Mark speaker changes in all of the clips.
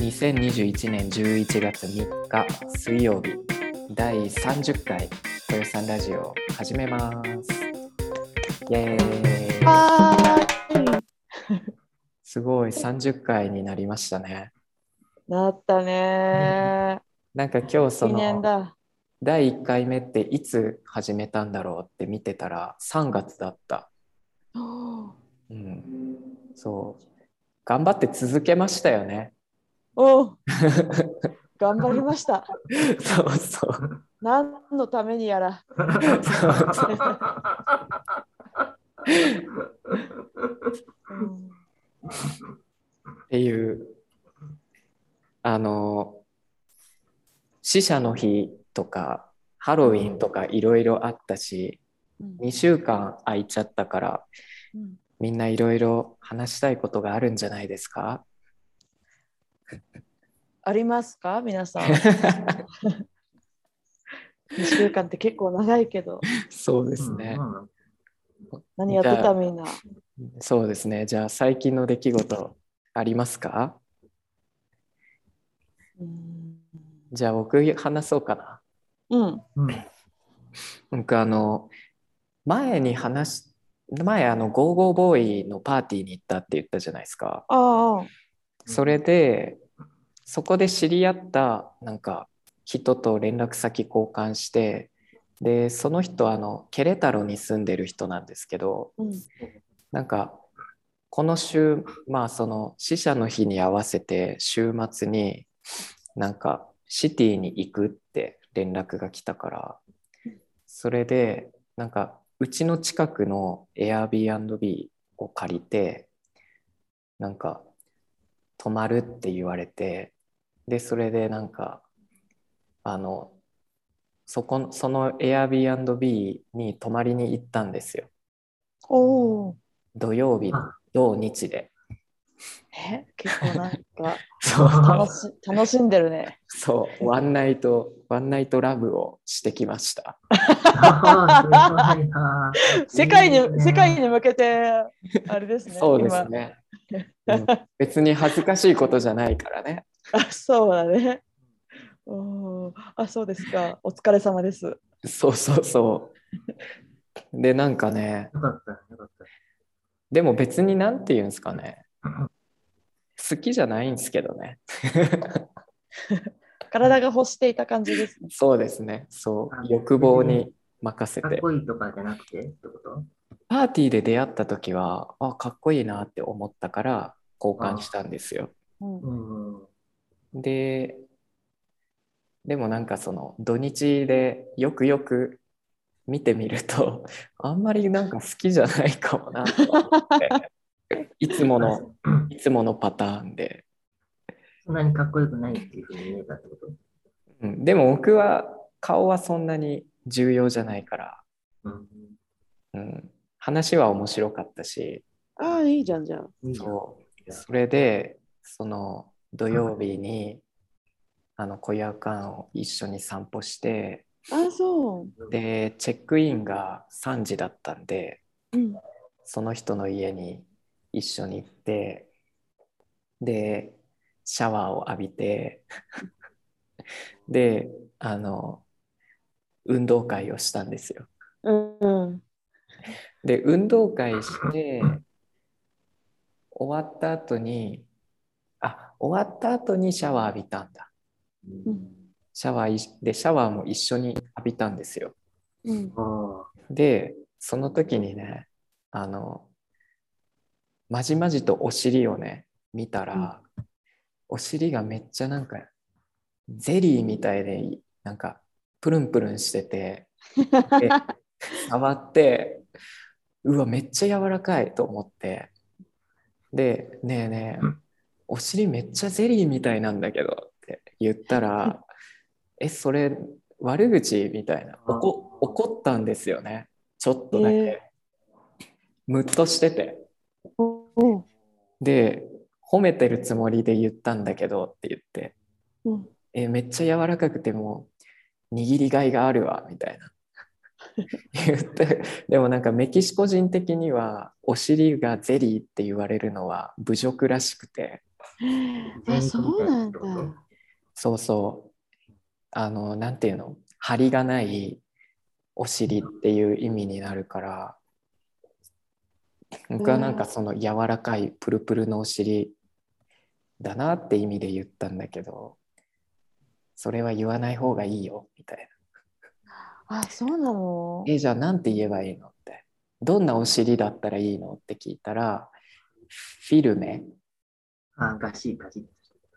Speaker 1: 2021年11月3日水曜日第30回豊さんラジオ始めます。イエーイ
Speaker 2: は
Speaker 1: すごい30回になりましたね。
Speaker 2: い。なったね
Speaker 1: なんか今日
Speaker 2: ー。
Speaker 1: そ
Speaker 2: 記念
Speaker 1: の
Speaker 2: だ。
Speaker 1: 第1回目っていつ始めたんだろうって見てたら3月だった。
Speaker 2: お
Speaker 1: うん、そう頑張って続けましたよね。
Speaker 2: お。頑張りました。
Speaker 1: そうそう。
Speaker 2: 何のためにやら。
Speaker 1: そうそう
Speaker 2: うん
Speaker 1: っていうあの死者の日とかハロウィンとかいろいろあったし
Speaker 2: うん
Speaker 1: 2週間空いちゃったから
Speaker 2: うん
Speaker 1: みんないろいろ話したいことがあるんじゃないですか
Speaker 2: ありますか皆さん。2週間って結構長いけど。
Speaker 1: そうで
Speaker 3: です
Speaker 1: ね、
Speaker 2: 何やってたみんな。
Speaker 1: そうですねじゃあ最近の出来事ありますか
Speaker 2: うん。
Speaker 1: じゃあ僕話そうかな
Speaker 2: うん。
Speaker 1: 僕あの前に話し前あのゴーゴーボーイのパーティーに行ったって言ったじゃないですか
Speaker 2: ああ。
Speaker 1: それでそこで知り合ったなんか人と連絡先交換してでその人はあのケレタロに住んでる人なんですけど
Speaker 2: うん。
Speaker 1: なんかこの週まあその死者の日に合わせて週末になんかシティに行くって連絡が来たからそれでなんかうちの近くの Airbnb を借りてなんか泊まるって言われてでそれでなんかあのそこのその Airbnb に泊まりに行ったんですよ
Speaker 2: おお。
Speaker 1: 土曜日
Speaker 3: あ
Speaker 1: 土日で。
Speaker 2: え結構なん か
Speaker 1: そう
Speaker 2: 楽し楽しんでるね。
Speaker 1: そう、ワンナイト、ワンナイトラブをしてきました。
Speaker 2: 世界に世界に向けてあれですね。
Speaker 1: そうですね。うん別に恥ずかしいことじゃないからね。
Speaker 2: あそうだね。おーあそうですか。お疲れ様です。
Speaker 1: そうそうそう。で、なんかね、
Speaker 3: よかったよかっ
Speaker 1: でも別になんて言うんですかね。好きじゃないんですけどね。
Speaker 2: 体が欲していた感じですね。
Speaker 1: そうですね。そう、欲望に任せ。
Speaker 3: た。かってこいいとかじゃなくてってこと
Speaker 1: パーティーで出会った時は、あ、かっこいいなって思ったから交換したんですよ。
Speaker 2: うん
Speaker 3: うん。
Speaker 1: で、でもなんかその土日でよくよく見てみると、 あんまりなんか好きじゃないかもなと思って、いつもの、いつものパターンで。
Speaker 3: そんなにかっこよくないっていうふうに見えたってこと
Speaker 1: うん、でも僕は顔はそんなに重要じゃないから、
Speaker 3: うん。
Speaker 1: うん、話は面白かったし、
Speaker 2: ああ、いいじゃんじゃん。
Speaker 3: いいじゃん
Speaker 1: そうそれで、その土曜日に、あの小屋館を一緒に散歩して、
Speaker 2: ああ、そ
Speaker 1: でチェックインが3時だったんで
Speaker 2: う。うん。
Speaker 1: その人の家に一緒に行ってでシャワーを浴びてであの運動会をしたんですよ。
Speaker 2: うん。うん
Speaker 1: で運動会して終わった後にあ終わった後にシャワー浴びたんだ
Speaker 2: うん。
Speaker 1: シャワーいでシャワーも一緒に浴びたんですよ。
Speaker 2: うん。
Speaker 3: あ
Speaker 1: で、その時にね、あの、まじまじとお尻をね、見たら、お尻がめっちゃなんか、ゼリーみたいで、なんか、プルンプルンしてて、で触って、うわ、めっちゃ柔らかいと思って、で、ねえねえ
Speaker 3: うん、
Speaker 1: お尻めっちゃゼリーみたいなんだけどって言ったら、え、それ悪口みたいな、
Speaker 3: あー
Speaker 1: 怒怒ったんですよね、ちょっとだけ。
Speaker 2: え
Speaker 1: ムッとしてて。
Speaker 2: うん。
Speaker 1: で、褒めてるつもりで言ったんだけどって言って、
Speaker 2: うん。
Speaker 1: え、めっちゃ柔らかくてもう握りがいがあるわ、みたいな。 言って、でもなんかメキシコ人的にはお尻がゼリーって言われるのは侮辱らしくて、
Speaker 4: あ、そうなんだ。
Speaker 1: そうそう。あの、なんていうの張りがないお尻っていう意味になるから、僕はなんかその柔らかいプルプルのお尻だなって意味で言ったんだけど、それは言わない方がいいよ、みたいな。
Speaker 4: あ、そうなの。
Speaker 1: え、じゃあなんて言えばいいのって。どんなお尻だったらいいのって聞いたら、フィルメ
Speaker 3: あ、ガシガシ。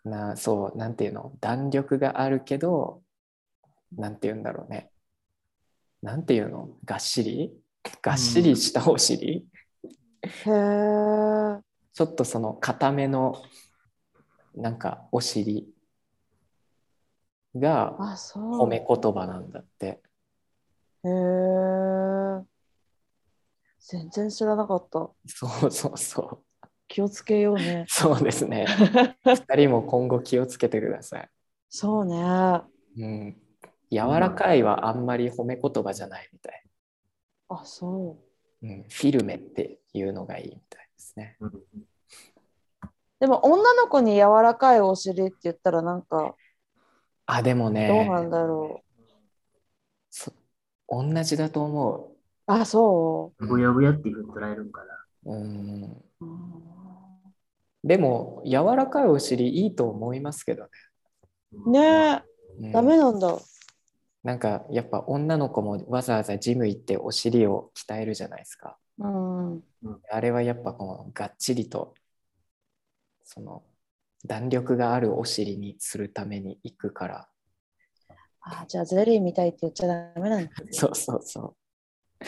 Speaker 1: な、そう、なんていうの弾力があるけど、なんていうんだろうね。なんていうのがっしりがっしりしたお尻、
Speaker 4: へえ。
Speaker 1: ちょっとその固めの、なんかお尻が
Speaker 4: あ、そう。
Speaker 1: 褒め言葉なんだって。
Speaker 4: へえ。全然知らなかった。
Speaker 1: そうそうそう。
Speaker 4: 気をつけようね。
Speaker 1: そうですね。二人も今後気をつけてください。
Speaker 4: そうね。
Speaker 1: うん、柔らかいはあんまり褒め言葉じゃないみたい、
Speaker 4: あ、そ
Speaker 1: うん、フィルメっていうのがいいみたいですね
Speaker 3: うん
Speaker 4: う。でも女の子に柔らかいお尻って言ったらなんか
Speaker 1: あでもね
Speaker 4: どうなんだろ
Speaker 1: そ同じだと思
Speaker 4: う。あ、そ
Speaker 3: ぶやぶやっていうふうに捉えるんかな。
Speaker 1: う、うん、
Speaker 4: う。
Speaker 1: でも柔らかいお尻いいと思いますけどね、
Speaker 4: ねえ、
Speaker 1: うん
Speaker 4: ダメなんだ。
Speaker 1: なんかやっぱ女の子もわざわざジム行ってお尻を鍛えるじゃないですか
Speaker 4: うん。
Speaker 1: あれはやっぱこのがっちりとその弾力があるお尻にするために行くから
Speaker 4: あ、じゃあゼリーみたいって言っちゃダメなんだ。
Speaker 1: そうそうそう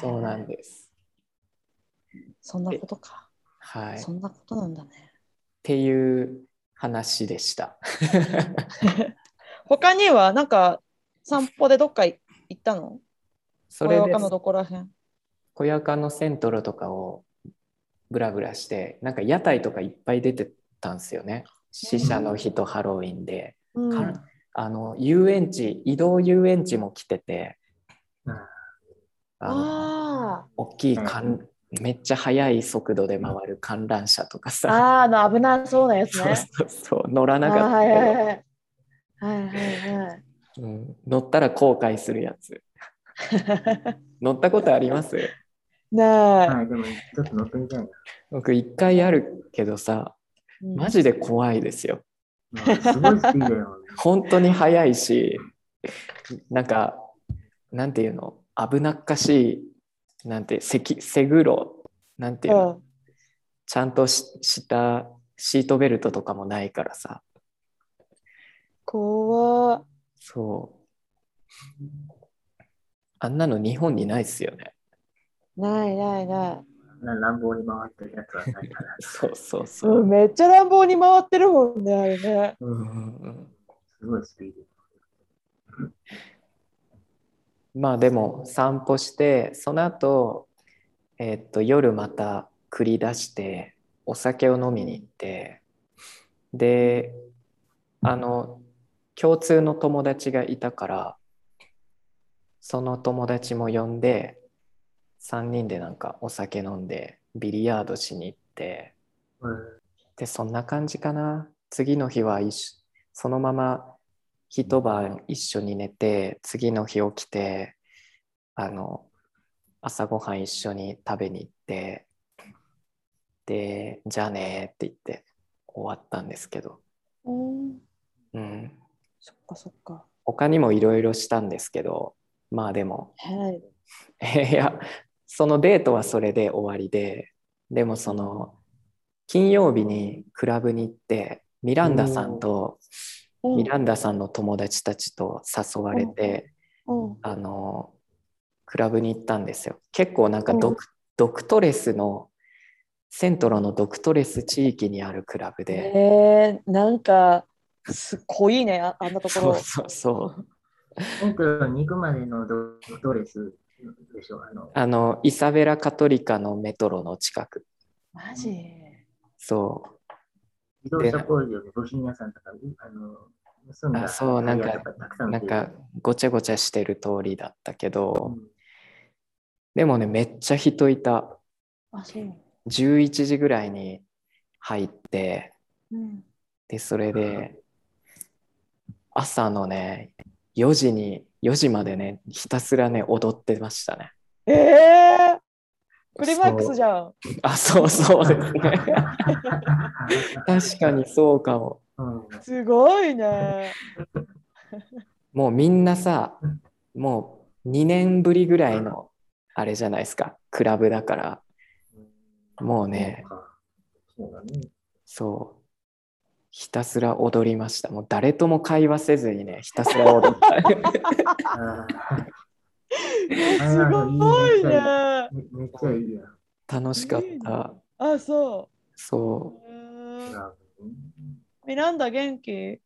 Speaker 1: そうなんです
Speaker 4: そんなことか。
Speaker 1: はい。っ
Speaker 4: そんなことなんだね。
Speaker 1: ていう話でした。
Speaker 4: 他にはなんか散歩でどっか行ったの
Speaker 1: そ
Speaker 4: 小
Speaker 1: れで
Speaker 4: かのどこらへん
Speaker 1: 小屋かの銭湯とかをブラブラしてなんか屋台とかいっぱい出てたんですよね。死者の日とハロウィンで、
Speaker 4: うん
Speaker 1: かあの遊園地移動遊園地も来てて、
Speaker 3: うん
Speaker 1: あの
Speaker 4: あ
Speaker 1: 大きいかんめっちゃ速い速度で回る観覧車とか
Speaker 4: ー
Speaker 1: さ、
Speaker 4: あーあの危なそうなやつ
Speaker 1: そう
Speaker 4: ね。
Speaker 1: そうそう乗らなか
Speaker 4: あー
Speaker 1: っ
Speaker 4: は
Speaker 1: たけ
Speaker 4: いは
Speaker 1: ど、
Speaker 4: い はい。はいはいはい。
Speaker 1: うん、乗ったら後悔するやつ乗ったことあります
Speaker 4: な
Speaker 3: はい、でも、ちょっと乗ってみたいな。
Speaker 1: 僕一回あるけどさ
Speaker 4: い。
Speaker 1: マジで怖いですよ
Speaker 3: まあすごいスピードやもんね。
Speaker 1: 本当に速いしなんかなんていうの危なっかしいなんてせきセグロなんていうの、
Speaker 4: うん
Speaker 1: ちゃんとししたシートベルトとかもないからさ
Speaker 4: 怖っ
Speaker 1: そうあんなの日本にないっすよね
Speaker 4: ないないない。
Speaker 3: な 乱暴に回ってるやつはないから。
Speaker 1: そうそうそう、
Speaker 4: うん、めっちゃ乱暴に回ってるもんね、あれね。
Speaker 1: うんうん
Speaker 3: すごいスピー
Speaker 1: うん、まあでも散歩してその後、えーっと夜また繰り出してお酒を飲みに行ってであの共通の友達がいたからその友達も呼んで3人でなんかお酒飲んでビリヤードしに行って
Speaker 3: ド。うん
Speaker 1: でそんな感じかな次の日は一緒そのまま一晩一緒に寝て次の日起きてあの朝ごはん一緒に食べに行ってでじゃあねって言って終わったんですけど、
Speaker 4: うん、
Speaker 1: うん、
Speaker 4: そっかそっか。
Speaker 1: 他にもいろいろしたんですけどまあでも
Speaker 4: はい。
Speaker 1: いやそのデートはそれで終わりででもその金曜日にクラブに行ってミランダさんと
Speaker 4: うん
Speaker 1: ミランダさんの友達たちと誘われて、
Speaker 4: うん
Speaker 1: あのクラブに行ったんですよ。結構なんかドク,、ドクトレスのセントロのドクトレス地域にあるクラブで、
Speaker 4: えー、なんかすっごいねあ、あんなとこ
Speaker 1: そう
Speaker 4: ろ。
Speaker 1: そうそう
Speaker 3: セントルに行くまでのドドレスでしょ。あの、
Speaker 1: あのイサベラ・カトリカのメトロの近く
Speaker 4: マジ
Speaker 1: そ
Speaker 3: 自動車工場の部品屋さんとか、あの、盗ん
Speaker 1: あ
Speaker 3: だ
Speaker 1: そうなんか
Speaker 3: タイヤとたくさ
Speaker 1: う
Speaker 3: 売っ
Speaker 1: なん
Speaker 3: てる
Speaker 1: かごちゃごちゃしてる通りだったけ
Speaker 3: う
Speaker 1: ど、
Speaker 3: ん
Speaker 1: でもねめっちゃ人いた
Speaker 4: あ、そう。
Speaker 1: 11時ぐらいに入って
Speaker 4: うん。
Speaker 1: で、それで、朝のね、4時に、4時までね、ひたすらね、踊ってましたね。
Speaker 2: ええプリマックスじゃん。
Speaker 1: あ、そうそうですね。確かにそうかも。
Speaker 3: うん
Speaker 2: すごいね。
Speaker 1: もうみんなさ、もう2年ぶりぐらいの、あれじゃないですか、クラブだから、もうね、
Speaker 3: そうだね。
Speaker 1: そう、ひたすら踊りました。もう誰とも会話せずにね、ひたすら踊った。
Speaker 3: あー
Speaker 2: すごいね。あ、
Speaker 3: めめっちゃいいやん。
Speaker 1: 楽しかった。
Speaker 2: そ
Speaker 1: そうう。。
Speaker 3: クラブね
Speaker 2: ミランダ元気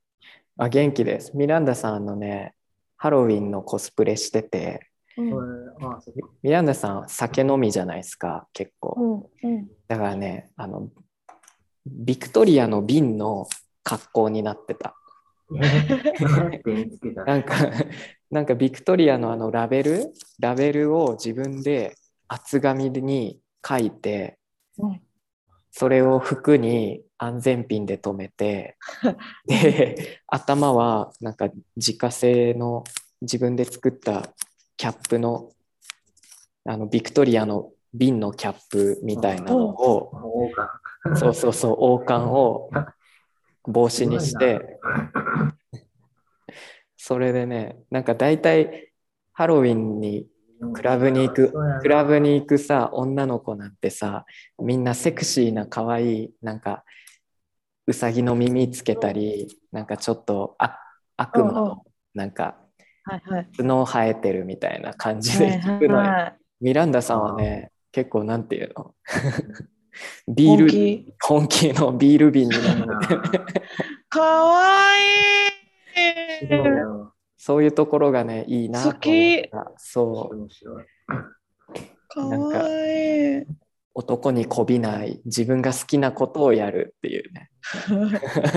Speaker 1: あ、元気です。ミランダさんのね、ハロウィンのコスプレしてて、
Speaker 3: これあ、そっか
Speaker 1: ミランダさん酒飲みじゃないですか、結構。
Speaker 4: うん。うん。
Speaker 1: だからね、あの、ビクトリアの瓶の格好になってた。
Speaker 3: どうやって見つけた
Speaker 1: なんか、 なんかビクトリアのあのラベル、ラベルを自分で厚紙に書いて、
Speaker 4: うん
Speaker 1: それを服に安全ピンで留め て、で、頭はなんか自家製の自分で作ったキャップの、あのビクトリアの瓶のキャップみたいなのを、
Speaker 3: 王か。
Speaker 1: そうそうそう、王冠を帽子にして、それでね、なんか大体ハロウィンに、クラブに行く
Speaker 3: そうやな
Speaker 1: クラブに行くさ、女の子なんてさ、みんなセクシーな可愛い、なんか、うさぎの耳つけたり、なんかちょっとあ悪魔
Speaker 2: うんうん
Speaker 1: の、なんか、
Speaker 2: はいはい。
Speaker 1: 角生えてるみたいな感じ
Speaker 4: は
Speaker 1: で
Speaker 4: い
Speaker 1: 聞くのよ。
Speaker 4: は
Speaker 1: ミランダさんはね、結構なんていうの ビール
Speaker 2: 本気
Speaker 1: 本気のビール瓶になる
Speaker 2: かわい
Speaker 3: す
Speaker 2: い
Speaker 3: ごいな
Speaker 1: そういうところがねいいなと思
Speaker 2: 好き
Speaker 1: ったそう
Speaker 3: 面白い
Speaker 2: かわいい。
Speaker 1: 男に媚びない自分が好きなことをやるっていうね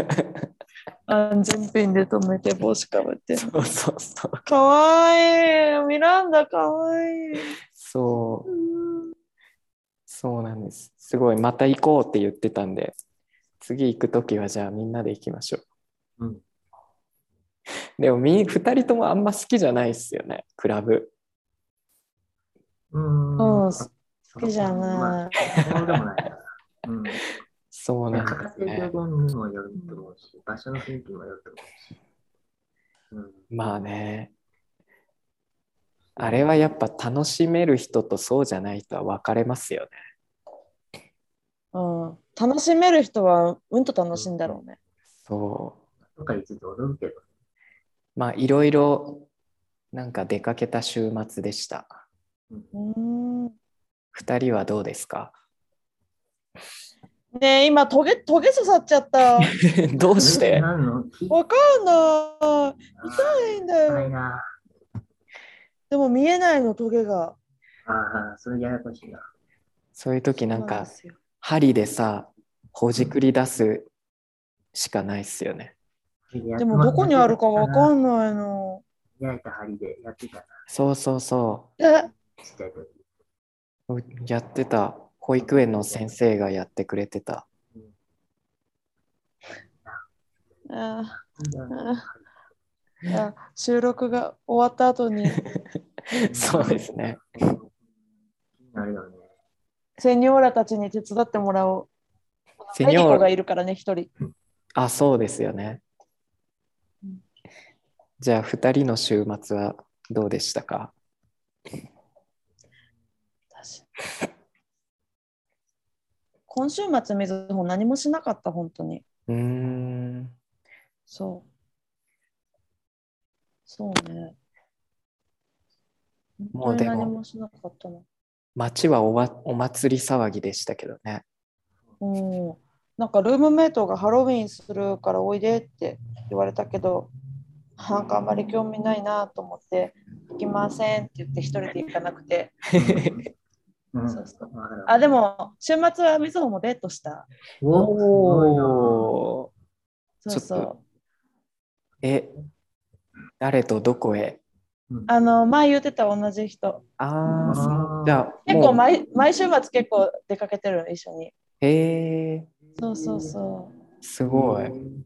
Speaker 2: 安全ピンで止めて帽子かぶって。
Speaker 1: そうそうそう
Speaker 2: かわいい。ミランダかわいい。
Speaker 1: そうそうなんですすごいまた行こうって言ってたんで次行く時はじゃあみんなで行きましょう
Speaker 3: うん
Speaker 1: でもみ2人ともあんま好きじゃないっすよねクラブ
Speaker 3: う
Speaker 4: い。
Speaker 3: ん
Speaker 4: うん。好きじゃない。
Speaker 3: まあそうでもないな。うん。
Speaker 1: そうなん
Speaker 3: かか
Speaker 1: です
Speaker 3: ってる
Speaker 1: ね
Speaker 3: 曲にもよると思うし、場所の雰囲気もよると思うし。うん
Speaker 1: まあねあれはやっぱ楽しめる人とそうじゃない人は分かれますよね
Speaker 4: うん。楽しめる人はうんと楽しいんだろうね。
Speaker 1: そう
Speaker 3: とか言って踊るけど。
Speaker 1: まあいろいろなんか出かけた週末でした。
Speaker 4: うん。
Speaker 1: 二人はどうですか
Speaker 2: ねえ、今、トゲ、トゲ刺さっちゃった。
Speaker 1: どうして
Speaker 3: 何の聞
Speaker 2: わかんない。痛いんだ
Speaker 3: ない
Speaker 2: よ。
Speaker 3: な。
Speaker 2: でも見えないの、トゲが。
Speaker 3: ああ、それややこしいな。
Speaker 1: そういう時なん
Speaker 2: そう
Speaker 1: か
Speaker 2: ですよ
Speaker 1: 針でさほじくり出すしかないっすよね。
Speaker 2: でも、どこにあるかわか
Speaker 3: ん
Speaker 2: んないの。
Speaker 3: 焼いた針でやってたな、
Speaker 1: そうそうそ
Speaker 2: え、
Speaker 3: ちっちゃい時。
Speaker 1: う。やってた。保育園の先生がやってくれてた。
Speaker 2: あ
Speaker 3: うん
Speaker 2: いや収録が終わった後 に、
Speaker 1: そうですね。
Speaker 3: うん気になるよね。
Speaker 2: セニョーラたちに手伝ってもらおう。
Speaker 1: セ
Speaker 2: エリ
Speaker 1: ニョ
Speaker 2: コが
Speaker 1: ー
Speaker 2: いるからね、一 人。
Speaker 1: あ、そうですよね
Speaker 4: うん。
Speaker 1: じゃあ二人の週末はどうでしたか
Speaker 4: 私今週末、みずほ何もしなかった、本当に。
Speaker 1: うーん。
Speaker 4: そう。そうね。
Speaker 1: もうでも
Speaker 4: 本当に何もしなかったの。
Speaker 1: 街はおわお祭り騒ぎでしたけどね。
Speaker 4: うん。なんかルームメイトがハロウィンするからおいでって言われたけど、なんかあまり興味ないなと思って、行きませんって言って一人で行かなくて。
Speaker 3: うん
Speaker 4: そうそ
Speaker 3: わかる
Speaker 4: あ、でも週末はみずほもデートした。
Speaker 3: おお。
Speaker 1: おー。
Speaker 4: そう
Speaker 1: ちょっ
Speaker 4: そう。
Speaker 1: え、誰とどこへ
Speaker 4: あの、前言ってた同じ人。
Speaker 1: ああ、
Speaker 3: あー
Speaker 1: じゃあ、
Speaker 4: 結構
Speaker 1: もう
Speaker 4: 毎毎週末結構出かけてる一緒に。
Speaker 1: へえ、
Speaker 4: そうそうそう。
Speaker 1: すごい。
Speaker 3: うん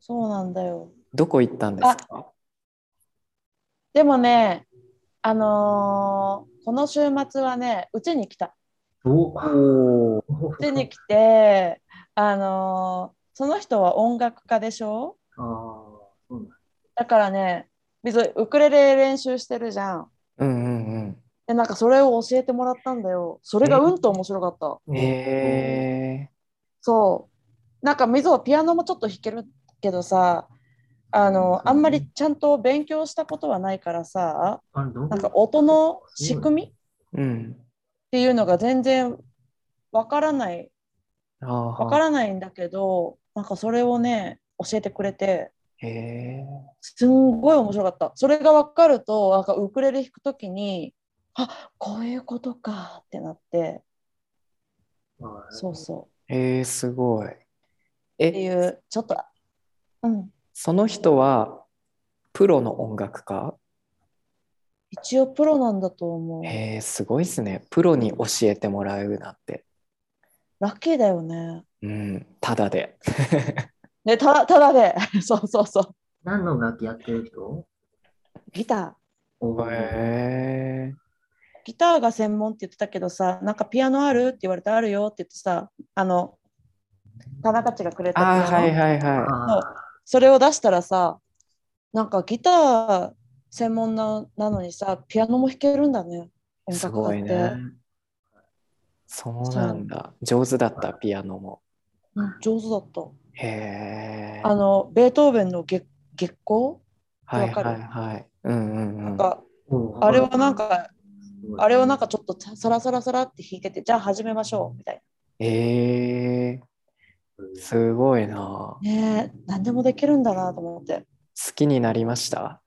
Speaker 4: そうなんだよ。
Speaker 1: どこ行ったんですか
Speaker 4: でもね、あのーこの週末はね、うちに来た。
Speaker 3: お
Speaker 1: お
Speaker 4: うちに来て、あのーその人は音楽家でしょ
Speaker 3: ああ、そうなんだ
Speaker 4: だからね、別にウクレレ練習してるじゃん。
Speaker 1: うんうん
Speaker 4: で、なんかそれを教えてもらったんだよ。それがうんと面白かった。
Speaker 1: うん。へえ。
Speaker 4: そう。なんかみぞはピアノもちょっと弾けるけどさ、あの、あんまりちゃんと勉強したことはないからさ、
Speaker 3: あど
Speaker 4: なんか音の仕組みっ
Speaker 1: うん。
Speaker 4: ていうのが全然わからない、わ
Speaker 1: わ
Speaker 4: からないんだけど、なんかそれをね、教えてくれて、
Speaker 1: へえ。
Speaker 4: すんごい面白かった。それがわかると、なんかウクレレ弾くときに、あこういうことかってなって、そうそ
Speaker 1: へえ、すごい。
Speaker 4: う。ってい
Speaker 1: え、
Speaker 4: う、ちょっと、うん、
Speaker 1: その人はプロの音楽家
Speaker 4: 一応プロなんだと思う。
Speaker 1: へえ、すごいですね。プロに教えてもらうなんて。
Speaker 4: ラッキーだよね。
Speaker 1: うん、ただで。
Speaker 4: ね、ただただで、 そうそうそう。
Speaker 3: 何の楽器やってる人
Speaker 4: ギタ
Speaker 3: お
Speaker 1: へえ。
Speaker 4: ー。ギターが専門って言ってたけどさ、なんかピアノあるって言われてあるよって言ってさ、あの、田中っちがくれたピア
Speaker 1: あ
Speaker 4: ノ
Speaker 1: あ、はいはいは
Speaker 3: あ
Speaker 4: それを出したらさ、なんかギター専門ななのにさ、ピアノも弾けるんだね。
Speaker 1: い。
Speaker 4: 音
Speaker 1: す
Speaker 4: 楽
Speaker 1: ご
Speaker 4: 家
Speaker 1: い
Speaker 4: っ
Speaker 1: ね
Speaker 4: て。。
Speaker 1: そうなんだ。上手だった、ピアノも。
Speaker 4: うん上手だった。
Speaker 1: へえ。
Speaker 4: あの、ベートーベンの月月光
Speaker 1: はい
Speaker 4: わかる
Speaker 1: はいはい。うんうんう
Speaker 4: なん
Speaker 1: ん。
Speaker 4: か、
Speaker 3: ー
Speaker 4: あれはなん、か、
Speaker 3: すごい
Speaker 4: あれはなんかちょっとサラサラサラって弾いてて、じゃあ始めましょうみたいな。
Speaker 1: ええすごいな。
Speaker 4: ねえ何でもできるんだなと思って
Speaker 1: 好きになりました。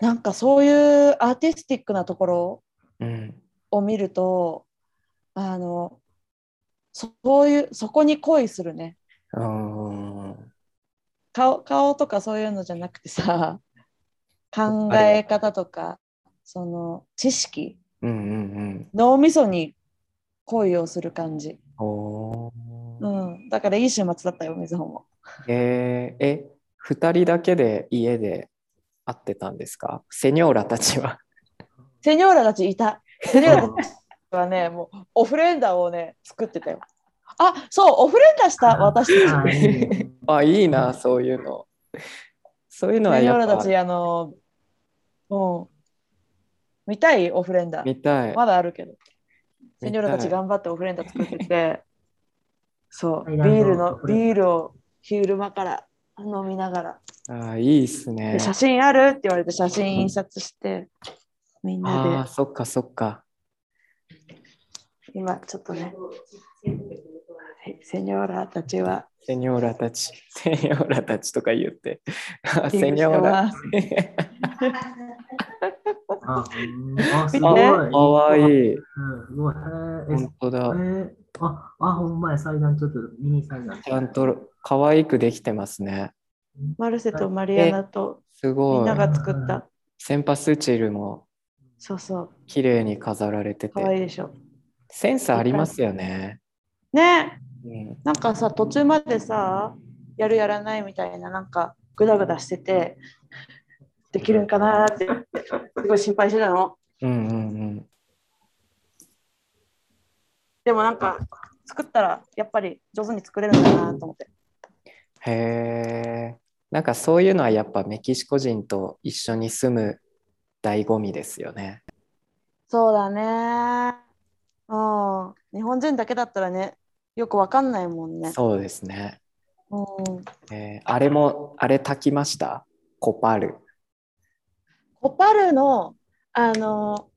Speaker 4: なんかそういうアーティスティックなところ
Speaker 1: うん。
Speaker 4: を見るとあのそそういうそこに恋するね
Speaker 1: うーん。
Speaker 4: 顔顔とかそういうのじゃなくてさ考え方とかその知識
Speaker 1: うんうん
Speaker 4: 脳みそに恋をする感じ、
Speaker 1: うん。お
Speaker 4: う
Speaker 1: お。
Speaker 4: ん、だからいい週末だったよ水穂も
Speaker 1: えー、え、二人だけで家で会ってたんですかセニョーラたちは。
Speaker 4: セニョーラたちいたセニョーラたち
Speaker 3: うん
Speaker 4: はねもうオフレンダーをね作ってたよあそうオフレンダーした私たち
Speaker 3: あいいね
Speaker 1: あ、いいな、そういうの。そういうのは
Speaker 4: ね、
Speaker 1: や
Speaker 4: ヨラ
Speaker 1: ったぱ
Speaker 4: ち、あの、もうん、見たいオフレンダー。
Speaker 1: 見たい。
Speaker 4: まだあるけど。
Speaker 1: 見たい
Speaker 4: セニョーラたち頑張ってオフレンダー作ってて、そう、ビ
Speaker 3: 海岸の
Speaker 4: ールの
Speaker 3: オ、フレンダー
Speaker 4: ビールを昼間から飲みながら、
Speaker 1: あーいいっすね
Speaker 4: で。写真あるって言われて写真印刷して、みん
Speaker 1: あ
Speaker 4: な
Speaker 1: あ、そっかそっか。
Speaker 4: で、今ちょっとね、はいセニョーラたちは、
Speaker 1: セニョーラたち、 セニョーラたちとか言って。あ
Speaker 4: リン
Speaker 1: セ
Speaker 4: グ
Speaker 1: ニ
Speaker 4: して
Speaker 1: ョー ラ。
Speaker 4: ます。
Speaker 3: あうんあす
Speaker 4: 見
Speaker 3: ごい。
Speaker 4: て
Speaker 1: かわい
Speaker 3: うん
Speaker 1: い。
Speaker 3: すごい。へーえ
Speaker 1: 本当だ。
Speaker 3: えーあ、あ、ほんまや、祭壇ちょっとミニ祭壇。
Speaker 1: ちゃんと可愛くできてますね。
Speaker 4: マルセとマリアナと
Speaker 1: す
Speaker 4: みん
Speaker 1: ごい
Speaker 4: な。が作った、
Speaker 1: センパスチルも
Speaker 4: そうそう、
Speaker 1: 綺麗に飾られて
Speaker 4: かわ
Speaker 1: て。
Speaker 4: いいでしょ。
Speaker 1: センスありますよね。
Speaker 4: ね
Speaker 1: うん、
Speaker 4: なんかさ途中までさやるやらないみたいななんかグダグダしててできるんかなーってすごい心配してたの
Speaker 1: うん、うん
Speaker 4: でもなんか作ったらやっぱり上手に作れるんだなと思って
Speaker 1: うん。へえ。なんかそういうのはやっぱメキシコ人と一緒に住む醍醐味ですよね。
Speaker 4: そうだねうん日本人だけだったらねよくわかんないもんね
Speaker 1: そうですね。
Speaker 4: うん、
Speaker 1: えーあれも、あれ炊きましたコパル。
Speaker 4: コパルのあの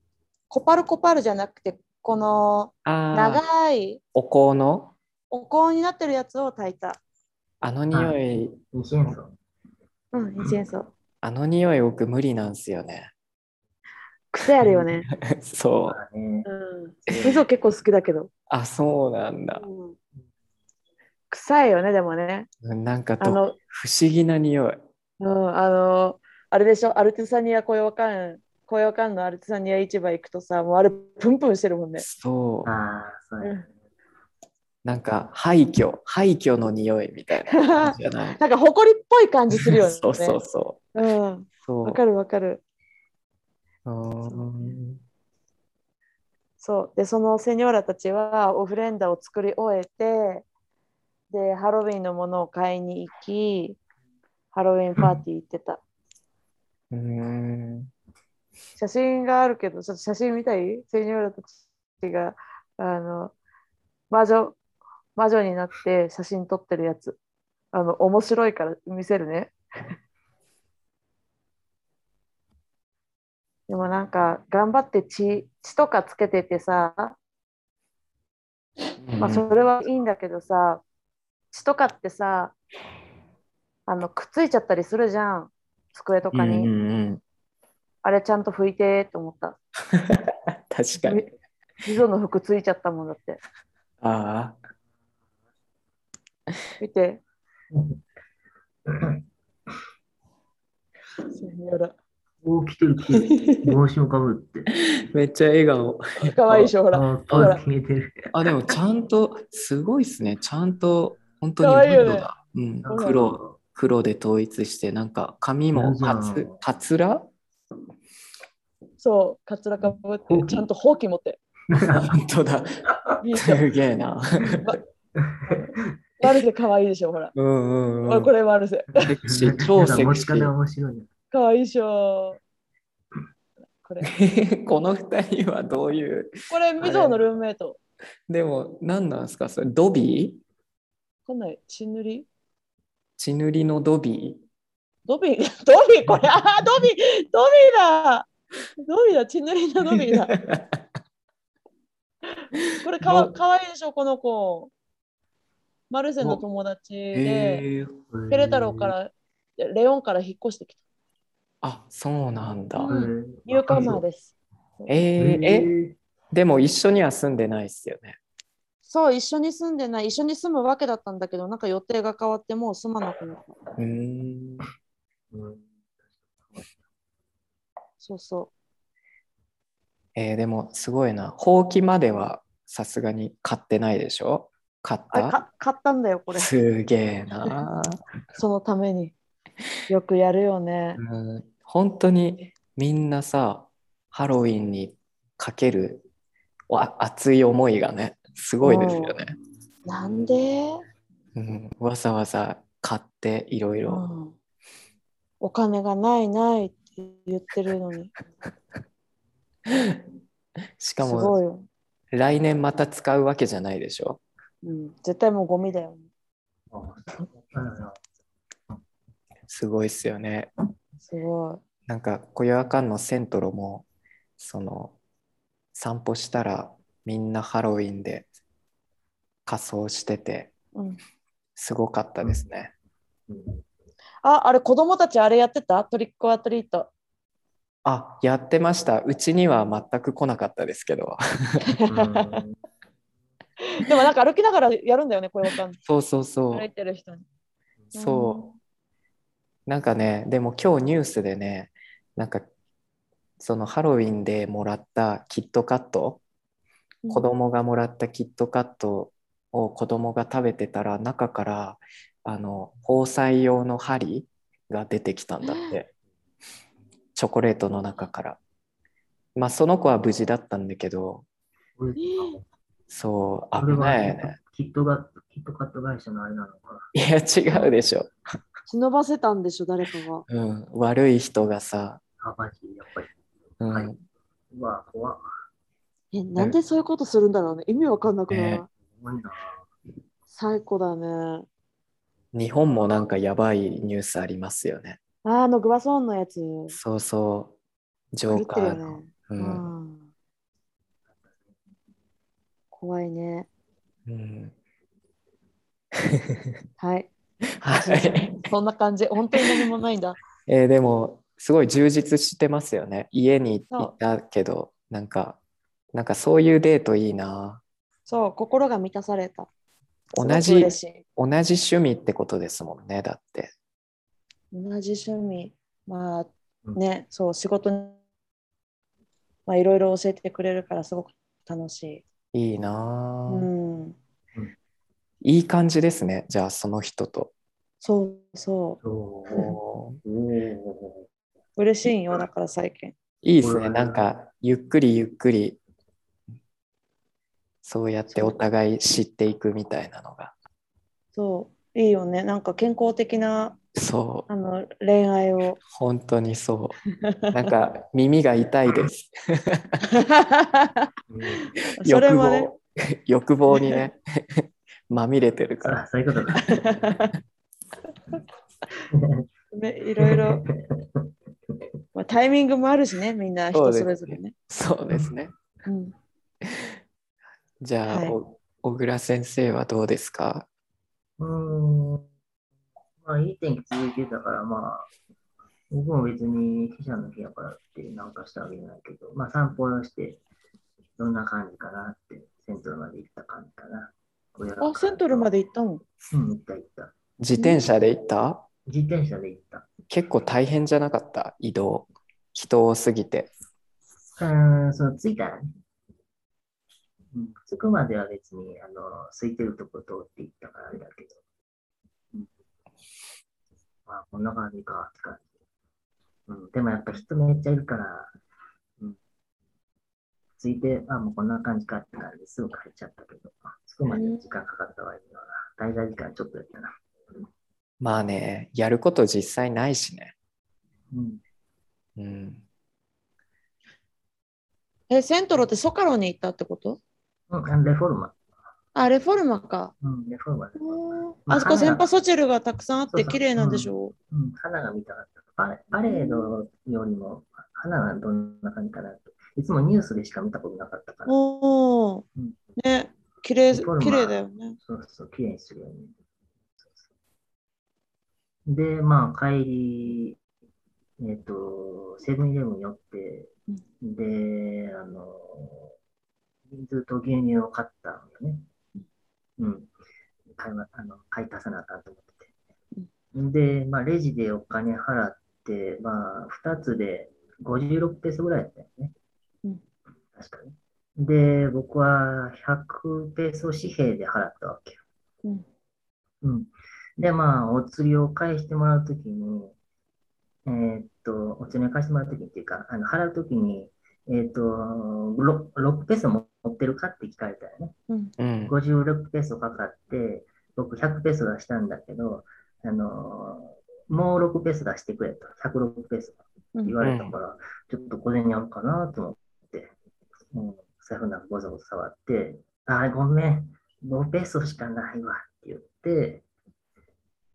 Speaker 4: コパルコパルじゃなくてこの
Speaker 1: ああ、
Speaker 4: 長い
Speaker 1: お香の
Speaker 4: お香になってるやつを炊いた
Speaker 1: あの匂い、
Speaker 3: 二千円層。
Speaker 4: うん一円層
Speaker 1: あの匂い僕無理なんですよね。
Speaker 4: 癖あるよね
Speaker 1: そう。
Speaker 3: だね。
Speaker 4: うん。みそ結構好きだけど。
Speaker 1: あ、そうなんだ。
Speaker 4: 臭いよね、でもね。
Speaker 1: うんなんか
Speaker 4: あ
Speaker 1: と
Speaker 4: の、
Speaker 1: 不思議な匂い。
Speaker 4: うん、あの、あれでしょ、アルティサニア、コヨカン、コヨカンのアルティ サニア市場行くとさ、もうあれ、プンプンしてるもんね。
Speaker 1: そう。
Speaker 3: ああ、そうやね。
Speaker 1: なんか廃墟廃墟の匂いみ たいな感じじゃない
Speaker 4: なんか埃っぽい感じするよ ね。。
Speaker 1: そうそうそう
Speaker 4: ん。
Speaker 1: そう
Speaker 4: わかるわかる。
Speaker 1: うん
Speaker 4: そう。で、そのセニョーラたちはオフレンダを作り終えて、で、ハロウィンのものを買いに行き、ハロウィンパーティー行ってた。
Speaker 1: うん
Speaker 4: 写真があるけど、ちょっと写真見たいセニョーラたちが、あの、魔女、魔女になって写真撮ってるやつ。あの、面白いから見せるね。 でもなんか、頑張って血、血とかつけててさ、まあ、それはいいんだけどさ、血とかってさ、あの、くっついちゃったりするじゃん。机とかに。
Speaker 1: うんうんうん
Speaker 4: あれちゃんと拭いてと思った。
Speaker 1: 確かに
Speaker 4: ジゾの服ついちゃったもんだって。
Speaker 1: ああ
Speaker 4: 見て。
Speaker 3: お来てる来てる。帽子をかぶって。
Speaker 1: めっちゃ笑顔
Speaker 4: かわいいでしょ、ほら。
Speaker 3: あパー消えてる。
Speaker 1: あでもちゃんとすごいっすねちゃんと本当に
Speaker 4: かわいいよね
Speaker 1: ブランドだ、うん、黒。黒で統一してなんか髪もかつかつら
Speaker 4: そう、かつらかぶっ
Speaker 3: ほう
Speaker 4: て、
Speaker 3: き
Speaker 4: ちゃんとほうき持って。
Speaker 1: 本当だ
Speaker 4: いいでしょ。
Speaker 1: すげえな
Speaker 4: マルセかわいいでしょ、ほら。
Speaker 1: うんうんう
Speaker 4: あ
Speaker 1: ん
Speaker 4: これマルセ。
Speaker 1: セクシー超セ
Speaker 3: 持
Speaker 1: ク
Speaker 3: ち
Speaker 1: シ
Speaker 3: 方
Speaker 1: ー
Speaker 3: 面白いね。
Speaker 4: かわいいでしょ。これ、
Speaker 1: この二人はどういう
Speaker 4: これ、ミゾのルームメイト。
Speaker 1: でも何なんですかそれドビー
Speaker 4: こんない、血塗り
Speaker 1: 血塗りのドビ
Speaker 4: ドビー、ドビー、これ、あードビー、ドビーだドビーだ、血塗りのドビーだ。
Speaker 1: ー
Speaker 4: これかわ
Speaker 1: ど
Speaker 4: かわいいでしょ、この子。マルセの友達で、
Speaker 1: へえ
Speaker 4: ペレ太郎から、レオンから引っ越してきた。
Speaker 1: あそうなんだ、
Speaker 4: う
Speaker 3: うんん。
Speaker 4: ニューカマーです。
Speaker 1: えーえ
Speaker 3: え
Speaker 1: でも一緒には住んでないっすよね
Speaker 4: そう、一緒に住んでない、一緒に住むわけだったんだけど、なんか予定が変わってもう住まなくなった。
Speaker 1: うーん
Speaker 4: そうそ
Speaker 1: えーでもすごいなほうきまではさすがに買ってないでしょ買っ
Speaker 4: う。あ
Speaker 1: た
Speaker 4: か買ったんだよ、これ。
Speaker 1: すげえな、
Speaker 4: そのために。よくやるよね。
Speaker 1: うん、本当にみんなさハロウィンにかけるわ熱い思いがねすごいですよね、
Speaker 4: なんで、
Speaker 1: うん、わざわざ買っていろいうろ
Speaker 4: ん、お金がないないって言ってるのに。
Speaker 1: し
Speaker 4: す
Speaker 1: かも
Speaker 4: ごいよ。
Speaker 1: 来年また使うわけじゃないでしょ
Speaker 4: うん、絶対もうゴミだよ。
Speaker 1: すごいっすよね
Speaker 4: すごい。
Speaker 1: なんか小夜館のセントロもその散歩したらみんなハロウィンで仮装してて
Speaker 4: うん、
Speaker 1: すごかったですね。
Speaker 4: あ、あれ子供たちあれやってたトリックオアトリート。
Speaker 1: あやってましたうちには全く来なかったですけど
Speaker 4: でもなんか歩きながらやるんだよね、これわかんない。
Speaker 1: そうそうそ
Speaker 4: 歩いうてる人に。
Speaker 1: そうなんかねでも今日ニュースでねなんかそのハロウィンでもらったキットカット
Speaker 4: うん
Speaker 1: 子供がもらったキットカットを子供が食べてたら中からあの包菜用の針が出てきたんだってチョコレートの中からまあその子は無事だったんだけどそう危ないよね
Speaker 3: キットがキットカット会社のあれなのか。
Speaker 1: いや違うでしょ、
Speaker 4: 忍ばせたんでしょ、誰かが。
Speaker 1: うん、悪い人がさ、
Speaker 3: あマジやっぱり。
Speaker 1: うん
Speaker 3: はいうわ、怖っ。
Speaker 4: え、なんでそういうことするんだろうね。意味わかんなくない、
Speaker 1: ね
Speaker 3: 怖いな。
Speaker 4: 最高だね。
Speaker 1: 日本もなんかやばいニュースありますよね
Speaker 4: ああのグワソーンのやつ。
Speaker 1: そうそうジョ
Speaker 4: 狂
Speaker 1: ー
Speaker 4: っ
Speaker 1: カ
Speaker 4: てる
Speaker 1: ー
Speaker 4: よ
Speaker 1: の、
Speaker 4: ね。
Speaker 1: う
Speaker 4: うんん。怖いね。
Speaker 1: うん、
Speaker 4: はい。
Speaker 1: はい
Speaker 4: そんな感じ。本当に何もないんだ。
Speaker 1: えーでもすごい充実してますよね家に
Speaker 4: そう
Speaker 1: いたけどなんかなんかそういうデートいいな
Speaker 4: そう、心が満たされた。
Speaker 1: 同
Speaker 4: すごく
Speaker 1: じ同
Speaker 4: 嬉
Speaker 1: じ
Speaker 4: しい
Speaker 1: 趣味ってことですもんねだって
Speaker 4: 同じ趣味。まあ
Speaker 3: うん
Speaker 4: ね、そう、仕事に、まあ、いろいろ教えてくれるからすごく楽しい。
Speaker 1: いいうな、
Speaker 4: ん。
Speaker 1: いい感じですね。じゃあ、その人と。
Speaker 4: そうそ
Speaker 3: お
Speaker 1: おー
Speaker 3: ーお
Speaker 4: う。嬉しいんよ、だから最近。
Speaker 1: いいです
Speaker 3: う
Speaker 1: ね。
Speaker 3: ん
Speaker 1: なんか、ゆっくりゆっくり、そうやってお互い知っていくみたいなのが。
Speaker 4: そう。いいよね。なんか健康的な
Speaker 1: そう、
Speaker 4: あの恋愛 を。
Speaker 1: 本当にそう。なんか、耳が痛いです。
Speaker 3: ー
Speaker 4: それ
Speaker 1: 欲
Speaker 4: はね。
Speaker 1: 望、 欲望にね、まみれてるから。
Speaker 3: あ、そういうことか。
Speaker 4: ね、いろいろ、まあ、タイミングもあるしね、みんな人それぞれね。
Speaker 1: そうですね。
Speaker 4: うん、
Speaker 1: じゃあ、
Speaker 4: はい
Speaker 1: お小倉先生はどうですか
Speaker 3: うーん。まあ、いい天気続いてたから、まあ、僕も別に死者の日やからってなんかしたわけじゃないけど、まあ、散歩をして、どんな感じかなって、セントルまで行った感じかな。親が
Speaker 4: あ、セントルまで行ったの
Speaker 3: うん、行った行った。
Speaker 1: 自転車で行った
Speaker 3: 自転車で行った。
Speaker 1: 結構大変じゃなかった移動。人多すぎて。
Speaker 3: うーん、その着いたらね。うん、着くまでは別に、あの、空いてるとこ通って行ったからあれだけど。うん、まあ、こんな感じかって感じ。うん、でもやっぱ人めっちゃいるから、うん。着いて、あ、もうこんな感じかって感じですぐ帰っちゃったけど、着くまで時間かかったわけだな。滞在時間ちょっとやったな。
Speaker 1: まあね、やること実際ないしね。
Speaker 3: うん。
Speaker 1: うん。
Speaker 4: え、セントロってソカロに行ったってこと
Speaker 3: うんあの、レフォルマ。
Speaker 4: あ、レフォルマか。
Speaker 3: うん、レフォルマ。レフォルマまあ
Speaker 4: あそこ
Speaker 3: 花が
Speaker 4: 先発ソチェルがたくさんあっ
Speaker 3: そう
Speaker 4: て
Speaker 3: そう
Speaker 4: 綺麗なんでしょ
Speaker 3: うん、花が見たかった。パレパレードよりも花がどんな感じかなと。いつもニュースでしか見たことなかったから。
Speaker 4: おお
Speaker 3: うん。
Speaker 4: ね、綺麗、
Speaker 3: レフォルマ
Speaker 4: 綺麗だよね。
Speaker 3: そうそう、綺麗にするよね。そうそうで、まあ、帰り、えっ、と、セブンイレブン寄って、で、あの、水と牛乳を買ったのよね。うん。買いまあの買い足さなあかんと思ってて。で、まあ、レジでお金払って、まあ、2つで56ペースぐらいだったよね。
Speaker 4: うん
Speaker 3: 確かに。で、僕は100ペーソ紙幣で払ったわけよ。
Speaker 4: うん
Speaker 3: うん。で、まあ、お釣りを返してもらうときに、えーっと、お釣りを返してもらうときっていうか、あの払うときに、えーっと、ろ 6, ペーソ持ってるかって聞かれたよね。
Speaker 1: うん。
Speaker 3: 56ペーソかかって、僕100ペーソ出したんだけど、あのーもう6ペーソ出してくれと、106ペーソ
Speaker 4: うん
Speaker 3: 言われたから、ちょっとこれに合うかなと思って、うん、財布なんかござござ触って、あーごめん、5ペーソしかないわって言って、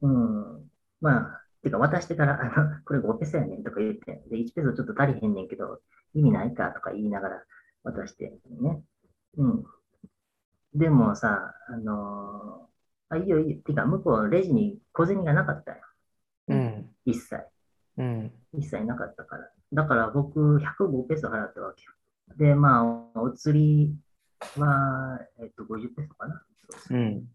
Speaker 3: うん、まあ、てか渡してから、 あの、これ5ペーソやねんとか言って、で、1ペーソちょっと足りへんねんけど、意味ないかとか言いながら渡して、ね。うん。でもさ、あのーあ、いいよいいよ。てか、向こう、レジに小銭がなかったよ。
Speaker 1: うん。
Speaker 3: 一切。
Speaker 1: うん。
Speaker 3: 一切なかったから。だから僕、105ペース払ったわけよ。で、まあ、お釣りは、えっと、50ペースかな。
Speaker 1: うん。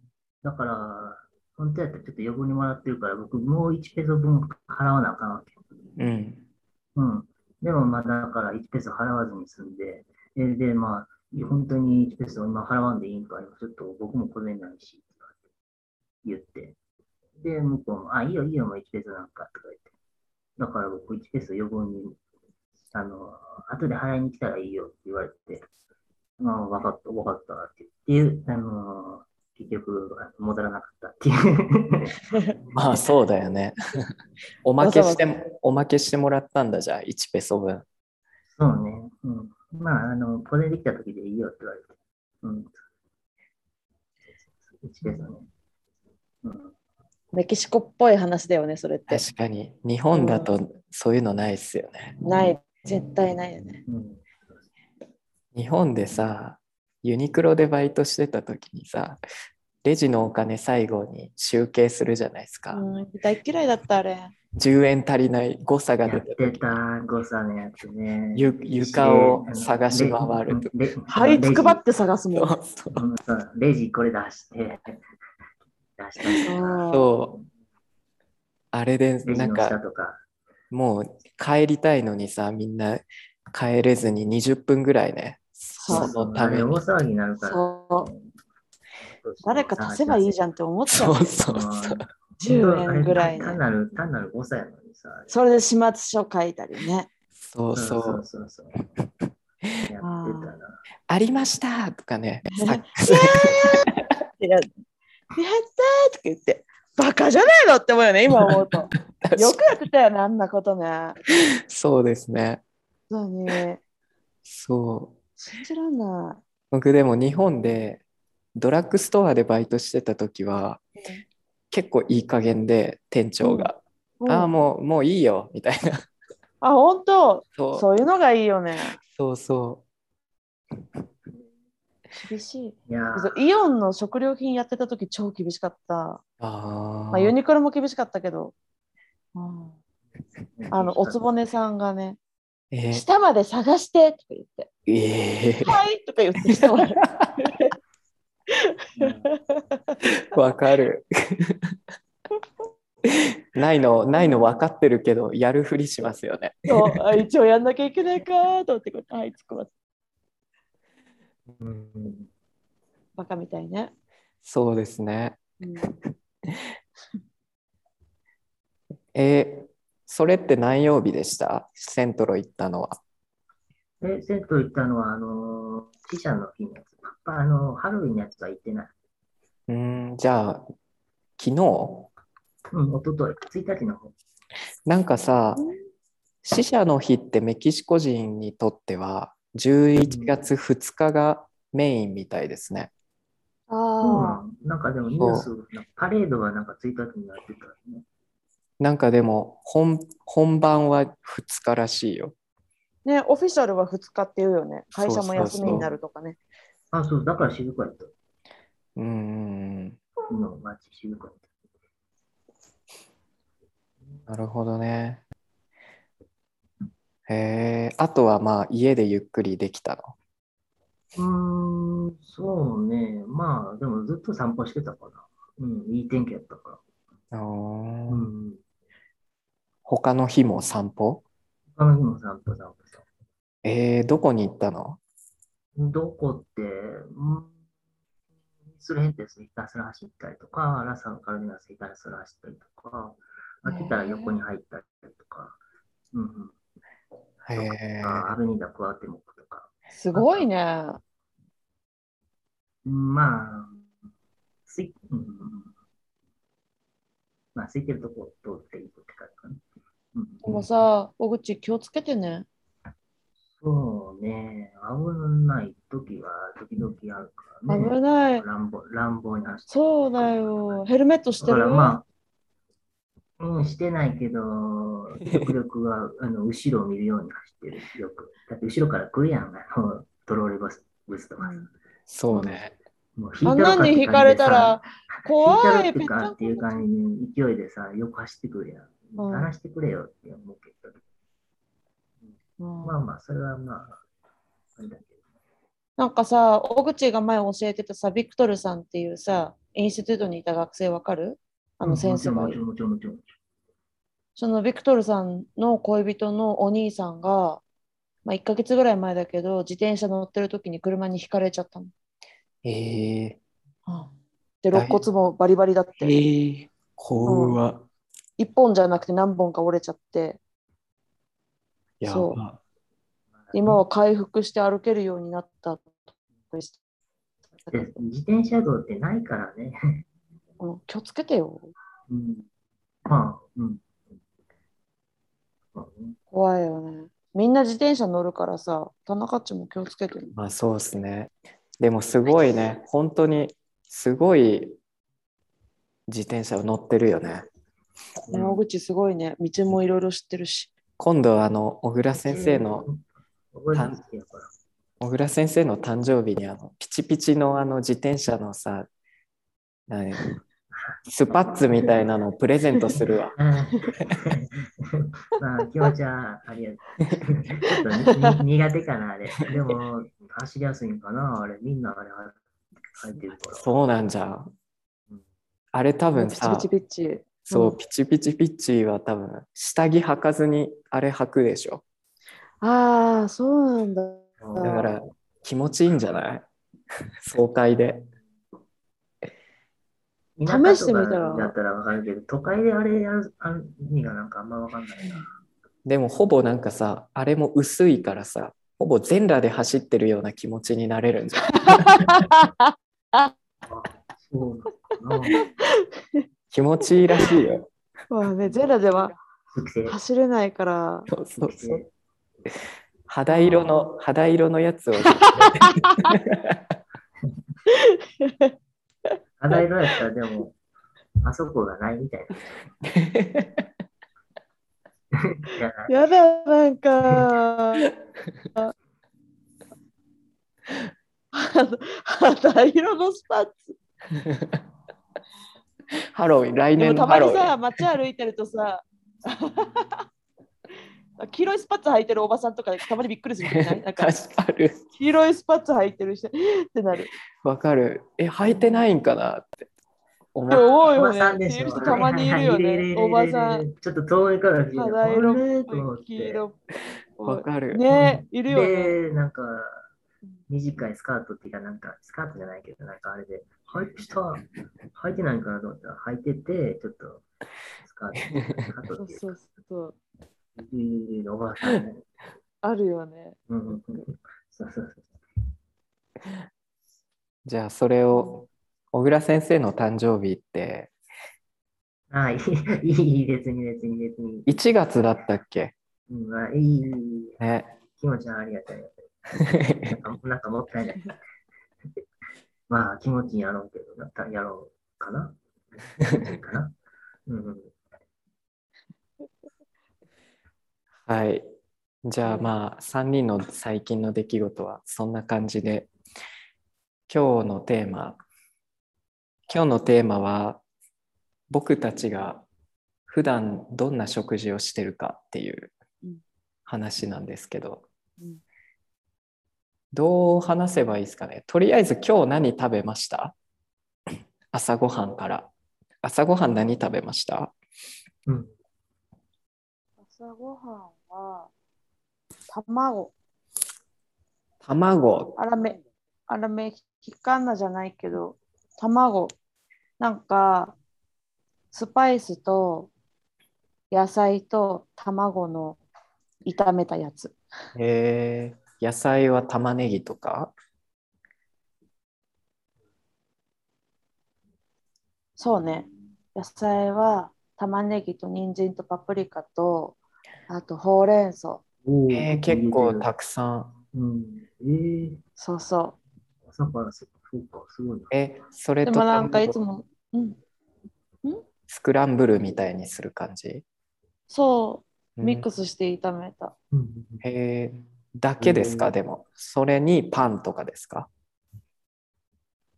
Speaker 3: だから、本当やったらちょっと余分にもらってるから、僕、もう1ペース分払わなあかんわけよ。
Speaker 1: うん。
Speaker 3: うん。でも、まあ、だから1ペース払わずに済んで、で、でまあ、本当に1ペースを今払わんでいいんか、ちょっと僕も小銭ないし、とか言って。で、向こうも、あ、いいよいいよ、もう1ペースなんか、とか言って。だから僕1ペース余分に、あの、後で払いに来たらいいよって言われて、まあ、わかった、わかったって言って、あの、結局、あの戻らなかったっていう。
Speaker 1: まあそうだよね。 おまけして
Speaker 4: わざわ
Speaker 1: も、おまけしてもらったんだじゃあ、1ペソ分。
Speaker 3: そうね。うん。まあ、あの、これできた時でいいよって言われて。うん。1ペースね。うん。
Speaker 4: メキシコっぽい話だよね、それって。
Speaker 1: 確かに、日本だとそういうのないっすよね。
Speaker 4: ない、絶対ないよね。
Speaker 3: うん。
Speaker 1: 日本でさ、ユニクロでバイトしてた時にさ、レジのお金最後に集計するじゃないですか。
Speaker 4: うん、大嫌いだった、あれ。
Speaker 1: 10円足りない誤差が
Speaker 3: や
Speaker 1: 出
Speaker 3: ったて
Speaker 1: 時
Speaker 3: た、誤差のやつね。
Speaker 1: ゆ床を探し回ると
Speaker 3: と。レ
Speaker 2: はい、つくばっ。
Speaker 3: レ
Speaker 2: て探すもん。
Speaker 1: そうそう
Speaker 3: ジうんそうレジこれ出して、出したとか、
Speaker 4: そ
Speaker 1: そうあれで
Speaker 3: レジ
Speaker 1: なん
Speaker 3: の下
Speaker 1: か
Speaker 3: とか、
Speaker 1: もう帰りたいのにさみんな帰れずに20分ぐらいね
Speaker 4: う
Speaker 1: その
Speaker 3: あ
Speaker 1: ため
Speaker 3: れ
Speaker 1: に
Speaker 3: 大騒ぎになるから、
Speaker 2: そう。
Speaker 3: そうそう
Speaker 4: 誰か足せばいいじゃんって思っちゃ
Speaker 1: そうう。そうそう。
Speaker 4: 10円ぐらい
Speaker 3: ね。
Speaker 4: ね
Speaker 3: 単なる、単なる誤差やのにさ。
Speaker 4: それで始末書書いたりね。
Speaker 1: そうそう
Speaker 3: そうそうそう。やってたな。
Speaker 1: ありましたとかね。さ
Speaker 4: いややったーとか言って、バカじゃないのって思うよね、今思うと。 よくやってたよね、あんなことね。
Speaker 1: そうですね。
Speaker 4: 本当に。
Speaker 1: そう。
Speaker 4: 信じらんな
Speaker 1: 僕でも日本でドラッグストアでバイトしてた時は結構いい加減で店長が「
Speaker 4: い。
Speaker 1: ああ
Speaker 4: うん
Speaker 1: もうもういいよ」みたいな
Speaker 4: あ、本当
Speaker 1: そうそう
Speaker 4: そういうのがいいよね。
Speaker 1: そう
Speaker 4: 厳しい。
Speaker 3: いやー
Speaker 4: そうイオンの食料品やってた時超厳しかった。
Speaker 1: あー、
Speaker 4: まあ、ユニクロも厳しかったけど。うんあの、おつぼ
Speaker 3: ね。
Speaker 4: ねさんがね、
Speaker 1: えー
Speaker 4: 下まで探してとか言って、
Speaker 1: え
Speaker 4: はいとか言って 下まで。
Speaker 3: うん
Speaker 1: ーわかる ないのないの分かってるけどやるふりしますよね
Speaker 4: そうあ一応やんなきゃいけないかと思ってこう、はい、つくばバカみたいね。
Speaker 1: そうですね
Speaker 4: うん
Speaker 1: えーそれって何曜日でしたセントロ行ったのは
Speaker 3: で、銭湯行ったのは、あのー、死者の日のやつ。パパ、あのー、ハロウィンのやつは行ってない。
Speaker 1: うーんじゃあ昨日
Speaker 3: うん、おととい、1日の方。
Speaker 1: なんかさ
Speaker 4: うん、
Speaker 1: 死者の日ってメキシコ人にとっては11月2日がメインみたいですね。
Speaker 3: そう
Speaker 4: あ
Speaker 3: なのなんかでもニュース、なんかパレードはなんか1日になってたね。
Speaker 1: なんかでも本本番は2日らしいよ。
Speaker 4: あ、ね、オフィシャルは2日っていうよね。会社も休みになるとかね。
Speaker 3: あ、そう、だから静かやった。
Speaker 1: うーん、
Speaker 3: 昨日、街静かやった。
Speaker 1: なるほどね。へえ、あとはまあ家でゆっくりできたの。
Speaker 3: うーん、そうね。まあ、でもずっと散歩してたかな。うん、いい天気やったから。
Speaker 1: う
Speaker 3: う
Speaker 1: ーん
Speaker 3: ん。
Speaker 1: 他の日も散歩
Speaker 3: 他の日も散歩散歩散
Speaker 1: えー、どこに行ったの
Speaker 3: 歩。どこって、うん、スルヘンテスひたすら走ったりとか、ラサのカルデナスひたすら走ったりとか、飽きたら横に入ったりとか、うんうん。
Speaker 1: へえ、
Speaker 3: あアベニダ・クアテモクとか。
Speaker 4: すごいね。
Speaker 3: まあ、すい、うん、まあ、空いてるとこ通っていくって感じかな。うん、
Speaker 4: でもさ、小口気をつけてね。
Speaker 3: そうね、危ない時は時々あるからね。
Speaker 4: 危ない。
Speaker 3: 乱暴乱暴に走って
Speaker 4: そうだよ。。ヘルメットし
Speaker 3: だ
Speaker 4: て
Speaker 3: から
Speaker 4: る、
Speaker 3: まあ、うん、してないけど、極力は あの後ろを見るように走ってるよく。だって後ろから来るやん、あのトローレバスブスとか。
Speaker 1: そうね。
Speaker 3: もう
Speaker 4: あ
Speaker 3: 引
Speaker 4: ん
Speaker 3: いた
Speaker 4: な
Speaker 3: ろかって感じでさ
Speaker 4: に引かれたら怖
Speaker 3: 引
Speaker 4: い。
Speaker 3: いたろってかっていう
Speaker 4: ぺったんこ
Speaker 3: 感じで勢いでさ、よく走ってくるやん。
Speaker 4: うん
Speaker 3: 話してくれよって思うけど、
Speaker 4: うん
Speaker 3: まあまあ、それはまあ、あれだけ
Speaker 4: なんかさ、小口が前教えてたさ、ビクトルさんっていうさ、インスティテュートにいた学生わかるあ
Speaker 3: ど。
Speaker 4: の先生が
Speaker 3: もちろん、もちろん、もちろん。もち
Speaker 4: そのビクトルさんの恋人のお兄さんが、まあ、1ヶ月ぐらい前だけど自転車乗ってる時に車にひかれちゃったの。
Speaker 1: えー、
Speaker 4: で
Speaker 1: 大
Speaker 4: 肋
Speaker 1: 変
Speaker 4: 骨もバリバリだっ
Speaker 1: え
Speaker 4: て
Speaker 1: ー、怖っ
Speaker 4: 1本じゃなくて何本か折れちゃって
Speaker 1: や
Speaker 4: そう
Speaker 1: ば。
Speaker 3: ろん
Speaker 4: 今は回復して歩けるようになったと
Speaker 3: で自転車道ってないからね。
Speaker 4: うん気をつけてよ
Speaker 3: うん。まあ、うん。そうね
Speaker 4: 怖いよねみんな自転車乗るからさ田中っちも気をつけてね
Speaker 1: まあそうですね。でもすごいね、本当にすごい自転車を乗ってるよね。
Speaker 3: うん
Speaker 4: 小口すごいね道もいろいろ知ってるし
Speaker 1: 今度はあの小倉先生の、
Speaker 3: 覚えてますよから。
Speaker 1: 小倉先生の誕生日にあのピチピチのあの自転車のさ、何スパッツみたいなのをプレゼントする わ。
Speaker 3: うんまあ、気持ちはありやちょっとにに苦手かな、あれ。でも、走りやすいんかな、あれ。みんなあれ入ってるから。
Speaker 1: そうなんじゃん
Speaker 3: うん。
Speaker 1: あれ多
Speaker 4: ピ
Speaker 1: 分
Speaker 4: チ
Speaker 1: さ
Speaker 4: ピチ、ピチ
Speaker 1: そうう、ピチピチピッチは多分、下着履かずにあれ履くでしょ。
Speaker 4: ああそうなんだ
Speaker 3: うん
Speaker 1: だから気持ちいいんじゃない爽快で。
Speaker 3: 田舎とか
Speaker 2: 試してみたら
Speaker 3: だったらわかるけど、都会であれやるある意味がなんかあんまわかんないな。
Speaker 1: でもほぼなんかさあれも薄いからさほぼ全裸で走ってるような気持ちになれるんじゃ ん
Speaker 3: そうなのかな。
Speaker 1: 気持ちいいらしいよ
Speaker 2: まあね、ゼラでは
Speaker 3: 複製。
Speaker 2: 走れないから、
Speaker 1: そうそう
Speaker 3: 複
Speaker 1: そう
Speaker 3: 製。
Speaker 1: 肌色の肌色のやつを
Speaker 3: 肌色やったらでも、あそこがないみたい な。じゃない
Speaker 4: やだ、なんか。
Speaker 2: 肌色のスパッツ。
Speaker 1: ハロウィン来
Speaker 4: で
Speaker 1: 年
Speaker 4: もた
Speaker 1: の
Speaker 4: ま
Speaker 1: ハ
Speaker 4: に
Speaker 1: ロウィ
Speaker 4: さ、
Speaker 1: ン
Speaker 4: 街歩いてるとさ、 黄色いスパッツ履いてるおばさんとかたまにびっくりする時 ない。なんか
Speaker 1: 確かに
Speaker 4: 黄色いスパッツ履いてる人ってなる。
Speaker 1: わかるえ履いてないんかなって思
Speaker 4: で
Speaker 1: う
Speaker 4: も思う
Speaker 3: おば
Speaker 4: よ
Speaker 3: さん
Speaker 4: ね。
Speaker 3: で
Speaker 4: って
Speaker 3: し
Speaker 4: いう
Speaker 3: ょ。
Speaker 4: 人たまにいるよ
Speaker 3: はいはい はいい
Speaker 4: ね。
Speaker 3: る
Speaker 4: おばさ
Speaker 3: いるいるい
Speaker 4: ん、
Speaker 3: るちょっと遠いから見てた
Speaker 4: 肌色っ
Speaker 3: あれと思って
Speaker 4: 黄色っぽ
Speaker 1: わか
Speaker 4: い。
Speaker 1: る、
Speaker 4: ねいるよね。
Speaker 3: で、なんか、短いスカートっていうか、なんか、スカートじゃないけど、なんかあれで、履いてた、履いてないんかなと思ったら、履いてて、ちょっと、スカート、スカー
Speaker 4: そう
Speaker 3: トっていう
Speaker 4: そ
Speaker 3: か
Speaker 4: うそう。
Speaker 3: いいおばあさんね。
Speaker 4: あるよね。
Speaker 3: うんうんうんそうそう
Speaker 1: じゃあそれを小倉先生の誕生日って
Speaker 3: そう。ああ、いい、いい、別に別に別に。
Speaker 1: 1月だったっけ
Speaker 3: うん、まあ、いいいい、いい。
Speaker 1: ね
Speaker 3: 気持ちはありがたい。なんか、なんかもったい ない。まあ、気持ちいいやろうけど、なったやろうかな。気持ちいいか な。うんうん、
Speaker 1: はいじゃあまあ3人の最近の出来事はそんな感じで今日のテーマ今日のテーマは僕たちが普段どんな食事をしてるかっていう
Speaker 4: うん
Speaker 1: 話なんですけど、
Speaker 4: うん
Speaker 1: どう話せばいいですかねとりあえず今日何食べました朝ごはんから朝ごはん何食べました
Speaker 3: うん。
Speaker 4: 朝ごはんは卵、
Speaker 1: 卵
Speaker 4: あらめ、あらめ、ひっかんなじゃないけど、卵、なんか、スパイスと野菜と卵の炒めたやつ。
Speaker 1: えー、野菜は玉ねぎとか
Speaker 4: そうね。野菜は玉ねぎと人参とパプリカと、あとほうれん草。
Speaker 3: おー
Speaker 1: えー結構たくさん。
Speaker 3: うん。ええ
Speaker 4: そうそ
Speaker 3: 朝からそそうか、すごいな。
Speaker 1: え、それ
Speaker 4: う。で
Speaker 1: と
Speaker 4: もなんか
Speaker 1: 卵
Speaker 4: いつも、うん、
Speaker 1: スクランブルみたいにする感じ、
Speaker 4: そうう、ミック
Speaker 1: ス。
Speaker 4: スして炒めた。
Speaker 3: うんうんうん
Speaker 1: えーだけですか、
Speaker 3: うん
Speaker 1: でも。それにパンとかですか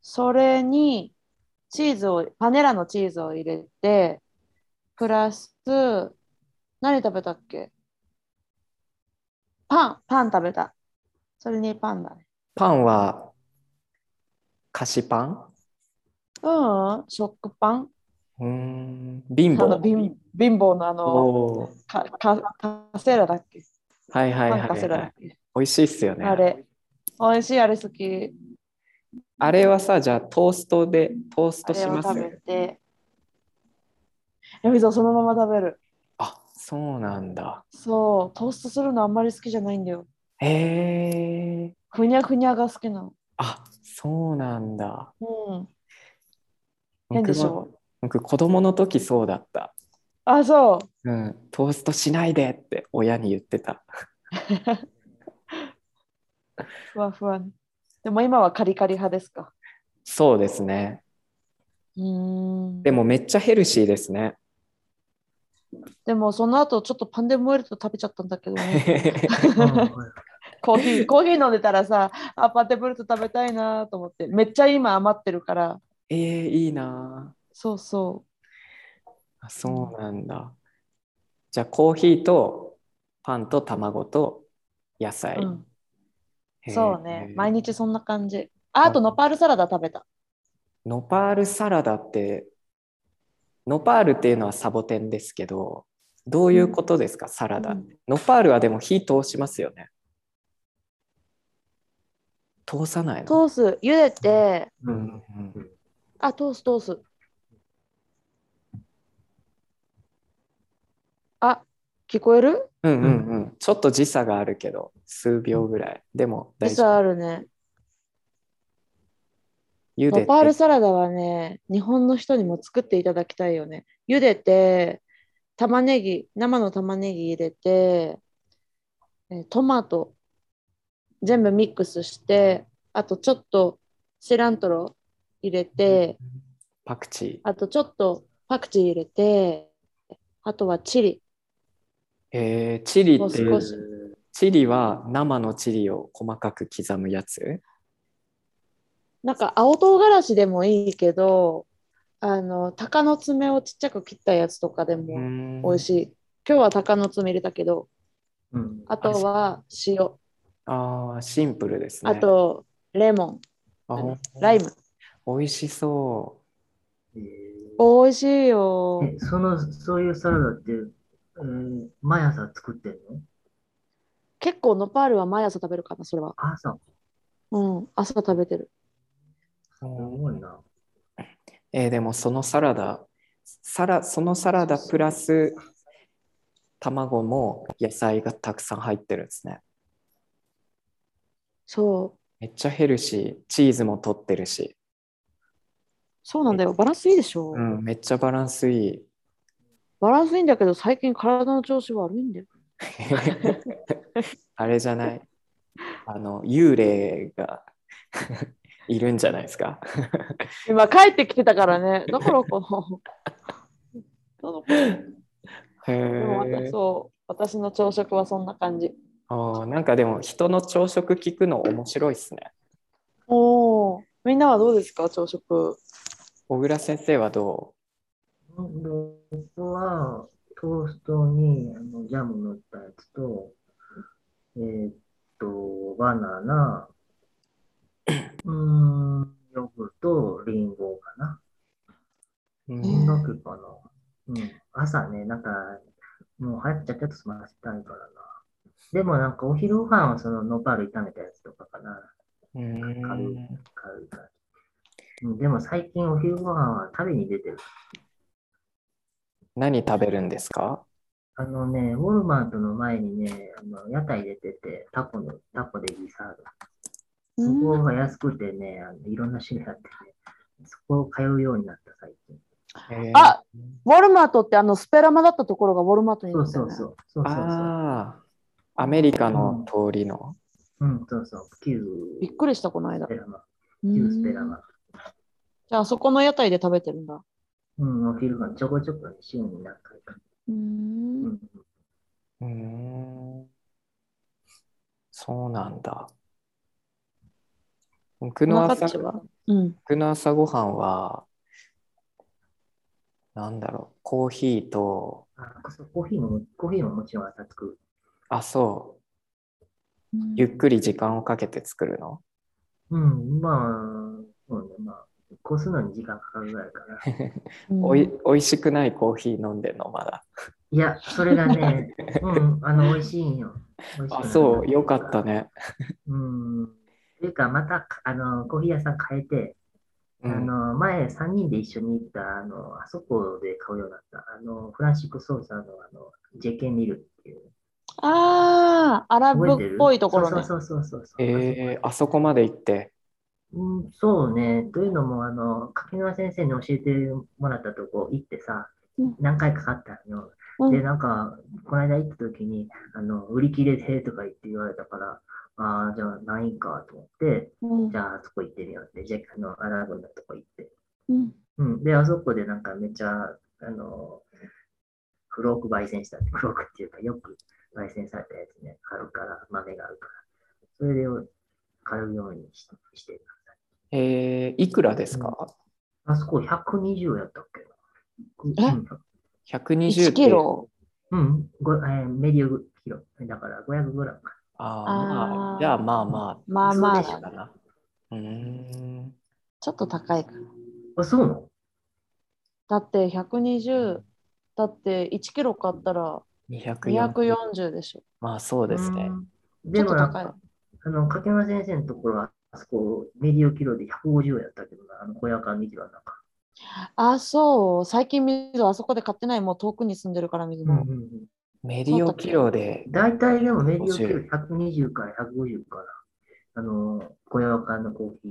Speaker 4: それにチーズを、パネラのチーズを入れて、プラス、何食べたっけパン、パン食べた。それにパンだね。
Speaker 1: パンは菓子パン
Speaker 4: ううん、食パン。
Speaker 1: うーん、貧
Speaker 4: あ
Speaker 1: 乏。
Speaker 4: の貧貧乏のあの、
Speaker 1: おー
Speaker 4: かかカセラだっけ
Speaker 1: はいはい
Speaker 4: パ
Speaker 1: はい、
Speaker 4: ンカセラだ
Speaker 1: は
Speaker 4: っ
Speaker 1: い。
Speaker 4: け
Speaker 1: 美味しいっすよね。
Speaker 4: あれ。美味しい、あれ好き。
Speaker 1: あれはさ、じゃあトーストでトース
Speaker 4: あ
Speaker 1: トし
Speaker 4: れ
Speaker 1: ま
Speaker 4: を
Speaker 1: す
Speaker 4: 食べて。え、みぞそのまま食べる。
Speaker 1: あ、そうなんだ。
Speaker 4: そう、トーストするのあんまり好きじゃないんだよ。
Speaker 1: えー、
Speaker 4: ふにゃふにゃが好きなの。
Speaker 1: あ、そうなんだ。
Speaker 4: うん。変
Speaker 1: 僕
Speaker 4: でし
Speaker 1: も
Speaker 4: ょ
Speaker 1: 僕子供の時そうだった。
Speaker 4: あ、そう。
Speaker 1: うん、トーストしないでって親に言ってた。
Speaker 4: ふわふわね。でも今はカリカリ派ですか。
Speaker 1: そうですね。
Speaker 4: うーん。
Speaker 1: で
Speaker 4: でも、
Speaker 1: もめっちゃヘルシーです ね。
Speaker 4: その後ちょっとパンデムオイルと食べちゃったんだけ どね。
Speaker 3: あ
Speaker 4: コーヒー、コーヒー飲んでたらさ、あ、パンデムオイルと食べたいなと思って。めっちゃ今余ってるから。
Speaker 1: えー、いいな
Speaker 4: そうそ
Speaker 1: あ。そうなんだ。じゃあコーヒーとパンと卵と野
Speaker 4: う。
Speaker 1: 菜。
Speaker 4: うん。
Speaker 1: へー
Speaker 4: そうね。毎日そんな感じ。あ、あとノパールサラダ食べた。
Speaker 1: ノパールサラダって、ノパールっていうのはサボテンですけど、どういうことですか、サラダ。
Speaker 4: うん
Speaker 1: ノパールはでも火通しますよね。通さないの
Speaker 4: トース、茹でて、
Speaker 3: う
Speaker 1: うんんうん
Speaker 4: あ、トース、トース。聞こえる
Speaker 1: うんうんうん。ちょっと時差があるけど、数秒ぐらい。でも大
Speaker 4: 実
Speaker 1: 丈
Speaker 4: はあ
Speaker 1: 夫。
Speaker 4: るね。
Speaker 1: 茹で
Speaker 4: ネパール
Speaker 1: て。
Speaker 4: サラダはね、日本の人にも作っていただきたいよね。茹でて、玉ねぎ、生の玉ねぎ入れて、えトマト、全部ミックスして、あとちょっとセラントロ入れて、
Speaker 1: パクチー。
Speaker 4: あとちょっとパクチー入れて、あとはチリ。
Speaker 1: えー、チリ
Speaker 4: も
Speaker 1: っ
Speaker 4: う
Speaker 1: て、
Speaker 4: 少し
Speaker 1: チリは生のチリを細かく刻むやつ
Speaker 4: なんか青唐辛子でもいいけど、あの、鷹の爪をちっちゃく切ったやつとかでも美味
Speaker 1: い。
Speaker 4: しい。今日は鷹の爪入れたけど、
Speaker 3: うん。
Speaker 4: あとは塩、
Speaker 1: ああ、シンプルですね。
Speaker 4: あとレモ
Speaker 1: あ、ほん
Speaker 4: ン、ライム。
Speaker 1: 美味しそ
Speaker 3: え
Speaker 4: 美味しいよ
Speaker 3: ー。えその、そういうサラダって、えー毎朝作ってるの
Speaker 4: 結構ノパールは毎朝食べるかな、それは。
Speaker 3: 朝、
Speaker 4: うん、朝食べてる。
Speaker 1: う。
Speaker 3: すごいな。
Speaker 1: えーでもそのサラダ、サラそのサラダプラス卵も野菜がたくさん入ってるんですね。
Speaker 4: そう。
Speaker 1: めっちゃヘルシー、チーズも取ってるし、
Speaker 4: そうなんだよ。バランスいいでしょ。
Speaker 1: うん、めっちゃバランスい い。
Speaker 4: バランスいいんだけど、最近体の調子悪いんだよ。
Speaker 1: あれじゃない。あの幽霊が いるんじゃないですか。
Speaker 4: 今帰ってきてたからね。 だからかな。なのかな
Speaker 1: へ
Speaker 4: でも私
Speaker 1: ー
Speaker 4: そう、私の朝食はそんな感じ。
Speaker 1: あーなんかでも人の朝食聞くの面白いですね。
Speaker 4: おお、みんなはどうですか、朝食。
Speaker 1: 小倉先生はど
Speaker 3: 僕はトーストにあのジャム塗ったやつと、えーっと、バナナ、うーん、ヨーグルト、リンゴかな。
Speaker 1: う、
Speaker 4: え
Speaker 3: そん
Speaker 4: ー
Speaker 3: だけかな。うん、朝ね、なんか、もう早くちゃっちゃと済ませたいからな。でもなんかお昼ご飯はそのノパール炒めたやつとかかな。
Speaker 1: うん
Speaker 3: 軽い軽い感じ。うんでも最近お昼ご飯は食べに出てる。
Speaker 1: 何食べるんですか
Speaker 3: あのね、ウォルマートの前にね、あの屋台出てて、タコの、タコでギサード。
Speaker 4: う
Speaker 3: そこ
Speaker 4: ん
Speaker 3: が安くてね、あのいろんな種類あってね、そこを通うようになった最近。
Speaker 4: あウォルマートってあのスペラマだったところがウォルマートに
Speaker 3: そ
Speaker 4: なっ
Speaker 3: う
Speaker 4: た
Speaker 3: そ
Speaker 4: よ
Speaker 3: う
Speaker 4: ね。
Speaker 3: そう。そうそうそう。
Speaker 1: ああ、アメリカの通りの。
Speaker 3: うん、そうそう。旧
Speaker 4: びっくりしたこの間
Speaker 3: ス。ペラマ。
Speaker 4: うん
Speaker 3: 旧スペラマ。
Speaker 4: じゃあそこの屋台で食べてるんだ。
Speaker 3: うん、お昼飯ちょこちょこね週に何回か。
Speaker 4: うん
Speaker 3: うん、
Speaker 1: うーん。そうなんだ。僕の
Speaker 4: 中
Speaker 1: 朝
Speaker 4: っちは。うん。
Speaker 1: 僕の朝ごはんは、なんだろう、コーヒーと、
Speaker 3: あそうコーヒーも、コーヒーももちろん朝作る。
Speaker 1: あ、そう、ゆっくり時間をかけて作るの。
Speaker 3: うん、まあ、そうね、まあ、こすのに時間かかるぐらいかな。
Speaker 1: おいおいしくないコーヒー飲んでんの、まだ。
Speaker 3: いや、それが ね、うん、あの、美味しいんよ。美味しい
Speaker 1: あ、
Speaker 3: の
Speaker 1: そう、よかった。ね。
Speaker 3: うん。というか、また、あの、コーヒー屋さん変えて、
Speaker 1: う
Speaker 3: あ
Speaker 1: ん、
Speaker 3: の、前3人で一緒に行った、あの、あそこで買うようになった、あの、フランシック・ソーサーの、あの、ジェケミルっていう。
Speaker 4: ああ、アラブ
Speaker 3: 覚
Speaker 4: っ
Speaker 3: えてる
Speaker 4: ぽいところね。
Speaker 3: そうそうそうそうそう。
Speaker 1: えー、あそこまで行って。
Speaker 3: うん、そうね。というのも、あの、柿沼先生に教えてもらったとこ行ってさ
Speaker 4: うん、
Speaker 3: 何回かかったのよ。
Speaker 4: うん
Speaker 3: で、なんか、この間行った時に、あの、売り切れでとか言って言われたから、ああ、じゃあないんかと思って、
Speaker 4: うん
Speaker 3: じゃあ、そこ行ってみようって、じゃあ、あの、アラブのとこ行って。
Speaker 4: うん
Speaker 3: うん。で、あそこでなんかめっちゃ、あの、クローク焙煎したって、クロークっていうか、よく焙煎されたやつね、あるから、豆があるから。それで、買うようにししてる。
Speaker 1: えー、いくらですか、
Speaker 3: あそこ120やったっけ
Speaker 4: え
Speaker 3: な。うん
Speaker 1: 120
Speaker 4: 1
Speaker 1: って
Speaker 4: キロ。
Speaker 3: うん、ごえーメディアムキロ。だから500グラムか。
Speaker 1: ああ、ま
Speaker 4: あ
Speaker 1: あ、
Speaker 4: ー
Speaker 1: じゃあまあま
Speaker 4: まあまあ
Speaker 1: あ、
Speaker 4: だ
Speaker 1: かな。うーん。
Speaker 4: ちょっと高いか
Speaker 3: あ、そうなの
Speaker 4: だって120、だって1キロ買ったら
Speaker 1: 240。
Speaker 4: 240でしょ。
Speaker 1: まあそうですね。。
Speaker 3: うん
Speaker 4: ち
Speaker 3: で
Speaker 4: ょっ
Speaker 3: も
Speaker 4: と
Speaker 3: なん
Speaker 4: 高い
Speaker 3: か、。あの、柿山先生のところは、あそこ、メディアムキロで150やったけどな、あの、小屋から見てた中。
Speaker 4: あ、そう。最近水、あそこで買ってない。もう遠くに住んでるから水
Speaker 3: うん
Speaker 4: も。
Speaker 3: うん
Speaker 1: メディオキロで、
Speaker 3: 大体でもメディオ級120から150から、あの、小屋館のコーヒー、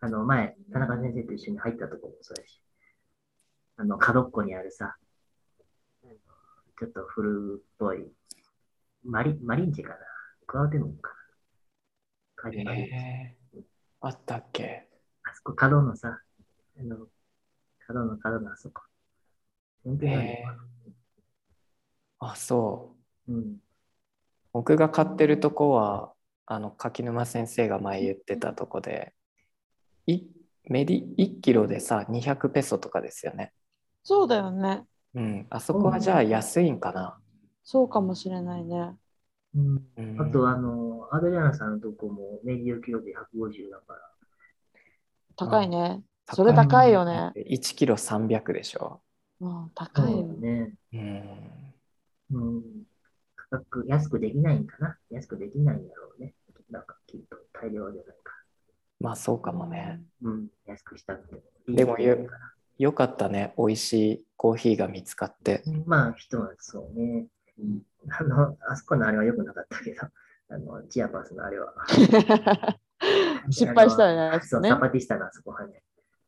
Speaker 3: あの、前、田中先生と一緒に入ったとこもそうやし、あの、角っこにあるさ、ちょっと古っぽい、マリマリンチェかな、クアウテムかな、カリマリンチェ
Speaker 1: えーあったっけ
Speaker 3: あそこ角のさ、あの、角の角のあそこ。本当にある
Speaker 1: えーあ、そう。
Speaker 3: うん。
Speaker 1: 僕が買ってるとこはあの柿沼先生が前言ってたとこでいメディ1キロでさ200ペソとかですよね。
Speaker 4: そうだよね。
Speaker 1: うん、あそこはじゃあ安いんかな。
Speaker 4: そうかもしれないね。
Speaker 3: うん
Speaker 1: うん
Speaker 3: あと、あの、アドリアナさんのとこもメディオキロで150だから、
Speaker 4: 高いね。
Speaker 1: 高い
Speaker 4: それ高いよね。
Speaker 1: 1キロ300でしょ。
Speaker 4: うん、高いよね。
Speaker 3: ね。
Speaker 1: うん、
Speaker 3: うん。価格、安くできないんかな安くできないんだろうね。なんか、きっと大量じゃないか。
Speaker 1: まあそうかもね。
Speaker 3: うん。安くしたくても。
Speaker 1: でも
Speaker 3: いいかな
Speaker 1: よかったね美味しいコーヒーが見つかって。
Speaker 3: まあ、人はそうね。あの、あそこのあれは良くなかったけど、あの、チアパスのあれは。
Speaker 4: 失敗したよね
Speaker 3: あのそう、
Speaker 4: ね
Speaker 3: サパティスタのあそこはね。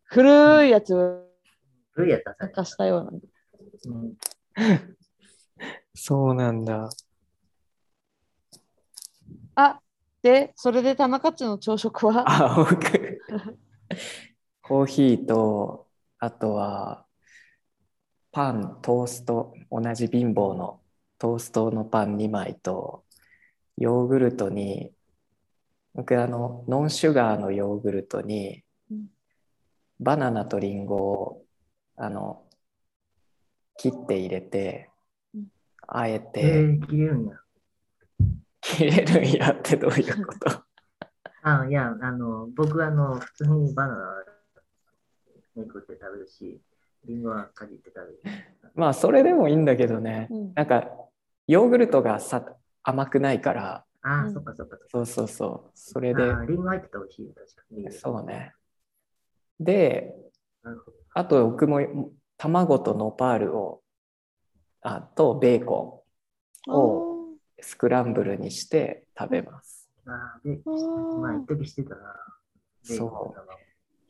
Speaker 4: 古いやつを
Speaker 3: 古いやったらさ
Speaker 4: なんかしたような。
Speaker 3: うん
Speaker 1: そうなんだ。
Speaker 4: あで、それで田中っちの朝食は
Speaker 1: あ、僕。コーヒーと、あとは、パン、トースト、同じ貧乏のトーストのパン2枚と、ヨーグルトに、僕、あの、ノンシュガーのヨーグルトに
Speaker 4: うん、
Speaker 1: バナナとリンゴを、あの、切って入れて
Speaker 4: うん、
Speaker 1: あえ
Speaker 3: え
Speaker 1: て、
Speaker 3: ー、切れるんや。
Speaker 1: 切れるんやってどういうこと
Speaker 3: あ、いや、あの、僕、あの、普通にバナナめくって食べるし、リンゴはかじって食べる。
Speaker 1: まあ、それでもいいんだけどね。
Speaker 4: うん
Speaker 1: なんかヨーグルトがさ甘くないから
Speaker 3: ああ、
Speaker 4: うん
Speaker 3: そっかそっかそっか。
Speaker 1: そうそうそうそれで
Speaker 3: あーリンゴ入ってたら美味しいよ、確かに。
Speaker 1: そうねで
Speaker 3: なるほど。
Speaker 1: あと僕も卵とノパールをあとベーコンを
Speaker 4: お
Speaker 1: スクランブルにして食べます
Speaker 3: ああ、で、
Speaker 4: あー
Speaker 3: まあ、一時してたな。ベーコン
Speaker 1: そう
Speaker 3: 卵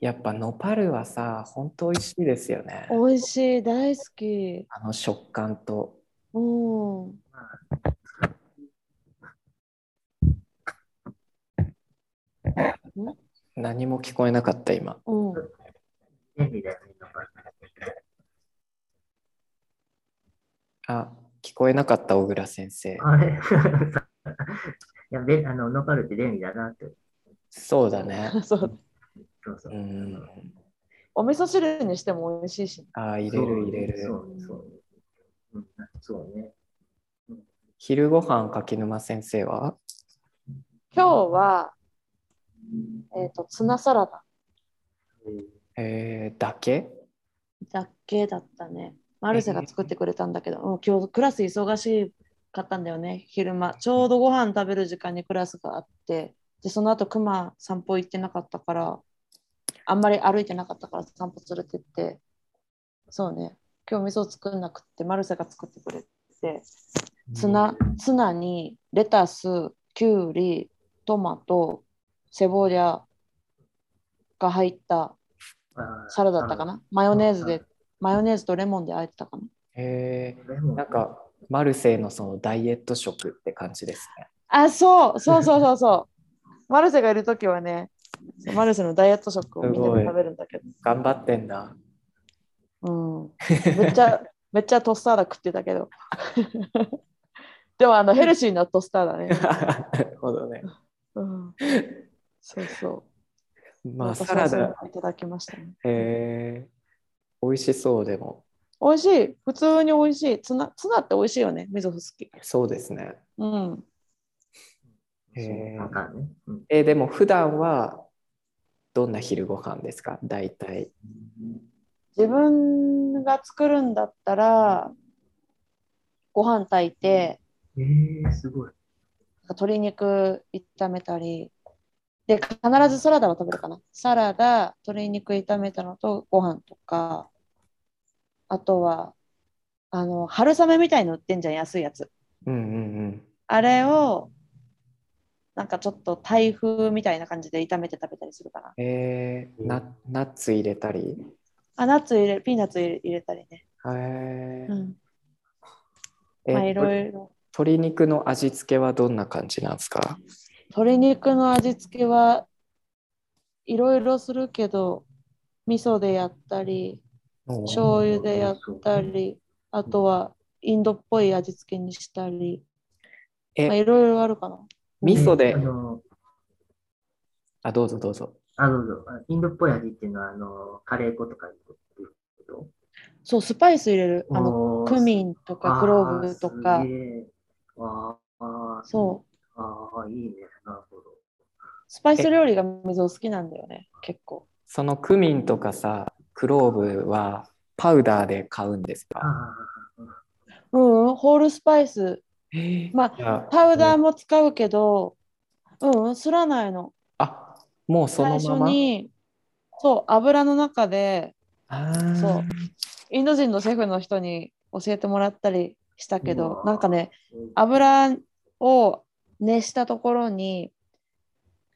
Speaker 1: やっぱノパールはさ本当美味しいですよね
Speaker 4: 美味しい、大好き。
Speaker 1: あの食感と
Speaker 4: うん。
Speaker 1: 何も聞こえなかった今
Speaker 4: うん。
Speaker 3: 便利だよね、ノパ
Speaker 1: あ聞こえなかった小倉先生
Speaker 3: あれ いや、べあの、ノパルって便利だなって。
Speaker 1: そうだね
Speaker 4: そう
Speaker 3: そうそうう。
Speaker 1: ん
Speaker 4: お味噌汁にしても美味しいし。
Speaker 1: あ入れる入れる
Speaker 3: そうね、そうね。うん、そうね。
Speaker 1: 昼ご飯柿沼先生は
Speaker 4: 今日は、えっ、と、ツナサラダ
Speaker 1: えー、だけ
Speaker 4: だけだったね。マルセが作ってくれたんだけど、もう今日クラス忙しかったんだよね、昼間。ちょうどご飯食べる時間にクラスがあって、で、その後クマ散歩行ってなかったから、あんまり歩いてなかったから散歩連れてって、そうね、今日味噌作んなくって、マルセが作ってくれて、ツナツナにレタス、きゅうり、トマト、セボリャが入った
Speaker 3: あー
Speaker 4: サラダだったかなマヨネーズで、マヨネーズとレモンで和えてたかな
Speaker 1: え
Speaker 3: レモ
Speaker 1: ー、
Speaker 3: ン
Speaker 1: なんかマルセイのそのダイエット食って感じですね。
Speaker 4: あ、そう、そうそうそうそう。 マルセがいるとき はね、マルセのダイエット食をみんなで食べるんだけ
Speaker 1: 頑張ってんだ。
Speaker 4: ど、うん、めっちゃ、めっちゃトスターダ食ってたけど。 でもあのヘルシーなトスターダね。
Speaker 1: なるほどね。
Speaker 4: うん、そうそう。
Speaker 1: まあ
Speaker 4: 私
Speaker 1: サ
Speaker 4: は
Speaker 1: ラ
Speaker 4: そういう
Speaker 1: ダ、
Speaker 4: のいただきましたね。
Speaker 1: えー、美味しそうでも。
Speaker 4: 美味しい。普通に美味しい。ツナツナって美味しいよね。みぞふ好き。
Speaker 1: そうですね。
Speaker 4: うん。
Speaker 1: へー
Speaker 3: そうパターンね。うん
Speaker 1: えー、でも普段はどんな昼ご飯ですか大体。
Speaker 4: 自分が作るんだったら、ご飯炊いて、
Speaker 3: えー、すごい。
Speaker 4: 鶏肉炒めたりで必ずサラダは食べるかなサラダ鶏肉炒めたのとご飯とかあとはあの春雨みたいの売ってんじゃん安いやつ
Speaker 1: うんうん
Speaker 4: あれをなんかちょっと台風みたいな感じで炒めて食べたりするかな
Speaker 1: うん。えー、ナナッツ入れたり。
Speaker 4: あナッツ入れピーナッツ入れ入れたりね
Speaker 1: へえ
Speaker 4: う。ん
Speaker 1: え
Speaker 4: まあいろいろ
Speaker 1: 鶏肉の味付けはどんな感じなんですか
Speaker 4: 鶏肉の味付けはいろいろするけど味噌でやったり
Speaker 1: おー
Speaker 4: 醤油でやったりあとはインドっぽい味付けにしたり
Speaker 1: え
Speaker 4: まあいろいろあるかな
Speaker 1: 味噌で
Speaker 3: あ、の、
Speaker 1: あ、どうぞどうぞ。
Speaker 3: あ、どうぞ。あインドっぽい味っていうのは、あの、カレー粉とかにとってるけど。
Speaker 4: そうスパイス入れるあの
Speaker 3: の
Speaker 4: クミンとかクローブとか
Speaker 3: あーすげえわーあー、
Speaker 4: そう
Speaker 3: あーいいね。なるほど。
Speaker 4: スパイス料理が水を好きなんだよね結構
Speaker 1: そのクミンとかさ、クローブはパウダーで買うんですか
Speaker 3: あ
Speaker 4: うんうんホールスパイス
Speaker 1: えー
Speaker 4: まあ
Speaker 1: じゃあ
Speaker 4: パウダー
Speaker 1: も。
Speaker 4: も使うけどうんうんすらないの
Speaker 1: あ、もうその
Speaker 4: 最
Speaker 1: ま
Speaker 4: 初
Speaker 1: ま。
Speaker 4: にそう油の中で
Speaker 1: あー
Speaker 4: そうインド人のシェフの人に教えてもらったりしたけ
Speaker 3: う
Speaker 4: ど
Speaker 3: わ
Speaker 4: なんかね
Speaker 3: あ、
Speaker 4: 油を熱したところに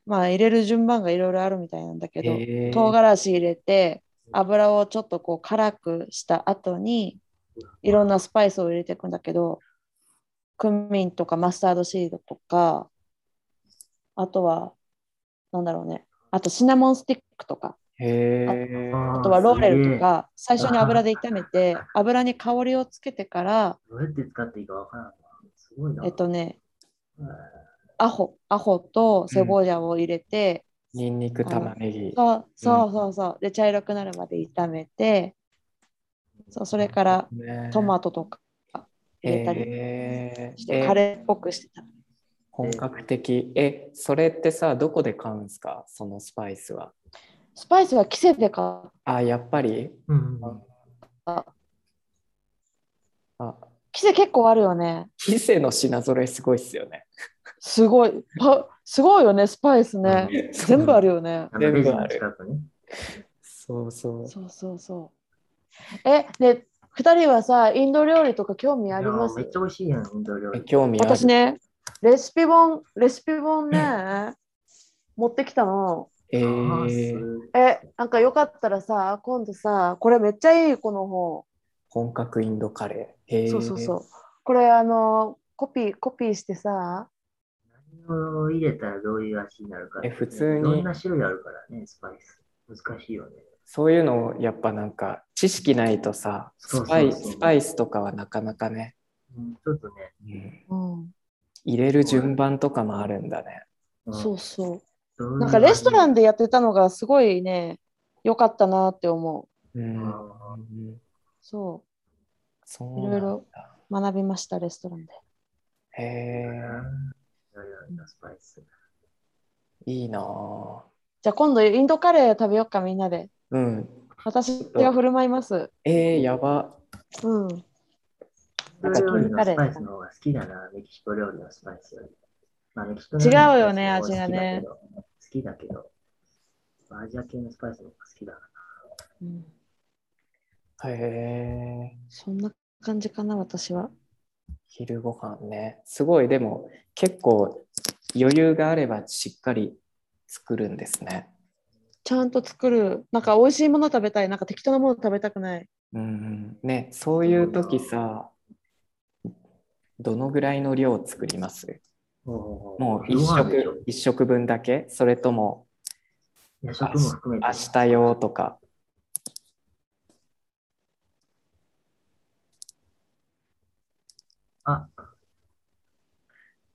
Speaker 4: まあ入れる順番がいろいろあるみたいなんだけど、
Speaker 1: えー
Speaker 4: 唐辛子入れて油をちょっとこう辛くした後にいろんなスパイスを入れていくんだけどクミンとかマスタードシードとかあとはなんだろうねあとシナモンスティックとか
Speaker 1: へー
Speaker 4: あとはローレルと
Speaker 3: あ
Speaker 4: か最初に油で炒めて油に香りをつけてから
Speaker 3: すげえ。どうやって使っていいかわからんな。すごいな。
Speaker 4: えっとね
Speaker 3: えー
Speaker 4: アホアホとセボジャを入れて、
Speaker 1: ニンニク玉ねぎ。
Speaker 4: そうそうそうそうで茶色くなるまで炒めてそうそれからトマ
Speaker 1: ト
Speaker 4: トとか入れたり
Speaker 1: えー
Speaker 4: して、
Speaker 1: え
Speaker 4: カレーっぽくしてた。
Speaker 1: 本格的。え、それってさ、どこで買うんですかそのスパイスは。
Speaker 4: スパイスは季節で買っ
Speaker 1: あ、やっぱり
Speaker 3: うん
Speaker 4: た。
Speaker 1: あ、
Speaker 4: 季節結構あるよね。
Speaker 1: ヒセの品揃えすごいっすよね。
Speaker 4: すごい。パすごいよね、スパイスね。全部あるよね。
Speaker 3: あの
Speaker 1: 全部
Speaker 3: レジ
Speaker 1: あ
Speaker 3: の
Speaker 1: る
Speaker 3: 近くね。
Speaker 1: そうそう。
Speaker 4: そうそうそう。え、で、2人はさ、インド料理とか興味あ
Speaker 3: い
Speaker 4: り
Speaker 3: や
Speaker 4: ま
Speaker 3: ー
Speaker 4: す
Speaker 3: めっちゃ美味しいやん、インド料
Speaker 1: え
Speaker 3: 理。
Speaker 1: 興味ある。
Speaker 4: 私ね、レシピ本、レシピ本 ね、持ってきたの。
Speaker 1: え
Speaker 3: あー
Speaker 1: ー、
Speaker 3: す
Speaker 4: え、なんかよかったらさ、今度さ、これめっちゃいい、この本。
Speaker 1: 本格インドカレー。えー、
Speaker 4: そうそうそう。これ、あの、コピー、コピーしてさ、
Speaker 3: 何を入れたらどういう味になるか、
Speaker 1: え普通に
Speaker 3: いろんな種類あるからね、スパイス。難しいよね。
Speaker 1: そういうのをやっぱなんか知識ないとさ、
Speaker 3: そ
Speaker 1: ス
Speaker 3: うそう
Speaker 1: パ
Speaker 3: そ
Speaker 1: イ
Speaker 3: う
Speaker 1: スパイスとかはなかなかね、
Speaker 3: うん、ちょっとね、
Speaker 1: うん
Speaker 4: うん、
Speaker 1: 入れる順番とかもあるんだね。
Speaker 3: うん、
Speaker 4: そうそう。
Speaker 3: どういう
Speaker 4: なんかレストラ
Speaker 3: ン
Speaker 4: ンでやってたのがすごいね、良かったなって思う。
Speaker 1: うん。
Speaker 3: あ
Speaker 4: そ
Speaker 1: そう
Speaker 4: う、い
Speaker 1: なん
Speaker 4: ろ
Speaker 1: だ
Speaker 4: いろ学びました、レストランで。
Speaker 1: へえ、
Speaker 3: スパイス。
Speaker 1: いいなぁ。
Speaker 4: じゃあ今度インドカレー食べようか、みんなで。
Speaker 1: うん。
Speaker 4: 私が振る舞います。
Speaker 1: えー、やば。
Speaker 4: うん。
Speaker 3: インド料理のスパイスの方が好きだな、メキシコ料理のスパイスより。まあ、メキシコ料理の
Speaker 4: 違うよね
Speaker 3: スパイスも
Speaker 4: 味がね
Speaker 3: 好きだけど。好きだけど、アジア系のスパイスの方が好きだな。
Speaker 4: うん、
Speaker 1: へえ、
Speaker 4: そんな感じかな、私は。
Speaker 1: 昼ご飯ね。すごい、でも結構余裕があればしっかり作るんですね。
Speaker 4: ちゃんと作る。なんか美味しいもの食べたい。なんか適当なもの食べたくない。
Speaker 1: うんうん、ね、そういう時さ、どのぐらいの量を作りますもう一食一食分だけそれとも
Speaker 3: 夜食も含めて。
Speaker 1: 明日用とか。
Speaker 3: あ、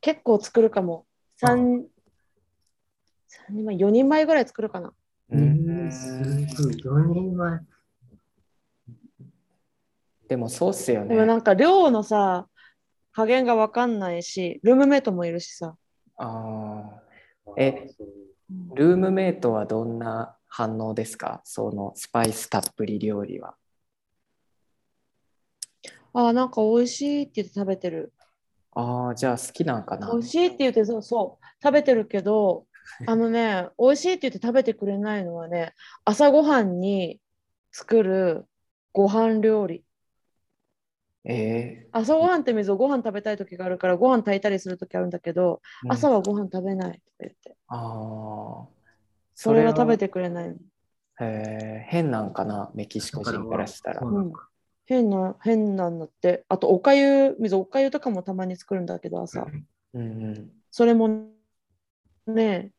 Speaker 4: 結構作るかも。三三人前、4人前ぐらい作るかな。
Speaker 1: うん
Speaker 3: すごい、4人前。
Speaker 1: でもそうっすよ
Speaker 4: でもな
Speaker 1: ね。
Speaker 4: んか量のさ、加減がわかんないし、ルームメイトもいるしさ。
Speaker 1: あえ
Speaker 3: そう
Speaker 1: ールームメイトはどんな反応ですかそのスパイスたっぷり料理は。
Speaker 4: ああ、なんか美味しいって言って食べてる。
Speaker 1: ああ、じゃあ好きなんかな。
Speaker 4: 美味しいって言ってそうそう、食べてるけ ど、あのね、美味しいって言って食べてくれないのはね、朝ごはんに作るご飯料理。
Speaker 1: え
Speaker 4: 朝ごはんって水をご飯食べたい時があるからご飯炊いたりする時あるんだけど、
Speaker 1: ー、
Speaker 4: 朝
Speaker 1: は
Speaker 4: はご飯食べないとか言って
Speaker 1: ああ
Speaker 4: それは食べてくれない
Speaker 1: えー、変なんかなメキシコ人からしたら
Speaker 3: そうなのか
Speaker 4: 変な変なんだってあとおかゆ水おかゆとかもたまに作るんだけど朝
Speaker 1: うんうん
Speaker 4: それもね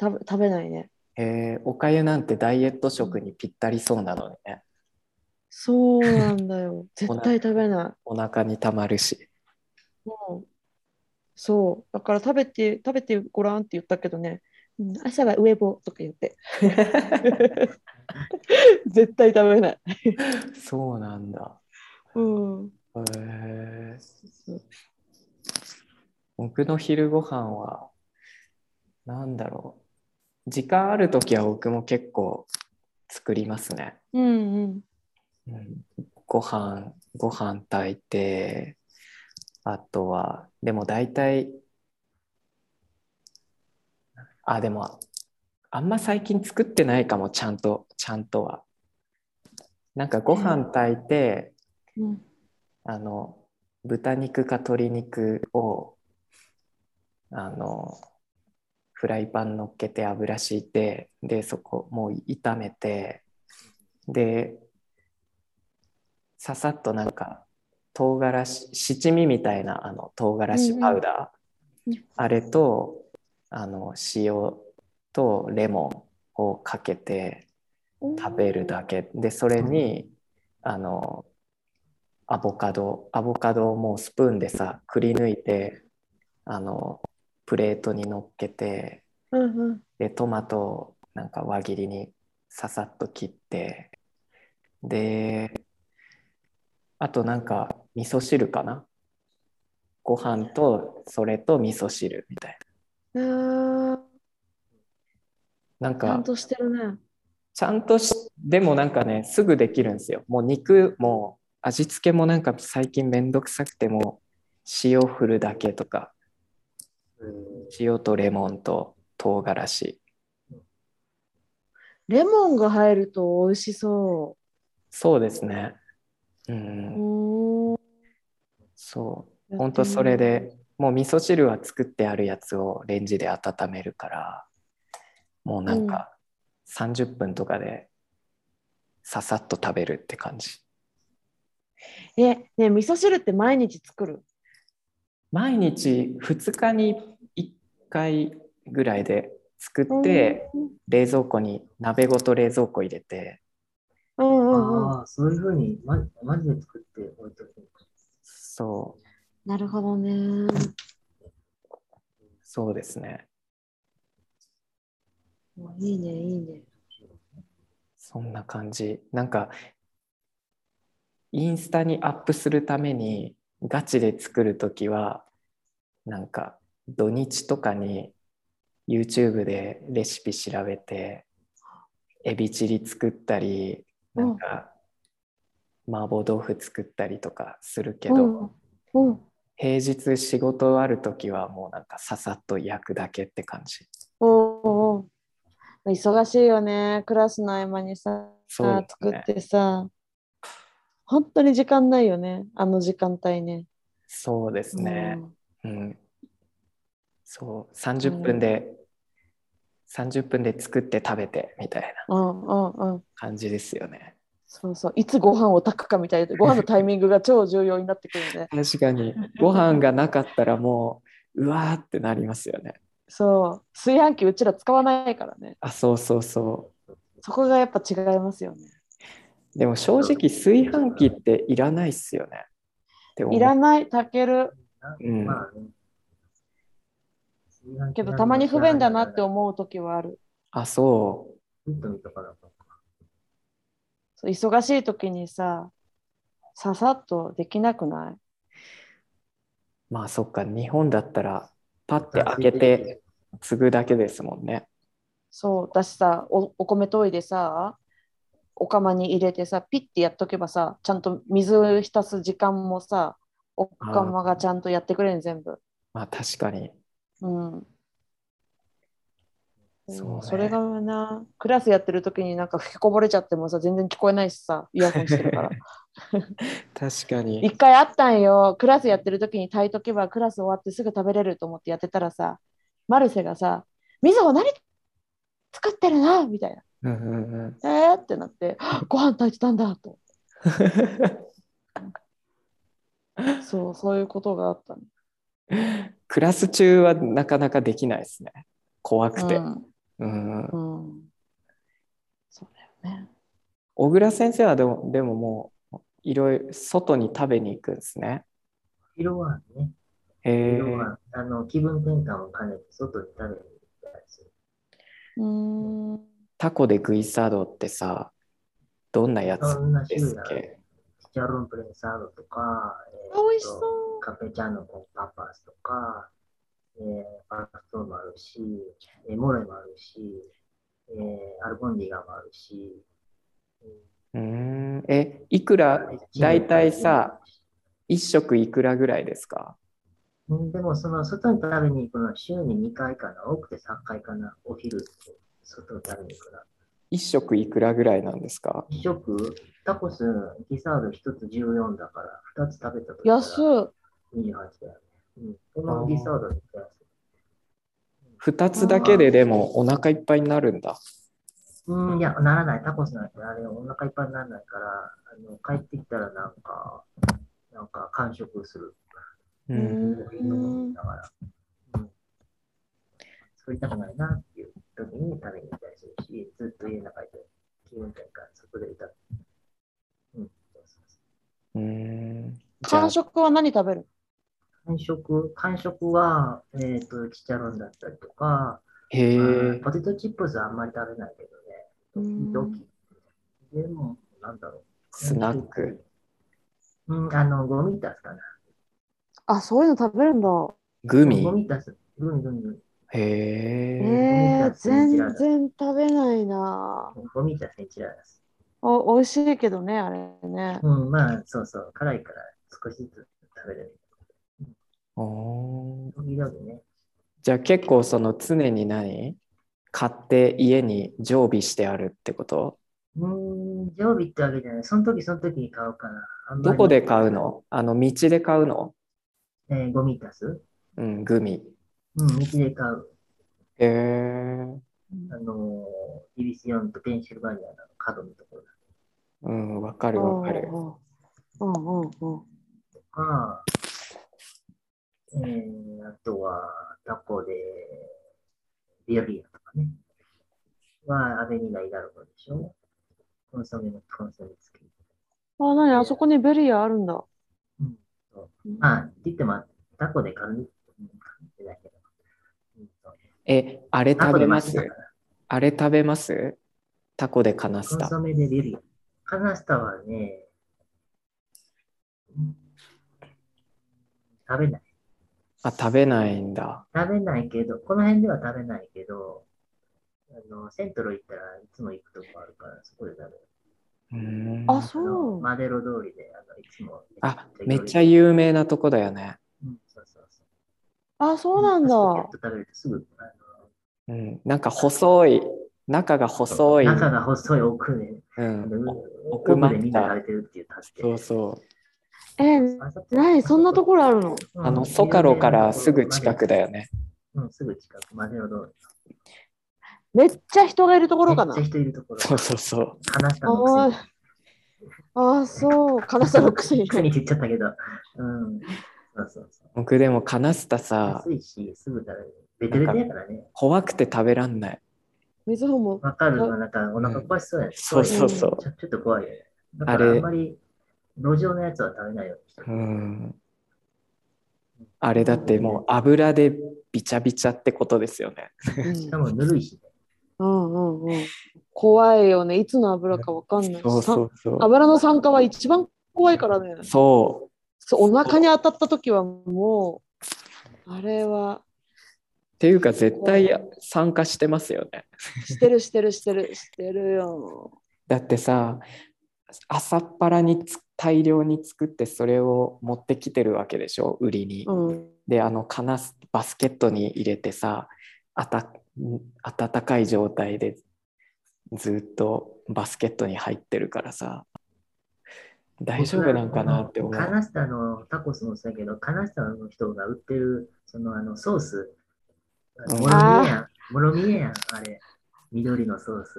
Speaker 4: 食べ食べないね
Speaker 1: えー、おかゆなんてダイエット食にぴったりそうなのにね
Speaker 4: そうなんだ よ絶対食べない
Speaker 1: お腹にたまるし
Speaker 4: もうそうだから食べて食べてごらんって言ったけどねうん朝は上棒とか言って 絶対食べない、
Speaker 1: そうなんだ
Speaker 4: うん、
Speaker 1: えー、僕の昼ご飯はなんだろう時間ある時は僕も結構作りますね、
Speaker 4: うんうん
Speaker 1: うん、ご飯ご飯炊いてあとはでも大体あでもあんま最近作ってないかもちゃんとちゃんとはなんかご飯炊いて、
Speaker 4: うん
Speaker 1: あの豚肉か鶏肉をあのフライパン乗っけて油敷いてでそこもう炒めてでささっとなんか唐辛子七味みたいなあの唐辛子パウダー、
Speaker 4: うんうん
Speaker 1: あれとあの塩とレモンをかけて食べるだけでそれにあのアボカドアボカドをもうスプーンでさくり抜いてあのプレートに乗っけて
Speaker 4: うんうん
Speaker 1: でトマトをなんか輪切りにささっと切ってであとなんか味噌汁かなご飯とそれと味噌汁みたい
Speaker 4: あ
Speaker 1: ななん
Speaker 4: ーちゃ
Speaker 1: か
Speaker 4: んとしてるね。
Speaker 1: ちゃんとしでもなんかねすぐできるんですよもう肉も味付けもなんか最近めんどくさくてもう塩振るだけとか
Speaker 3: うん
Speaker 1: 塩とレモンと唐辛子
Speaker 4: レモンが入ると美味しそ
Speaker 1: そうですねう
Speaker 4: う。
Speaker 1: ん
Speaker 4: ほ
Speaker 1: そう
Speaker 4: やってみよう
Speaker 1: 本当それでもう味噌汁は作ってあるやつをレンジで温めるからもうなんか30分とかでささっと食べるって感じ
Speaker 4: え、ねえ、味噌汁って毎日作る
Speaker 1: 毎日2日に1回ぐらいで作って、冷蔵庫に鍋ごと冷蔵庫入れて
Speaker 4: うんうんうん。
Speaker 3: ああ、そういうふうにマジマジで作って置いとくのか。
Speaker 1: そう
Speaker 4: なるほどね。
Speaker 1: そうですね
Speaker 4: いいね、いいね。
Speaker 1: そんな感じなんかインスタにアップするためにガチで作るときはなんか土日とかに YouTube でレシピ調べてエビチリ作ったりなんか麻婆豆腐作ったりとかするけど、
Speaker 4: うん、うん。
Speaker 1: 平日仕事あるときはもうなんかささっと焼くだけって感じ
Speaker 4: おうおう忙しいよね。クラスの合間にさ、
Speaker 1: そうです
Speaker 4: 作
Speaker 1: ね
Speaker 4: ってさ。本当に時間ないよね。あの時間帯ね。
Speaker 1: そうですね、
Speaker 4: うん
Speaker 1: うん、そう30分で、30分で作って食べてみたいな
Speaker 4: うんうんうん。
Speaker 1: 感じですよね
Speaker 4: そうそう。いつご飯を炊くかみたいな。ご飯のタイミングが超重要になってくるよね。
Speaker 1: 確か にご飯がなかったらもううわーってなりますよね
Speaker 4: そう炊飯器うちら使わないからね
Speaker 1: あそうそうそ
Speaker 4: そこがやっぱ違いますよね
Speaker 1: うでも正直炊飯器っていらないっすよねって思う
Speaker 4: いらない炊ける
Speaker 1: うん
Speaker 3: まあね。
Speaker 4: けどたまに不便だなって
Speaker 3: う。
Speaker 4: 思う時はある
Speaker 1: あそう
Speaker 3: ヒント見とかだと
Speaker 4: そう忙しい時にさささっとできなくない
Speaker 1: まあそっか日本だったらパッて開けて。継ぐだけですもんね
Speaker 4: そうだしさおお米研いでさお釜に入れてさピッてやっとけばさちゃんと水浸す時間もさお釜がちゃんとやってくれるの全部
Speaker 1: まあ確かに
Speaker 4: うん
Speaker 1: そうね
Speaker 5: それがな、
Speaker 4: クラスやってる時になんか吹きこぼれちゃってもさ、全然聞こえないしさ、イヤホンしてる から。
Speaker 1: 確かに。
Speaker 4: 一回あったんよ、クラスやってる時に炊いとけばクラス終わってすぐ食べれると思ってやってたらさ、マルセがさ、みずほ何作ってるのみたいな。
Speaker 1: うんうんうん。
Speaker 4: えーってなって、ご飯炊いてたんだと。そう、そういうことがあったね。
Speaker 1: クラス中はなかなかできないですね。怖くて。うん。
Speaker 4: うん。うん。そうだよね。
Speaker 1: 小倉先生はでもでももういろいろ外に食べに行くんですね。
Speaker 3: 昼はね、
Speaker 1: へえ
Speaker 3: 昼は、あの、気分転換を兼ねて外に食べに行ったりする。
Speaker 4: うーん。
Speaker 1: タコでグイサードってさどんなやつ
Speaker 3: そんな
Speaker 1: で
Speaker 3: 種類
Speaker 1: す
Speaker 3: な
Speaker 1: っ
Speaker 3: の。
Speaker 1: け
Speaker 3: ジャロンプレンサードとか、えー
Speaker 4: あ
Speaker 3: と
Speaker 4: 美味しそう
Speaker 3: カペチャーノコンパパスとか、えー、パクトーもあるし、えーモロイもあるし、えーアルボンディガもあるし、
Speaker 1: うーんえいくら大体さ、一食いくらぐらいですか
Speaker 3: うんでもその外に食べに行くのは週に2回かな、多くて3回かな、お昼外に食べに行くな。
Speaker 1: 一食いくらぐらいなんですか
Speaker 3: 一食、タコス、ギサード1つ14だから、2つ食べたと
Speaker 4: 安い。
Speaker 3: 28だよね。うん、このギサードってやつ。
Speaker 1: 二つだけででもお腹いっぱいになるんだ。
Speaker 3: うん、いや、ならない。タコスなんてあれ、お腹いっぱいにならないから、あの帰ってきたらなんか、なんか完食する。
Speaker 1: う、
Speaker 5: うんん、
Speaker 3: だから、うん。作りたくないなっていう時に食べに行ったりするし、ずっと家の中で気分転換、そこで歌って。うん、そうそうそう
Speaker 1: うーんじゃあ
Speaker 4: 完食は何食べる
Speaker 3: 完食、完食は、えっ、と、チチャロンだったりとか、
Speaker 1: へ
Speaker 3: まあ
Speaker 1: え
Speaker 3: ポテトチップスはあんまり食べないけど
Speaker 4: う
Speaker 3: ね。
Speaker 4: ん
Speaker 3: ドキ。でも、なんだろう。
Speaker 1: スナック。
Speaker 3: うん、あの、ゴミタスかな。
Speaker 4: あ、そういうの食べるんだ。
Speaker 1: グミ
Speaker 3: ゴミタス。グミグミグミ。
Speaker 1: へえ
Speaker 4: え
Speaker 3: え
Speaker 4: ー、全然食べないなぁ。
Speaker 3: ゴミタスにチララス。
Speaker 4: お、美味しいけどね、あれね。
Speaker 3: うん、まあ、そうそう。辛いから少しずつ食べる。
Speaker 1: おー
Speaker 3: 時々ね。
Speaker 1: じゃあ結構その常に何買って家に常備してあるってこと
Speaker 3: うん、常備ってわけじゃない。その時その時に買うかな。あんまり
Speaker 1: どこで買うのあの道で買うの
Speaker 3: えーゴミタス。
Speaker 1: うん、グミ。
Speaker 3: うん、道で買う。
Speaker 1: へえ。
Speaker 3: あのー、イビスンとペンシルバニアの角のところだ
Speaker 1: うん、わかるわかる。
Speaker 4: うんうんうんうんうん。
Speaker 3: とか、えー、あとは、タコで、ビアビアとかね。は、アベニダイダルコでしょ。コンソメもコンソメ好き。
Speaker 4: あ、なに、あそこにベリアあるんだ。
Speaker 3: うんまあ、って言っても、タコで噛んで、うん噛んでないけど。うんと
Speaker 1: え、あれ
Speaker 3: タコ
Speaker 1: 食
Speaker 3: で
Speaker 1: べ
Speaker 3: マ
Speaker 1: ま
Speaker 3: スタ
Speaker 1: す
Speaker 3: かな。
Speaker 1: あれ食べますタコでカナ
Speaker 3: コ
Speaker 1: ス
Speaker 3: ン
Speaker 1: タ。
Speaker 3: ソメでビリア。カナスタはね、うん食べない。
Speaker 1: あ、食べないんだ。
Speaker 3: 食べないけど、この辺では食べないけど、あの、セントロ行ったらいつも行くとこあるから、そこで食べる。
Speaker 1: うーん
Speaker 4: あ、
Speaker 3: あの
Speaker 4: そう。
Speaker 3: マデロ通りで、あの、いつも。
Speaker 1: あ、めっちゃ
Speaker 3: い。
Speaker 1: 有名なとこだよね。
Speaker 3: うん、そうそうそう。
Speaker 4: あ、そうなんだ。
Speaker 3: あそこちょっと食べるとすぐ、あ
Speaker 1: う
Speaker 3: の
Speaker 1: ん、なんか細い、中が細い。
Speaker 3: 中が細い奥で、
Speaker 1: う
Speaker 3: あ
Speaker 1: ん、
Speaker 3: の
Speaker 1: 奥ま
Speaker 3: 奥
Speaker 1: った
Speaker 3: でみんな食べてるっていう立って。
Speaker 1: そうそう。
Speaker 4: えー、何そんなところあるの
Speaker 3: うん
Speaker 1: あの、ソカロからすぐ近くだよね。
Speaker 3: うん、すぐ近く、マデロ通
Speaker 4: めっちゃ人がいるとこ
Speaker 3: り。
Speaker 4: ろかな
Speaker 3: めっちゃ人いるとこ ろ。
Speaker 1: そうそうそう。
Speaker 3: 話したのくせに
Speaker 4: ああ、そう。金沢のく せに。
Speaker 3: くせにって言っちゃったけど、うん。そうそうそう。
Speaker 1: 僕でもカナスタさ、
Speaker 3: 安いし、すぐ食べる。ベテベテやからね。
Speaker 1: 怖くて食べらんない。
Speaker 4: 水穂も。
Speaker 3: わかるの、なんかお腹壊しそうやね。
Speaker 1: そうそうそう。
Speaker 3: ちょちょっと怖いよね。だ
Speaker 1: あ
Speaker 3: か
Speaker 1: れ
Speaker 3: らあんまり路上のやつは食べないようにしてる。
Speaker 1: うんあれだってもう油でびちゃびちゃってことですよね。
Speaker 3: しかもぬるいしね。
Speaker 4: うんうんうん。怖いよね。いつの油かわかんないし。
Speaker 1: そうそうそ
Speaker 4: さ油の酸化は一番怖いからね
Speaker 1: う。。そ
Speaker 4: そうお腹に当たった時はもう、あれは、
Speaker 1: う。っていうか絶対酸化してますよね。
Speaker 4: してるしてるしてるしてるよ。
Speaker 1: だってさ朝っぱらにつ大量に作ってそれを持ってきてるわけでしょ売りに。
Speaker 4: うん。
Speaker 1: であのかなバスケットに入れてさあたん暖かい状態でずっとバスケットに入ってるからさ大丈夫なんかなって思
Speaker 3: 僕あ
Speaker 1: う
Speaker 3: のカナスタのタコスもそうやけど、カナスタの人が売ってる、そのあのソース。あのもろみえやん。もろみえやん、あれ。緑のソ ース。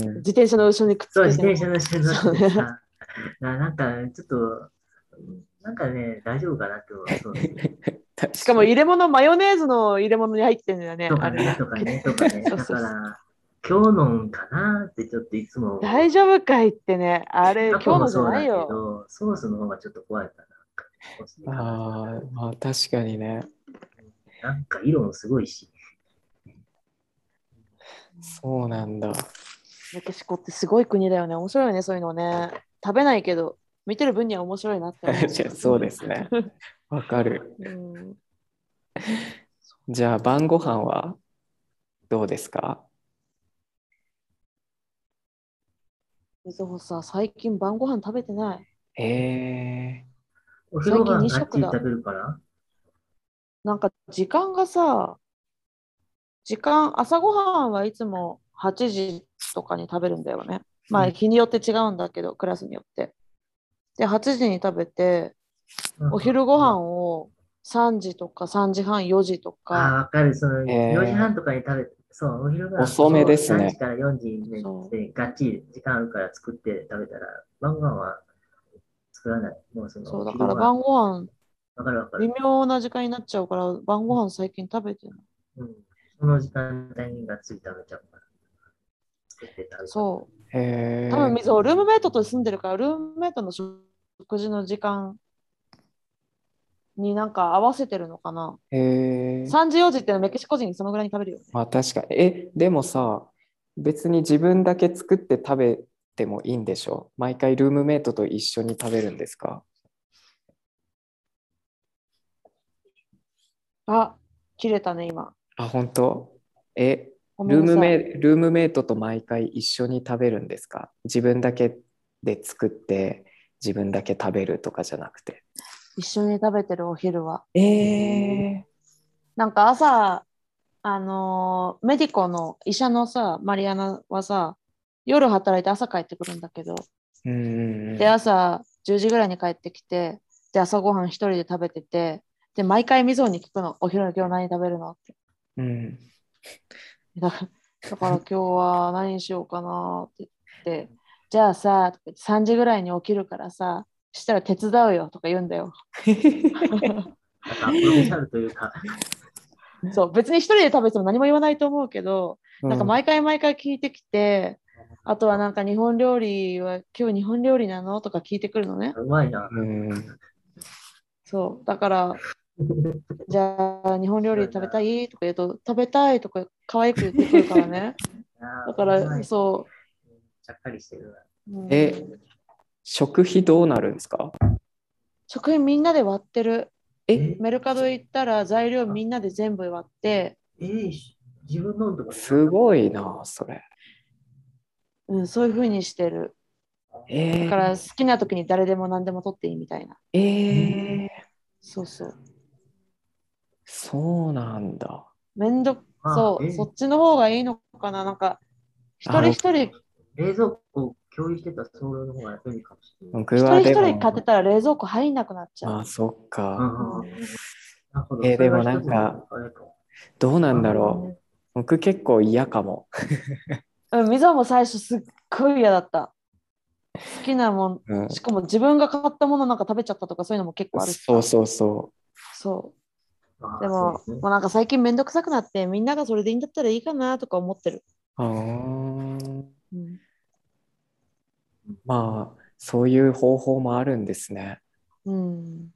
Speaker 1: うんうん
Speaker 4: 自転車の後ろにくっつ
Speaker 3: そう、
Speaker 4: け
Speaker 3: 自
Speaker 4: てね
Speaker 3: 転車の人
Speaker 4: そう
Speaker 3: の
Speaker 4: ね
Speaker 3: さ。ななんか、ちょっと、なんかね、大丈夫かなって思う。そう
Speaker 4: しかも入れ物マヨネーズの入れ物に入ってんだよね
Speaker 3: と
Speaker 4: あ
Speaker 3: か
Speaker 4: れ
Speaker 3: ね、とかね、とかね。
Speaker 4: そう
Speaker 3: だ
Speaker 4: そう
Speaker 3: か
Speaker 4: そう
Speaker 3: ら、今日のんかなってちょっといつも。
Speaker 4: 大丈夫かいってねあれ今日のじゃないよ
Speaker 3: よ。ソースの方がちょっと怖いかな。
Speaker 1: あーまあ確かにね
Speaker 3: なんか色もすごいし。
Speaker 1: そうなんだ
Speaker 4: メキシコってすごい国だよね。面白いよね、そういうのね。食べないけど、見てる分には面 白いなって
Speaker 1: じゃあ
Speaker 4: 思
Speaker 1: そうですねわかる
Speaker 4: う。うん、
Speaker 1: じゃあ晩ご飯はどうですか
Speaker 4: みずほさん、最近晩ご飯食べてない。
Speaker 1: え
Speaker 3: お風呂ががっ
Speaker 4: 最
Speaker 3: ち
Speaker 4: 近
Speaker 3: り
Speaker 4: 二食だ
Speaker 3: 食べるから
Speaker 4: なんか時間がさ、時間、朝ごはんはいつも8時とかに食べるんだよね。まあ日によって違うんだけど、クラスによって。で、8時に食べて、お昼ご飯
Speaker 3: を。
Speaker 4: を3時とか3時半、4時と
Speaker 3: あー、
Speaker 4: か。
Speaker 3: わかる。その
Speaker 1: えー
Speaker 3: 4時半とかに食べそう、お昼ご飯。
Speaker 1: 遅めですね
Speaker 3: 3時から4時
Speaker 4: そ
Speaker 3: でがっちり時間あるから作って食べたら、晩ご飯は作らない。もうその
Speaker 4: そうだ
Speaker 3: 昼
Speaker 4: から
Speaker 3: ご飯
Speaker 4: 晩ご飯
Speaker 3: わかるわか
Speaker 4: 微
Speaker 3: る。
Speaker 4: 妙な時間になっちゃうから晩ご飯最近食べてない。
Speaker 3: うん。その時間帯にがっつり食べちゃうから。作って食べちゃう。
Speaker 4: そ
Speaker 1: ー、え
Speaker 4: う。
Speaker 1: ー、
Speaker 4: 多分みぞ、ルームメイトと住んでるから、ルームメイトの食事の時間になんか合わせてるのかな。
Speaker 1: えー
Speaker 4: 3時、4時ってのはメキシコ人そのぐらいに食べるよね。
Speaker 1: まあ確かに。え、でもさ、別に自分だけ作って食べてもいいんでしょ毎回ルームメイトと一緒に食べるんですか
Speaker 4: あ、切れたね、今。
Speaker 1: あ、本当え、
Speaker 4: ごめ
Speaker 1: ルー
Speaker 4: んな
Speaker 1: ム
Speaker 4: さい
Speaker 1: メルームメイトと毎回一緒に食べるんですか自分だけで作って自分だけ食べるとかじゃなくて。
Speaker 4: 一緒に食べてるお昼は。
Speaker 1: え
Speaker 4: なんか朝、あのーメディコの医者のさ、マリアナはさ、夜働いて朝帰ってくるんだけど、
Speaker 1: ー、うんうんうん。
Speaker 4: で朝10時ぐらいに帰ってきてで朝ごはん一人で食べててで毎回みぞに聞くのお昼の今日何食べるのって
Speaker 1: うん、
Speaker 4: だからだから今日は何にしようかなって言ってじゃあさとか言って3時ぐらいに起きるからさしたら手伝うよとか言うんだよ
Speaker 3: なんか、プロフェッショナルというか、
Speaker 4: そう別に一人で食べても何も言わないと思うけどなんか毎回毎回聞いてきてあとはなんか日本料理は今日日本料理なのとか聞いてくるのね
Speaker 3: うま いな。
Speaker 1: うん、
Speaker 4: そうだからじゃあ日本料理食べたいとか言うと食べたいとか可愛く言ってくるから ねだか
Speaker 3: うま
Speaker 4: ら
Speaker 3: い
Speaker 4: そ
Speaker 3: ちゃっかりしてるな。
Speaker 4: う、うん
Speaker 1: え、食費どうなるんですか
Speaker 4: 食品みんなで割ってる
Speaker 1: え、
Speaker 4: メルカド行ったら材料みんなで全部割って、
Speaker 3: えー、し自分のとこ
Speaker 1: す
Speaker 3: い。
Speaker 1: ごいな、それ。
Speaker 4: うん、そういう風にしてる
Speaker 1: え
Speaker 4: だ
Speaker 1: ー
Speaker 4: から好きな時に誰でも何でも取っていいみたいな
Speaker 1: えー
Speaker 4: そうそう
Speaker 1: そうなんだ。
Speaker 4: めんど
Speaker 3: あ
Speaker 4: そう
Speaker 3: え
Speaker 4: そっちの方がいいのかななんか一人一人
Speaker 3: 冷蔵庫を共有してた送料の方が便利かもしれない。
Speaker 1: 僕
Speaker 4: 一
Speaker 1: は
Speaker 4: 人
Speaker 1: で
Speaker 4: 一
Speaker 1: も
Speaker 4: 人買ってたら冷蔵庫入んなくなっちゃう
Speaker 1: あ、そっ
Speaker 3: う
Speaker 1: か。
Speaker 3: んうんうんなるほど
Speaker 1: えー
Speaker 3: それ
Speaker 1: で
Speaker 3: が
Speaker 1: もなんか
Speaker 3: 一つのあれか、
Speaker 1: どうなんだろう。僕結構嫌かも。
Speaker 4: うん、みぞも最初すっごい嫌だった。好きなも
Speaker 1: うん
Speaker 4: ん、しかも自分が買ったものなんか食べちゃったとかそういうのも結構あるしさ
Speaker 1: そうそうそ
Speaker 4: そ
Speaker 3: あー
Speaker 4: う。でも、
Speaker 3: そうです
Speaker 4: も
Speaker 3: ね
Speaker 4: うなんか最近めんどくさくなって、みんながそれでいいんだったらいいかなとか思ってる。
Speaker 1: う。あー
Speaker 4: うん、
Speaker 1: まあ、そういう方法もあるんですね。
Speaker 4: うん、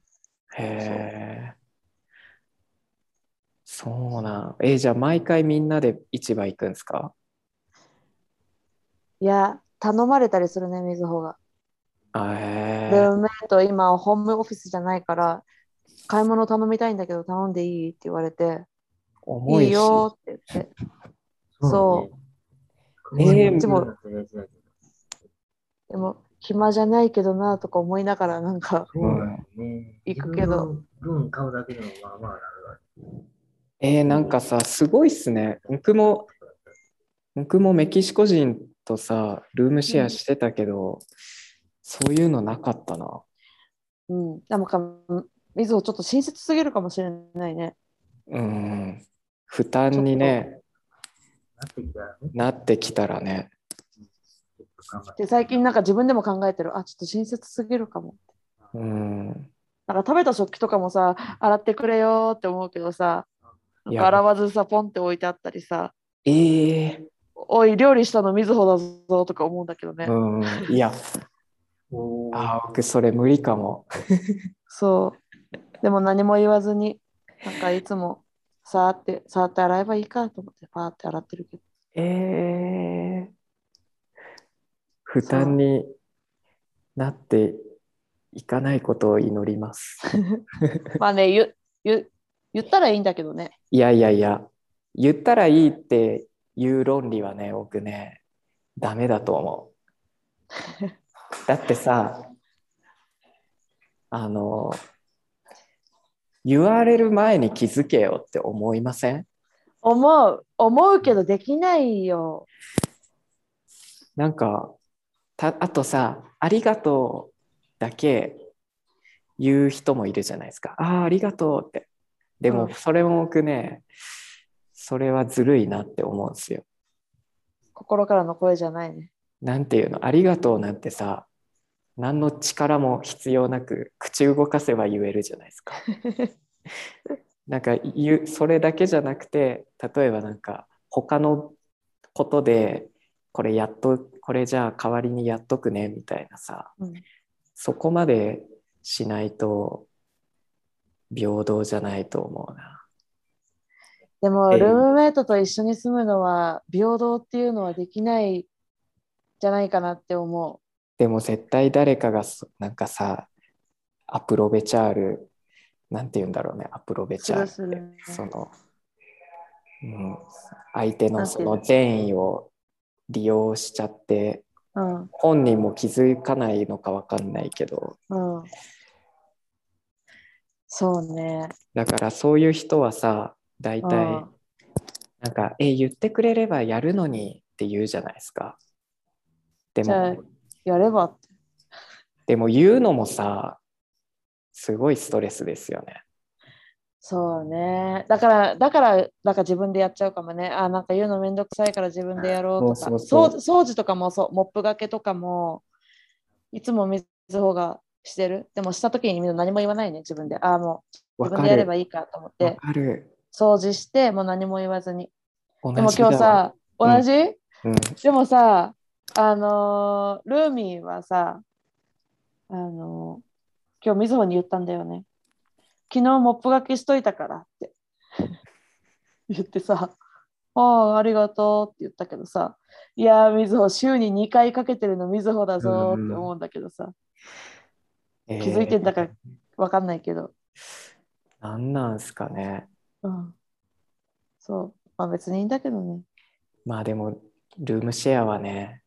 Speaker 1: へえ。そうなん。えーじゃあ毎回みんなで市場行くんですか
Speaker 4: いや、頼まれたりするね、みずほが。
Speaker 1: あへ
Speaker 4: ル
Speaker 1: え
Speaker 4: ームメイト、今、ホームオフィスじゃないから、買い物頼みたいんだけど、頼んでいいって言われて、
Speaker 1: 重
Speaker 4: い
Speaker 1: い
Speaker 4: い
Speaker 1: し。
Speaker 4: よって言って。そ
Speaker 3: そうね。
Speaker 1: えー
Speaker 3: こ
Speaker 4: でも
Speaker 3: こまでやる
Speaker 4: でも、暇じゃないけどなとか思いながら、なんか、
Speaker 3: そうだよね。
Speaker 4: 行くけど
Speaker 3: 自分の分買うだけでもまあまあなるわ
Speaker 1: えー、なんかさ、すごいっすね。僕も、僕もメキシコ人とさ、ルームシェアしてたけど、そういうのなかったな。
Speaker 4: うん、なんか、みずほちょっと親切すぎるかもしれないね。
Speaker 1: うん。負担にね、
Speaker 3: なってきたら
Speaker 1: な
Speaker 3: ね、
Speaker 1: ってきたらね。
Speaker 3: ちょっと考えて。
Speaker 4: で、最近なんか自分でも考えてる。あ、ちょっと親切すぎるかも。
Speaker 1: うん。
Speaker 4: なんか食べた食器とかもさ、洗ってくれよって思うけどさ、
Speaker 1: いや
Speaker 4: 洗わずさ、ポンって置いてあったりさ、
Speaker 1: ええ
Speaker 4: おい、料理したのみずほだぞとか思うんだけどね。
Speaker 1: うん。いや、
Speaker 3: おー
Speaker 1: あー僕それ無理かも。
Speaker 4: そう。でも何も言わずに、なんかいつも、さーって、さーって洗えばいいかと思って、パーって洗ってるけど。
Speaker 1: ええ負担になっていかないことを祈ります。
Speaker 4: まあね、ゆゆ言ったらいいんだけどね。
Speaker 1: いやいやいや、言ったらいいっていう論理はね、僕ね、ダメだと思う。だってさ、あの、言われる前に気づけよって思いません
Speaker 4: 思う、思うけどできないよ。
Speaker 1: なんか、たあとさ、ありがとうだけ言う人もいるじゃないですか。ああ、ありがとうって。で
Speaker 4: う
Speaker 1: も、
Speaker 4: ん
Speaker 1: それも僕ね、それはずるいなって思うんですよ。
Speaker 4: 心からの声じゃないね。
Speaker 1: なんていうの、ありがとうなんてさ、何の力も必要なく、口動かせば言えるじゃないですか。なんか言うそれだけじゃなくて例えばなんか他のことでこれやっとこれじゃあ代わりにやっとくねみたいなさ、
Speaker 4: うん
Speaker 1: そこまでしないと平等じゃないと思うな。
Speaker 4: でも、
Speaker 1: ええ
Speaker 4: ルームメイトと一緒に住むのは、平等っていうのはできないじゃないかなって思
Speaker 1: でも絶対誰かがそなんかさアプロベチャールなんて言うんだろうねアプロベチャールって
Speaker 4: するするね
Speaker 1: その、うん、相手
Speaker 4: な
Speaker 1: の
Speaker 4: んて
Speaker 1: そ
Speaker 4: 言うの
Speaker 1: の善意を利用しちゃって
Speaker 4: う。うん。
Speaker 1: 本人も気づかないのかわかんないけど
Speaker 4: うん。そうね。
Speaker 1: だからそういう人はさ大体
Speaker 4: うん
Speaker 1: なんか「え言ってくれればやるのに」って言うじゃないですか。で
Speaker 4: じゃあ
Speaker 1: も、
Speaker 4: やればって。
Speaker 1: でも言うのもさすごいストレスですよね。
Speaker 4: そうね。だから、だから、なんか自分でやっちゃうかもね。あ、なんか言うのめんどくさいから自分でやろうとか。
Speaker 1: そうそうそ
Speaker 4: 掃除掃除とかもそう、モップがけとかも、いつも水方がしてる。でもした時にみんな何も言わないね、自分で。あ、もう
Speaker 1: わ
Speaker 4: 自
Speaker 1: か
Speaker 4: 分でやれ
Speaker 1: る
Speaker 4: ばいいかと思っ
Speaker 1: わ
Speaker 4: て、
Speaker 1: かる。
Speaker 4: 掃除して、もう何も言わずに。
Speaker 1: 同
Speaker 4: でも
Speaker 1: じだ
Speaker 4: 今日、さ、
Speaker 1: うん
Speaker 4: 同じ、
Speaker 1: うん、
Speaker 4: でもさ、あのールーミーはさ、あのー今日みずほに言ったんだよね。昨日モップがけしといたからって。 言ってさ、ああ、ありがとうって言ったけどさ、いやー、みずほ、週に2回かけてるのみずほだぞーって思うんだけどさ、
Speaker 1: えー
Speaker 4: 気づいてんだからわかんないけど。
Speaker 1: なんなんすかね。
Speaker 4: うん。そう。まあ別にいいんだけどね。
Speaker 1: まあでも、ルームシェアはね、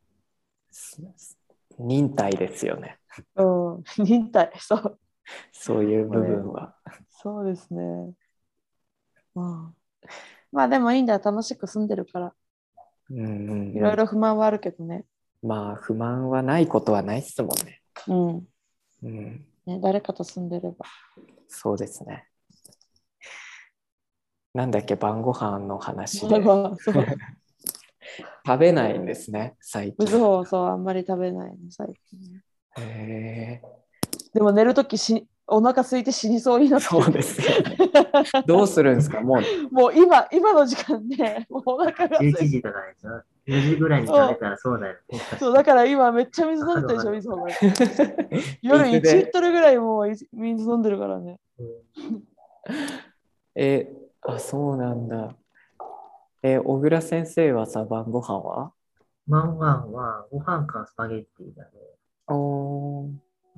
Speaker 1: すす忍耐ですよね。
Speaker 4: うん。 忍耐、そう。
Speaker 1: そういう部分は。
Speaker 4: そうですね。うん、まあでもいいんだよ、楽しく住んでるから。
Speaker 1: うんうんうん
Speaker 4: いろいろ不満はあるけどね。
Speaker 1: まあ、不満はないことはないっすもんね。
Speaker 4: うん。
Speaker 1: うん、
Speaker 4: ね誰かと住んでれば。
Speaker 1: そうですね。なんだっけ、晩ご飯の話
Speaker 4: まあ
Speaker 1: で。
Speaker 4: まあそう。
Speaker 1: 食べないんですね、最
Speaker 4: みず
Speaker 1: 近。
Speaker 4: ほはそう、あんまり食べないの、最近ね。
Speaker 1: へえ
Speaker 4: でも寝るときし、お腹空いて死にそうになってる
Speaker 1: そうですよね。どうするんですか、 もう。
Speaker 4: もう今、今の時間ね、 もうお腹が空い
Speaker 3: 11
Speaker 4: て。
Speaker 3: 時とかでしょ ?4 時ぐらいに食べたらそうだよ。
Speaker 4: そうだから今めっちゃ水飲んでたでしょ、みずほが。 夜1リットルぐらいもうい水飲んでるからね。
Speaker 1: え、あ、そうなんだ。え、小倉先生はさ、晩ご飯は
Speaker 3: 晩ご飯はご飯かスパゲッティだね。
Speaker 1: おー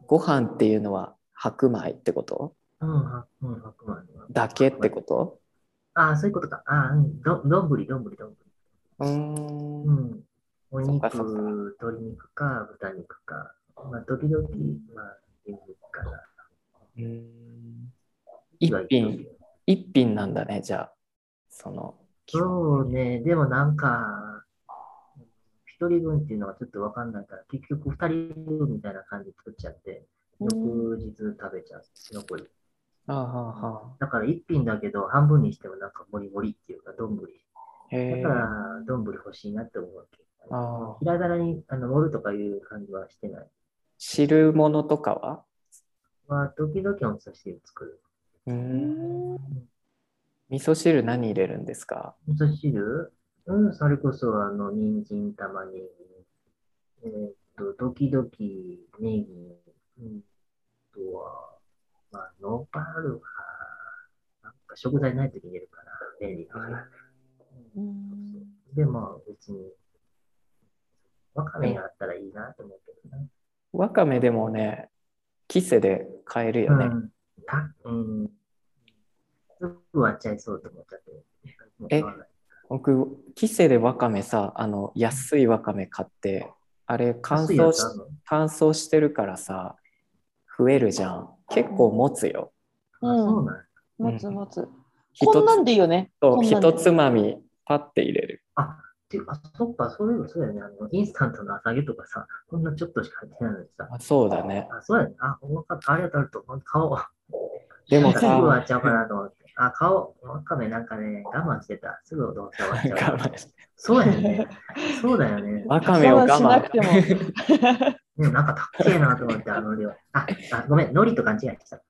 Speaker 1: ご飯っていうのは白米ってこと
Speaker 3: うん、はうん、白米は。
Speaker 1: だけってこと
Speaker 3: ああ、そういうことか。ああ、うん、ど、どんぶり、どんぶり、どんぶり。
Speaker 1: うー
Speaker 3: うんん。お
Speaker 1: そっ
Speaker 3: 肉、
Speaker 1: かそっか
Speaker 3: 鶏肉か、豚肉か。まあ、時々、まあ、牛肉かな。
Speaker 1: うーん一品一品なんだねじゃあその基本
Speaker 3: そうね、でもなんか、一人分っていうのがちょっとわかんないから、結局二人分みたいな感じで作っちゃって、翌日食べちゃう、残り。
Speaker 1: ああはあは
Speaker 3: だから一品だけど、半分にしてもなんかモリモリっていうか、丼。
Speaker 1: あへ
Speaker 3: だか
Speaker 1: え
Speaker 3: ら、丼欲しいなって思うわけ。
Speaker 1: ああ
Speaker 3: ひらがなにあの盛るとかいう感じはしてない。
Speaker 1: 汁物とかは
Speaker 3: まあ、時々お味噌汁作る。
Speaker 1: う
Speaker 4: うんん
Speaker 1: 味噌汁何入れるんですか
Speaker 3: 味噌汁うん、それこそ、あの、人参、玉ねぎ、えーっと、時々ネギ、うん、あとは、まあ、ノーパールは、なんか食材ないとき入れるかな、便利だから。
Speaker 4: うん
Speaker 3: で、まあ、別に、わかめがあったらいいなと思うけどな。
Speaker 1: わかめでもねキセで買えるよね、
Speaker 3: うん。た、うん。すぐ割っちゃいそうと思っちゃって。
Speaker 1: え
Speaker 3: もう買わない
Speaker 1: 僕キセでわかめさあの安いわかめ買ってあれ乾
Speaker 3: 安いや
Speaker 1: 燥
Speaker 3: つ
Speaker 1: し
Speaker 3: あんの
Speaker 1: 乾燥してるからさ増えるじゃん結構持つよ
Speaker 3: あそうなんや
Speaker 4: 持つ持つ。
Speaker 1: 一
Speaker 4: こんなん
Speaker 1: つ
Speaker 4: でいいよね。
Speaker 1: と
Speaker 4: こんなんで
Speaker 1: 一つまみパッて入れる
Speaker 3: あ、ていうか、そっか、そういえばそうやね。あの、インスタントの朝揚げとかさ、こんなちょっとしか入ってないのにさ。
Speaker 1: あそうだね
Speaker 3: あ、そうやね。あ、分かった。ありがとうありがとう。ほんと買おう。
Speaker 1: でも
Speaker 3: なんかすぐ終わ
Speaker 1: さ
Speaker 3: っちゃうかなと思って。あ、買おう。わかめなんかね、我慢してた。すぐどうせ終わっち
Speaker 1: 我
Speaker 3: ゃう。
Speaker 1: 慢し
Speaker 3: そうやね。そうだよね。
Speaker 1: わかめを我
Speaker 4: 我慢しなくても
Speaker 1: 慢
Speaker 3: ね、なんか高えなと思って、あの量。あ、あごめん、海苔と勘違いした。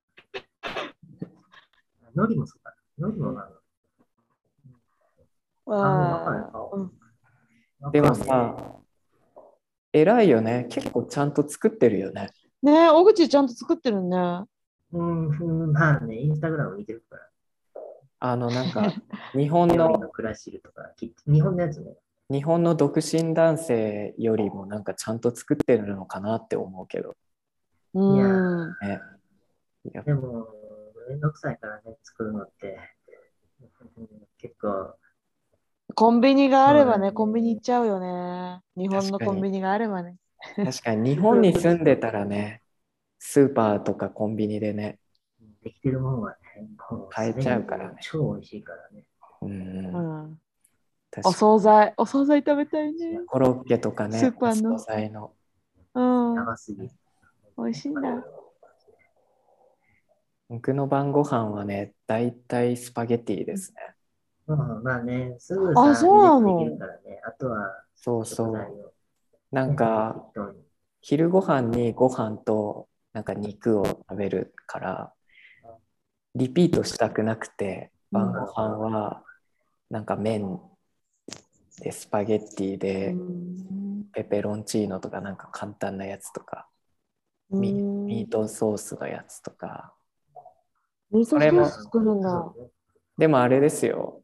Speaker 3: 海苔もそうか。海苔もあの
Speaker 4: あー うん
Speaker 1: でもさ、偉いよね結構ちゃんと作ってるよね
Speaker 4: ねえ、小口ちゃんと作ってるね。
Speaker 3: うん、うんまあね、インスタグラム見てるから、
Speaker 1: あのなん か日本
Speaker 3: 料理
Speaker 1: の
Speaker 3: の暮らしるとか、き日本のやつね、
Speaker 1: 日本の独身男性よりもなんかちゃんと作ってるのかなって思うけど
Speaker 4: う
Speaker 3: いや
Speaker 4: ん。
Speaker 1: ねやっぱ
Speaker 3: でも、めんどくさいからね、作るのって、うん結構、
Speaker 4: コンビニがあれば
Speaker 3: そうだ
Speaker 4: ね、
Speaker 3: ね
Speaker 4: コンビニ行っちゃうよね。日本の
Speaker 1: 確かに
Speaker 4: コンビニがあればね。
Speaker 1: 確かに日本に住んでたらね、スーパーとかコンビニでね、
Speaker 3: できてるもんはね、も
Speaker 1: 買えちゃうからね
Speaker 3: 超美味しいからね。
Speaker 1: うん
Speaker 4: う
Speaker 1: うん、
Speaker 4: ん。
Speaker 1: 確
Speaker 4: お
Speaker 1: か
Speaker 4: 惣菜、お惣菜食べたいね。
Speaker 1: にコロッケとかね、
Speaker 4: スーパーの
Speaker 1: お惣菜の。
Speaker 4: うん。
Speaker 3: 長すぎる。
Speaker 4: 美味しいんだ。
Speaker 1: 僕の晩ご飯はね、だいたいスパゲティですね。
Speaker 3: うん、まあね、すぐさ、
Speaker 4: あそうなの
Speaker 3: できるからね、あとは、
Speaker 1: そうそ
Speaker 3: 食材
Speaker 1: う。
Speaker 3: を
Speaker 1: なんか、
Speaker 3: 適当に
Speaker 1: 昼ご飯にご飯となんか肉を食べるから、リピートしたくなくて、晩ご飯はなんか麺でスパゲティで、
Speaker 4: うん
Speaker 1: ペペロンチーノとかなんか簡単なやつとか、ミ
Speaker 4: うん
Speaker 1: ミートソースのやつとか
Speaker 4: 味噌
Speaker 1: これも
Speaker 4: 汁作るんだ。
Speaker 3: そうね
Speaker 1: でもあれですよ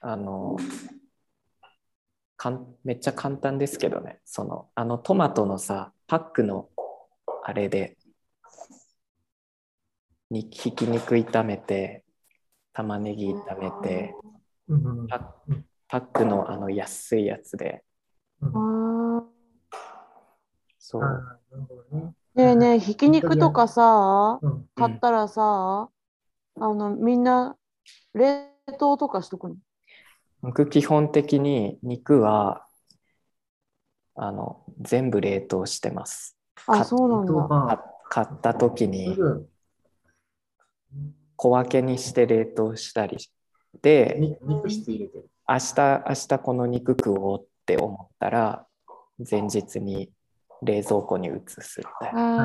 Speaker 1: あのかんめっちゃ簡単ですけどねそのあのトマトのさパックのあれでにひき肉炒めて玉ねぎ炒めて
Speaker 3: うんうんうん
Speaker 1: パッパックのあの安いやつで
Speaker 4: あー
Speaker 1: そ
Speaker 3: あー
Speaker 1: う
Speaker 3: なるほどね
Speaker 4: ねえねえ、ひき肉とかさ、
Speaker 3: うん
Speaker 1: うん
Speaker 4: 買ったらさ、あの、みんな冷凍とかしとくの。
Speaker 1: 僕基本的に肉はあの全部冷凍してます買
Speaker 4: あ、
Speaker 1: っ
Speaker 4: そうなん
Speaker 3: そう
Speaker 4: だ。
Speaker 1: か買
Speaker 3: か
Speaker 1: った時
Speaker 3: す
Speaker 1: に
Speaker 3: ぐ
Speaker 1: 小分けにして冷凍したりで
Speaker 3: に肉質入れてる。
Speaker 1: 明日明日この肉食おうって思ったら前日に冷蔵庫に移すみたい
Speaker 4: あ
Speaker 1: な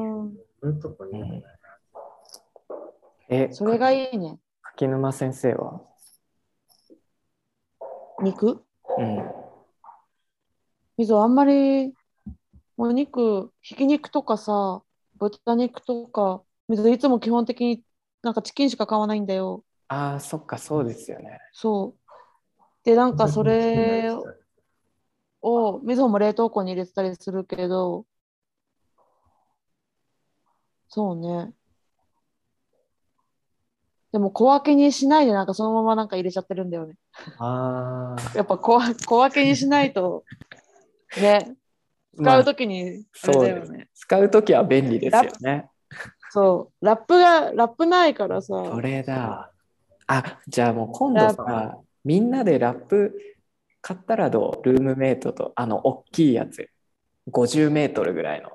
Speaker 4: ー
Speaker 3: そういうとこに、
Speaker 1: うんえ
Speaker 4: それがいいね。
Speaker 1: 柿沼先生は
Speaker 4: 肉
Speaker 1: うん
Speaker 4: みぞあんまりお肉ひき肉とかさ豚肉とかみぞいつも基本的になんかチキンしか買わないんだよ
Speaker 1: ああそっかそうですよね
Speaker 4: そうでなんかそれ
Speaker 3: そういう
Speaker 4: をみぞも冷凍庫に入れてたりするけどそうねでも小分けにしないでなんかそのままなんか入れちゃってるんだよね
Speaker 1: ああ
Speaker 4: やっぱ小分小分けにしないと ね使う時にあれだよね、
Speaker 1: 使う時は便利ですよね
Speaker 4: そう、ラップが、ラップないからさ、
Speaker 1: それだあじゃあもう今度さみんなでラップ買ったらどうルームメイトとあの大きいやつ50メートルぐらいの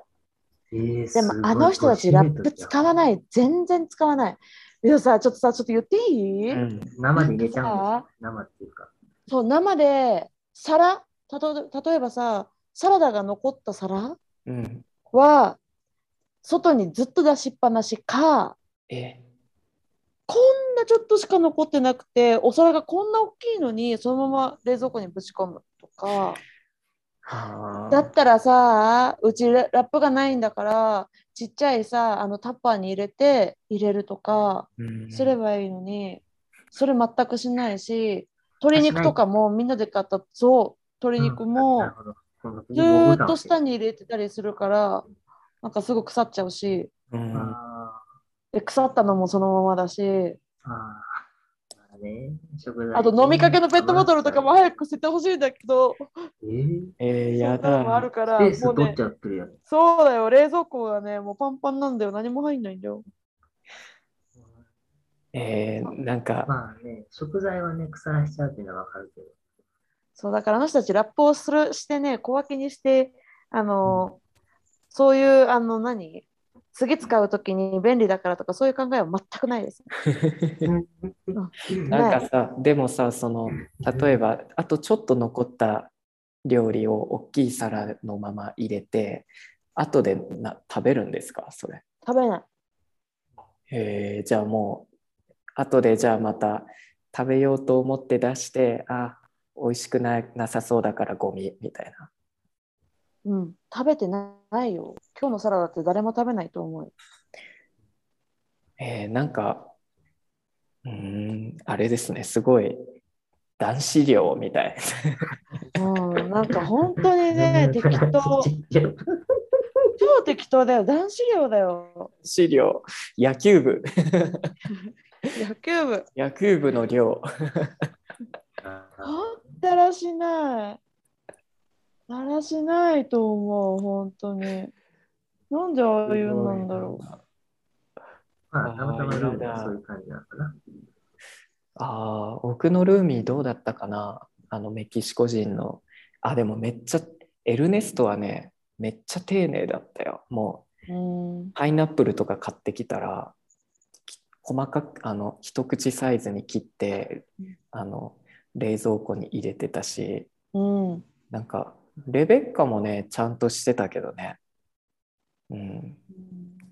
Speaker 3: えー、
Speaker 4: でもあの人たちラップ使わ
Speaker 3: い。
Speaker 4: ない。全然使わない。でもさ、ちょっとさ、ちょっと言っていい、
Speaker 1: うん
Speaker 3: 生で入れちゃうんですよ生っていうか。
Speaker 4: そう、生で皿たと、例えばさ、サラダが残った皿
Speaker 1: うん
Speaker 4: は、外にずっと出しっぱなしか、
Speaker 1: え
Speaker 4: こんなちょっとしか残ってなくて、お皿がこんな大きいのに、そのまま冷蔵庫にぶち込むとか。
Speaker 1: は
Speaker 4: だったらさうちララップがないんだからちっちゃいさあのタッパーに入れて入れるとか
Speaker 1: うん
Speaker 4: すればいいのにそれ全くしないし鶏肉とかもみんなで買ったそう鶏肉
Speaker 3: なる
Speaker 4: も
Speaker 3: ほどこの
Speaker 4: ずーっと下
Speaker 3: に。
Speaker 4: に入れてたりするからなんかすぐ腐っちゃうし
Speaker 1: うん
Speaker 3: あ
Speaker 4: で腐ったのもそのままだし
Speaker 3: ーあー。ね、食材
Speaker 4: あと飲みかけのペットボトルとかも早く捨ててほしいんだけど
Speaker 3: えー、
Speaker 1: えー、
Speaker 4: そんな
Speaker 1: や
Speaker 4: のもある
Speaker 1: だ
Speaker 4: から
Speaker 3: スペース
Speaker 4: もう
Speaker 3: 取っ
Speaker 4: ね
Speaker 3: ちゃってるやん。
Speaker 4: そうだよ冷蔵庫がねもうパンパンなんだよ何も入んないんだよ。
Speaker 1: えー、なんか、
Speaker 3: まあね、食材はね、腐らしちゃうっていうのはわかるけど。
Speaker 4: そうだからあの人たちラップをするしてね小分けにしてあの、そういうあの何次使うときに便利だからとかそういう考えは全くないです。
Speaker 1: なんかさ、でもさ、その、例えば、あとちょっと残った料理を大きい皿のまま入れて、後でな食べるんですか、それ。
Speaker 4: 食べない。
Speaker 1: えー、じゃあもう、後でじゃあまた食べようと思って出して、あ、美味しくななさそうだからゴミみたいな。
Speaker 4: うん、食べてないよ。今日のサラダって誰も食べないと思う。
Speaker 1: えー、なんか、うーん、あれですね、すごい男子寮みたい。
Speaker 4: うん、なんか本当に ね適当
Speaker 3: ちっちゃい
Speaker 4: 超適当だよ男子寮だよ
Speaker 1: 男子寮、野球部、
Speaker 4: 野球部
Speaker 1: 野球部の寮。
Speaker 4: ほんだらしないだらしないと思う本当になんでああいうのなんだろう
Speaker 3: まあ、たまたまルール
Speaker 1: あーやだ
Speaker 3: がそういう感じなのかな。
Speaker 1: ああ、僕のルーミーどうだったかなあのメキシコ人の。あ、でもめっちゃ、エルネストはね、めっちゃ丁寧だったよ。も
Speaker 4: うん
Speaker 1: う、パイナップルとか買ってきたら、き細かく、あの、一口サイズに切って、あの、冷蔵庫に入れてたし、
Speaker 4: うん、
Speaker 1: なんか、レベッカもね、ちゃんとしてたけどね。うん。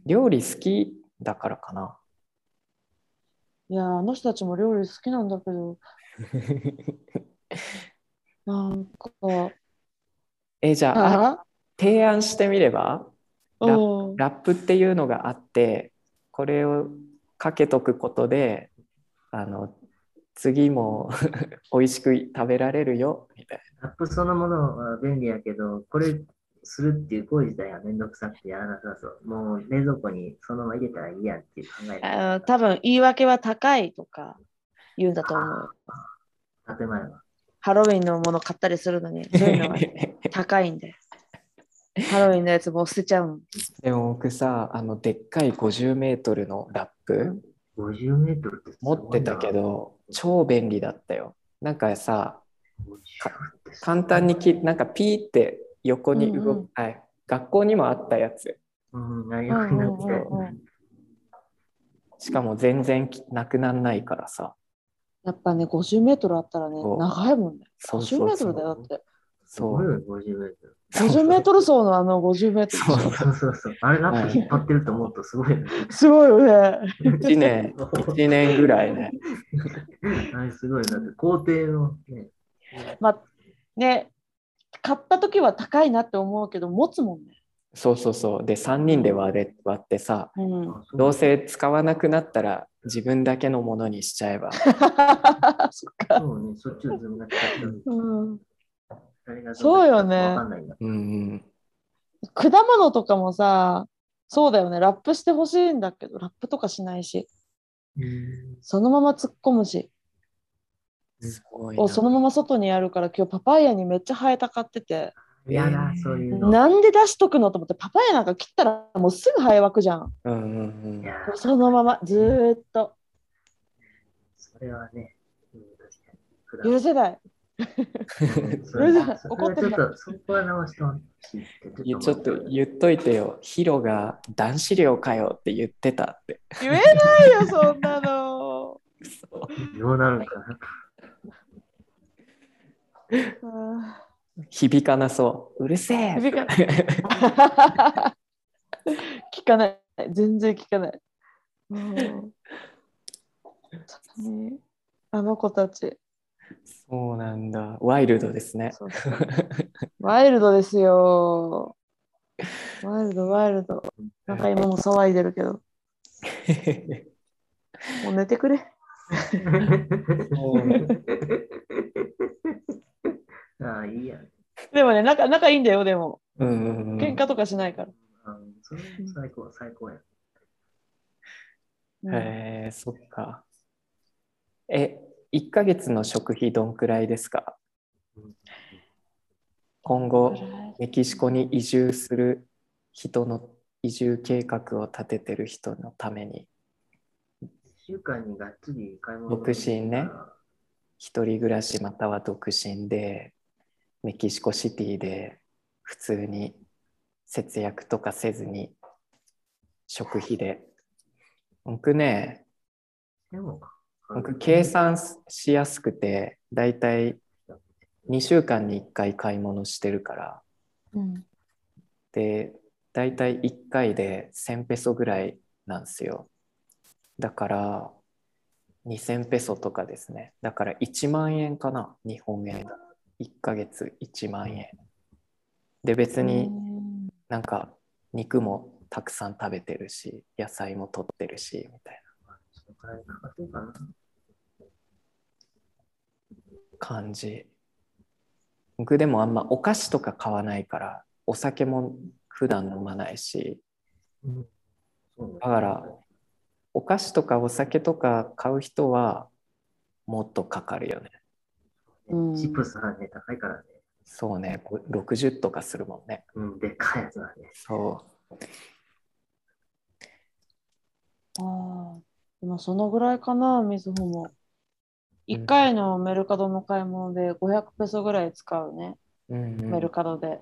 Speaker 1: 料理好きだからかな。
Speaker 4: いやあの人たちも料理好きなんだけどなんか
Speaker 1: え、じゃあ、あ
Speaker 4: あ
Speaker 1: 提案してみればラッ
Speaker 4: うん
Speaker 1: ラップっていうのがあってこれをかけとくことであの次も 美味しく食べられるよみたい
Speaker 3: ラップそのものは便利やけど、これするっていう行為自体がめんどくさくてやらなさそう。もう冷蔵庫にそのまま入れたらいいやんっていう考えだ。
Speaker 4: あ多分言い訳は高いとか言うんだと思う
Speaker 3: 建前は。
Speaker 4: ハロウィンのもの買ったりするの にそういうのが
Speaker 1: な。
Speaker 4: 高いんでハロウィンのやつもう捨てちゃうもん
Speaker 1: でも僕さあのでっかい50メートルのラップ
Speaker 3: 50メートルってすご
Speaker 1: 持
Speaker 3: いな
Speaker 1: ってたけ。ど超便利だったよ。なんかさ
Speaker 3: 50ってすごい
Speaker 1: 簡単にきなんかピーって横に動く、
Speaker 4: うんうん
Speaker 1: あ学校にもあったやつ。
Speaker 3: うん、何役になってたよ
Speaker 4: うんうんうんうん
Speaker 1: しかも全然きなくなんないからさ。
Speaker 4: やっぱね50メートルあったらね
Speaker 1: そう
Speaker 4: 長いもんね
Speaker 1: そう
Speaker 4: 50
Speaker 1: そ
Speaker 4: メ
Speaker 1: う
Speaker 4: ー
Speaker 1: そ
Speaker 4: ト
Speaker 1: う
Speaker 4: ルだよだって
Speaker 3: す
Speaker 1: そ。
Speaker 3: ごいうよね、50メートル。
Speaker 4: 50メートル走のあの50メート
Speaker 1: そう
Speaker 4: ル
Speaker 3: そうそうそう。あれ、ラップ引っ張ってると思うとすごいよ ね。
Speaker 4: すごいよね
Speaker 1: 1年、1年ぐらいね。
Speaker 3: あれすごい。だって工程のね、
Speaker 4: まあね買った時は高いなって思うけど持つもんね、
Speaker 1: そうそうそう。で、3人で割れ割ってさ、
Speaker 4: うん、
Speaker 3: あそ
Speaker 1: どうせ使わなくなったら自分だけのものにしちゃえ ば。
Speaker 4: そっか、
Speaker 3: そうね、そっちをずんが使ってる。
Speaker 4: うん、
Speaker 3: 誰がど
Speaker 4: そうよね
Speaker 3: わかんないんだ
Speaker 1: うんうん。
Speaker 4: 果物とかもさそうだよねラップしてほしいんだけどラップとかしないしそのまま突っ込むし
Speaker 1: すごいな
Speaker 4: おそのまま外にあるから今日パパイヤにめっちゃ生えたかってて
Speaker 3: 嫌だ、そういうの。
Speaker 4: なんで出しとくのと思ってパパイヤなんか切ったらもうすぐ生えわくじゃん
Speaker 1: うんうんうん
Speaker 3: いや
Speaker 4: そのままずーっと
Speaker 3: それはね、うん、確かに。普段
Speaker 4: 許せない。
Speaker 3: それそれはちょっと、そこは直してほしいって
Speaker 1: いやちょっと
Speaker 3: 言
Speaker 1: 言っといてよ、ヒロが男子寮かよって言ってたって。
Speaker 4: 言えないよ、そんなの。
Speaker 3: どうなるのか な。
Speaker 4: あ
Speaker 1: 響かなそう。うるせえ
Speaker 4: ー響かない
Speaker 1: い。
Speaker 4: 聞かない。全然聞かない。 うんねあの子たち。
Speaker 1: そうなんだ。ワイルドですね。
Speaker 4: そ うそうワイルドですよ。ワイルド、ワイルド。なんか今も騒いでるけど、もう寝てくれ。
Speaker 3: ああ、いいや。
Speaker 4: でもね、仲仲いいんだよ、でも。
Speaker 1: うんうんうん
Speaker 4: 喧嘩とかしないから。
Speaker 3: あそれも最高、最高や。
Speaker 4: うん
Speaker 1: へえ、そっか。え、1ヶ月の食費どんくらいですか今後、メキシコに移住する人の移住計画を立ててる人のために、
Speaker 3: 一週間にがっつり買い物。
Speaker 1: 独身ね。一人暮らしまたは独身で、メキシコシティで普通に節約とかせずに、食費で。僕ね、
Speaker 3: でも、
Speaker 1: 僕計算しやすくてだいたい2週間に1回買い物してるから
Speaker 4: うん
Speaker 1: でだいたい1回で1000ペソぐらいなんですよだから2000ペソとかですねだから1万円かな日本円1ヶ月1万円で別になんか肉もたくさん食べてるし野菜も取ってるしみたい
Speaker 3: お金かかってるかな。
Speaker 1: な感じ僕でもあんまお菓子とか買わないからお酒も普段飲まないし
Speaker 3: うんそうね
Speaker 1: だからお菓子とかお酒とか買う人はもっとかかるよね
Speaker 4: うん
Speaker 3: チップスはね、高いからね。
Speaker 1: そうねこ60とかするもんね
Speaker 3: うん、でかいやつはね。
Speaker 1: そ
Speaker 4: ああ、今そのぐらいかな、みずほも。1回のメルカドの買い物で500ペソぐらい使うね、
Speaker 1: う、うんうん
Speaker 4: メルカドで。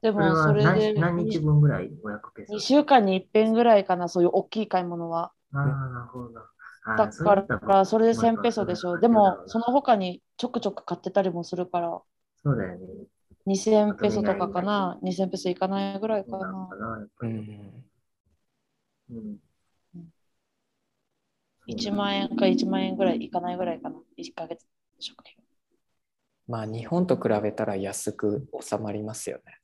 Speaker 4: で
Speaker 3: これ
Speaker 4: も
Speaker 3: は
Speaker 4: それで
Speaker 3: 何何日分ぐらい ?500 ペ
Speaker 4: 2
Speaker 3: ソ。
Speaker 4: 週間に一遍ぐらいかな、そういう大きい買い物は。
Speaker 3: ああ、なるほど。あ
Speaker 4: だ
Speaker 3: ーそれだった
Speaker 4: から、それで
Speaker 3: まあ
Speaker 4: 1000ペソでし
Speaker 3: ま
Speaker 4: ょ。
Speaker 3: あ
Speaker 4: でも、
Speaker 3: そ
Speaker 4: そうの
Speaker 3: だ
Speaker 4: 他にちょくちょく買ってたりもするから、
Speaker 3: そうだよね。
Speaker 4: 2000ペソとかかな、2000ペソいかないぐらいか
Speaker 3: そうなの
Speaker 4: な
Speaker 3: か。な、やっ
Speaker 1: う
Speaker 3: ぱり。
Speaker 1: ん、
Speaker 3: うん
Speaker 4: 1万円か1万円ぐらいいかないぐらいかな、1ヶ月食費。
Speaker 1: まあ日本と比べたら安く収まりますよね、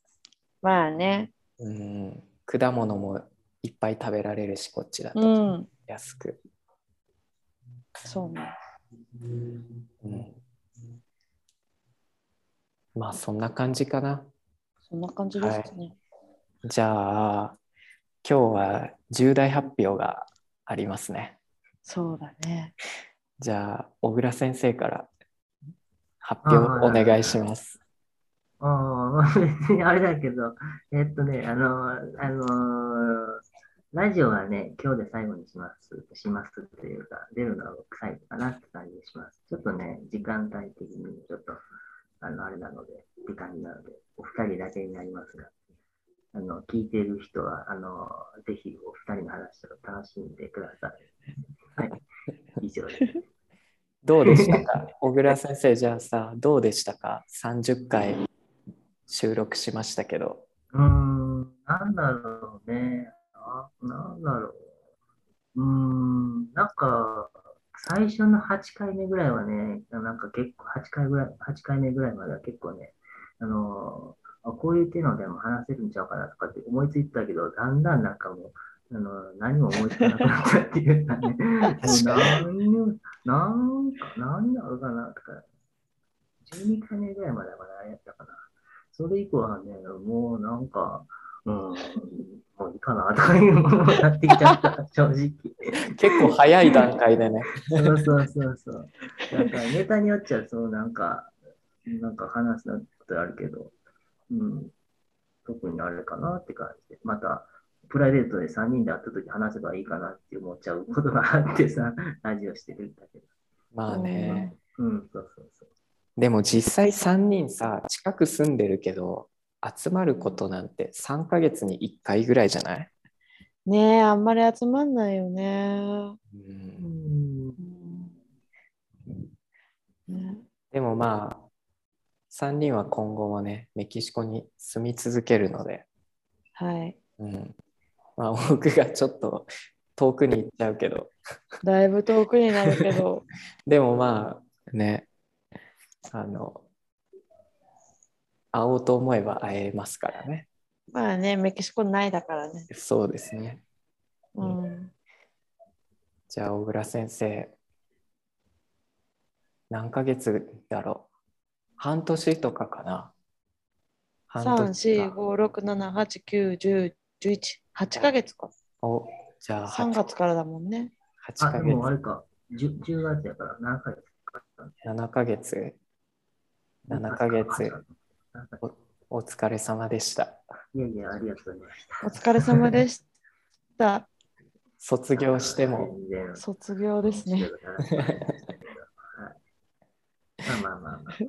Speaker 4: まあね、
Speaker 1: うん、果物もいっぱい食べられるしこっちだ
Speaker 4: う
Speaker 1: と
Speaker 4: ん、
Speaker 1: 安く、
Speaker 4: そうね。
Speaker 1: うん、まあそんな感じかな
Speaker 4: そんな感じですね。
Speaker 1: じゃあ今日は重大発表がありますね。
Speaker 4: そうだね。
Speaker 1: じゃあ小倉先生から発表をお願いします。
Speaker 3: ああ、別に あれだけど、えっとね、あの、あのラジオはね、今日で最後にします、しますっていうか、出るのは最後かなって感じにします。ちょっとね、時間帯的にちょっと、あの、あれなので、時間なので、お二人だけになりますが、あの、聞いてる人は、あの、ぜひお二人の話を楽しんでください。はい、以上です。
Speaker 1: どうでしたか小倉先生じゃあさどうでしたか30回収録しましたけど
Speaker 3: うーん、なんだろうね。あ、なんだろう。うーん、なんか、最初の8回目ぐらいはね、なんか結構、8回ぐらい、8回目ぐらいまでは結構ね、あのーあこういう手のでも話せるんちゃうかなとかって思いついてたけど、だんだんなんかもう、あのー何も思いつかなくなったっていうかね、
Speaker 1: 確か
Speaker 3: もう 何も、なんか、何だろうかなとか、12回目ぐらいまではまだあれやったかな。それ以降はね、もうなんか、うん、もういいかなとかいうものになってきちゃった、正直。
Speaker 1: 結構早い段階でね
Speaker 3: そうそうそうそう。なんかネタによっちゃそうなんか、なんか話すことあるけど、うん、特にあれかなって感じで、また、プライベートで3人で会った時話せばいいかなって思っちゃうことがあってさ、ラジオしてるんだけど。
Speaker 1: まあね、
Speaker 3: うん、そうそうそう。
Speaker 1: でも実際3人さ近く住んでるけど集まることなんて3ヶ月に1回ぐらいじゃない、
Speaker 4: ねえ、あんまり集まんないよね。
Speaker 1: う、
Speaker 3: うんん、
Speaker 4: ね
Speaker 1: でもまあ3人は今後もねメキシコに住み続けるので、
Speaker 4: はい。
Speaker 1: うんまあ、 僕がちょっと遠くに行っちゃうけど
Speaker 4: だいぶ遠くになるけど、
Speaker 1: でもまあねあの会おうと思えば会えますからね
Speaker 4: まあね、メキシコないだからね。
Speaker 1: そうですね
Speaker 4: うん。
Speaker 1: じゃあ小倉先生何ヶ月だろう半年とかかな半
Speaker 4: 3、
Speaker 1: 年
Speaker 4: 4、
Speaker 1: か
Speaker 4: 5、6、7、8、9、10、11、8ヶ月か。
Speaker 1: おじゃあ
Speaker 4: 3
Speaker 1: 8
Speaker 4: 月からだもんね。
Speaker 1: 八
Speaker 3: あ、
Speaker 1: ヶ
Speaker 3: で
Speaker 1: 月
Speaker 3: もあれか、10, 10月やから7ヶ月か。
Speaker 1: 7ヶ月7ヶ月お疲れ様でした
Speaker 3: いやいや、ありがとうございました。
Speaker 4: お疲れ様でした。
Speaker 1: 卒業しても
Speaker 3: 全然
Speaker 4: 卒業ですね。
Speaker 3: はいまあまあまあまあ。い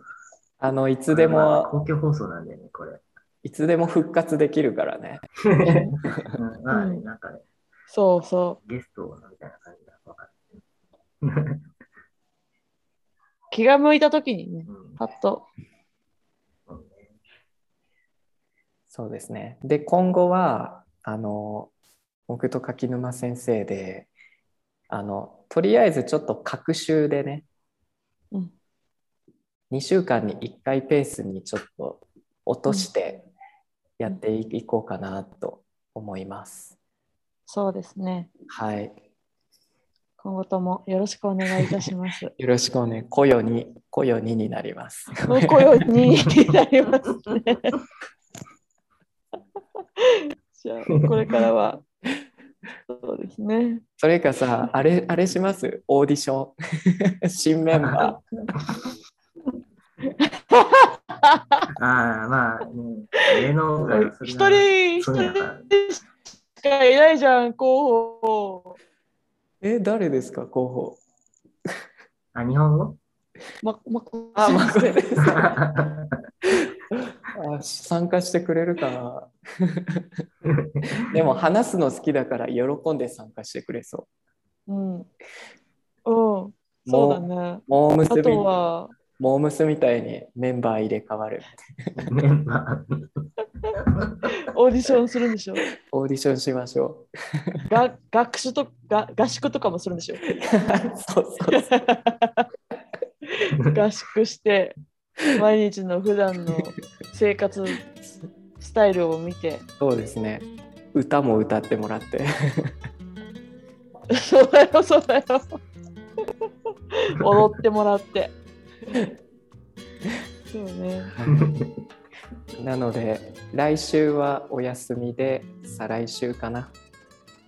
Speaker 1: あのいつでも
Speaker 3: 公共放送なんだよね、こ れ。
Speaker 1: いつでも復活できるからね
Speaker 3: うん、まあね、なんかね、
Speaker 4: そうそ
Speaker 3: ゲストみたいな感じが分か
Speaker 4: う。
Speaker 3: る。
Speaker 4: 気が向いた時にね、
Speaker 3: うん
Speaker 4: パッと。
Speaker 3: そうね
Speaker 1: そうですね。で、今後は、あの、僕と柿沼先生で、あの、とりあえずちょっと隔週でね、
Speaker 4: うん
Speaker 1: 2週間に1回ペースにちょっと落としてやっていこうかなと思います。
Speaker 4: そうですね。
Speaker 1: はい。
Speaker 4: 今後ともよろしくお願いいたします。
Speaker 1: よろしくお願い。こよに、こよにになり ます。
Speaker 4: もうよになりますね。 じゃあ、これからは、そうですね。
Speaker 1: それかさ、あれ、あれしますオーディション。 新メンバー。
Speaker 3: ああ、まあ、ね、芸能界はそれ
Speaker 4: 一
Speaker 3: は
Speaker 4: 人、一
Speaker 3: そうや
Speaker 4: 人
Speaker 3: な
Speaker 4: しかいないじゃん、候補。
Speaker 1: え、誰ですか候補。
Speaker 3: あ、日本語
Speaker 4: ま、まこ
Speaker 1: あ、まあ、こ
Speaker 4: 先
Speaker 1: れ
Speaker 4: 生
Speaker 1: です。 あ参加してくれるか なでも話すの好きだから喜んで参加してくれそ
Speaker 4: うん。うん。
Speaker 1: う。
Speaker 4: そうだ
Speaker 1: も
Speaker 4: ね。
Speaker 1: うもう
Speaker 4: あ
Speaker 1: 結び
Speaker 4: とは、
Speaker 1: もう娘みたいにメンバー入れ替わる。
Speaker 3: メンバー。
Speaker 4: オーディションするんでしょ。
Speaker 1: オーディションしましょう。
Speaker 4: が学習とが合宿とかもするんでしょ。
Speaker 1: そうそうそ
Speaker 4: 合宿して毎日の普段の生活スタイルを見て
Speaker 1: うそうですね。歌も歌ってもらって。
Speaker 4: そうだよそうだよ踊ってもらってそうね
Speaker 1: なので来週はお休みで再来週かな。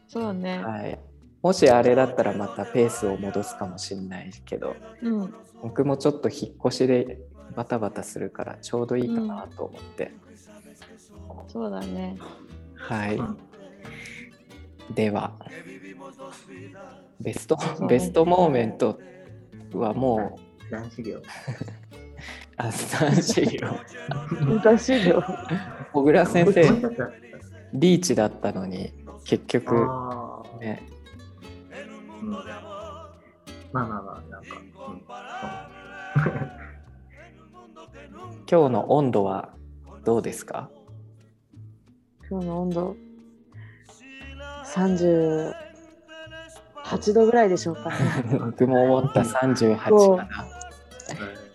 Speaker 4: そうね、
Speaker 1: はい。もしあれだったらまたペースを戻すかもしれないけど。
Speaker 4: うん
Speaker 1: 僕もちょっと引っ越しでバタバタするからちょうどいいかなと思って、
Speaker 4: そうだね
Speaker 1: はい
Speaker 3: うん
Speaker 1: ではベスト
Speaker 4: そうね
Speaker 1: ベストモーメントはもう
Speaker 3: 男子寮。
Speaker 1: あ難しい よ
Speaker 4: 難しいよ
Speaker 1: 小倉先
Speaker 3: これ
Speaker 1: 生
Speaker 3: だったら
Speaker 1: リーチだったのに結局
Speaker 3: ああ、
Speaker 1: ね
Speaker 3: うん。まあまあまあ、なんか。うん
Speaker 1: 今日の温度はどうです か
Speaker 4: 今日の温度38度ぐらいでしょ うか、ね、
Speaker 1: 僕も思った38
Speaker 4: そう
Speaker 1: かな
Speaker 3: うん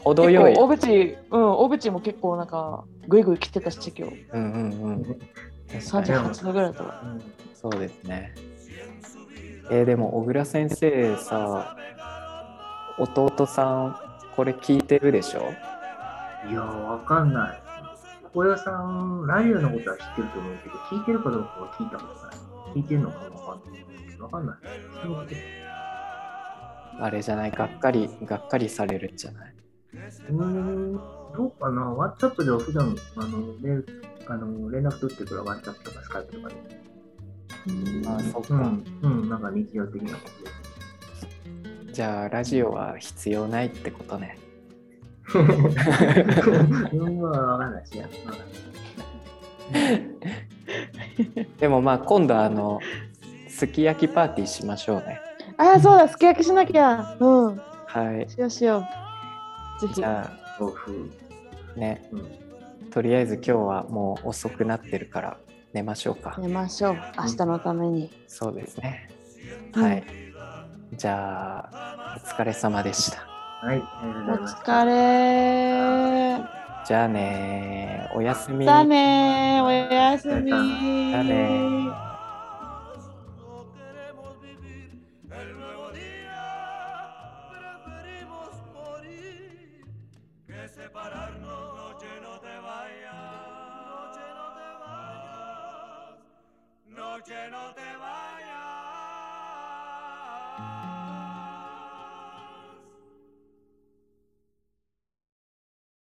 Speaker 1: 程よい
Speaker 4: 結構小口うん小口も結構なんかグイグイ来てたし今日
Speaker 1: うんうんうん確かに
Speaker 4: 38度ぐらいだと
Speaker 3: うん
Speaker 1: そうですね。えーでも小倉先生さ弟さんこれ聞いてるでしょ
Speaker 3: いやー、わかんない。小屋さん、ラジオのことは知ってると思うけど、聞いてるかどうかは聞いたことない。聞いてんのかもわかんない。わかんない。そうで
Speaker 1: あれじゃないがっかりがっかりされるんじゃないう
Speaker 3: ーん、どうかな。ワッツアップでは普段、あの、であの連絡取ってくるワッツアップとかスカイプとかで。
Speaker 1: あそっか、
Speaker 3: うん、うん、なんか日常的なことで。
Speaker 1: じゃあラジオは必要ないってことね。
Speaker 3: うん、まあ、わかんないしね。わかんない
Speaker 1: でもまあ今度あのすき焼きパーティーしましょうね。
Speaker 2: ああ、そうだ、すき焼きしなきゃ。うん。
Speaker 1: はい。
Speaker 2: しようしよう。ぜひ。
Speaker 1: じ
Speaker 2: は
Speaker 1: ゃ
Speaker 3: 豆腐。
Speaker 1: あね
Speaker 3: うん。
Speaker 1: とりあえず今日はもう遅くなってるから寝ましょうか。
Speaker 4: 寝ましょう。明日のために。
Speaker 1: そうですね。はい。じゃあお疲れ様でした。
Speaker 3: はい、ありがと
Speaker 4: お
Speaker 3: うございます。
Speaker 4: 疲れー。
Speaker 1: じゃあねおやすみ。
Speaker 4: だねー。おやすみ
Speaker 1: だね
Speaker 4: ー。
Speaker 6: No queremos vivir el nuevo día, preferimos morir que separarnos. Noche no te vayas, noche no te vayas, noche no te vayas.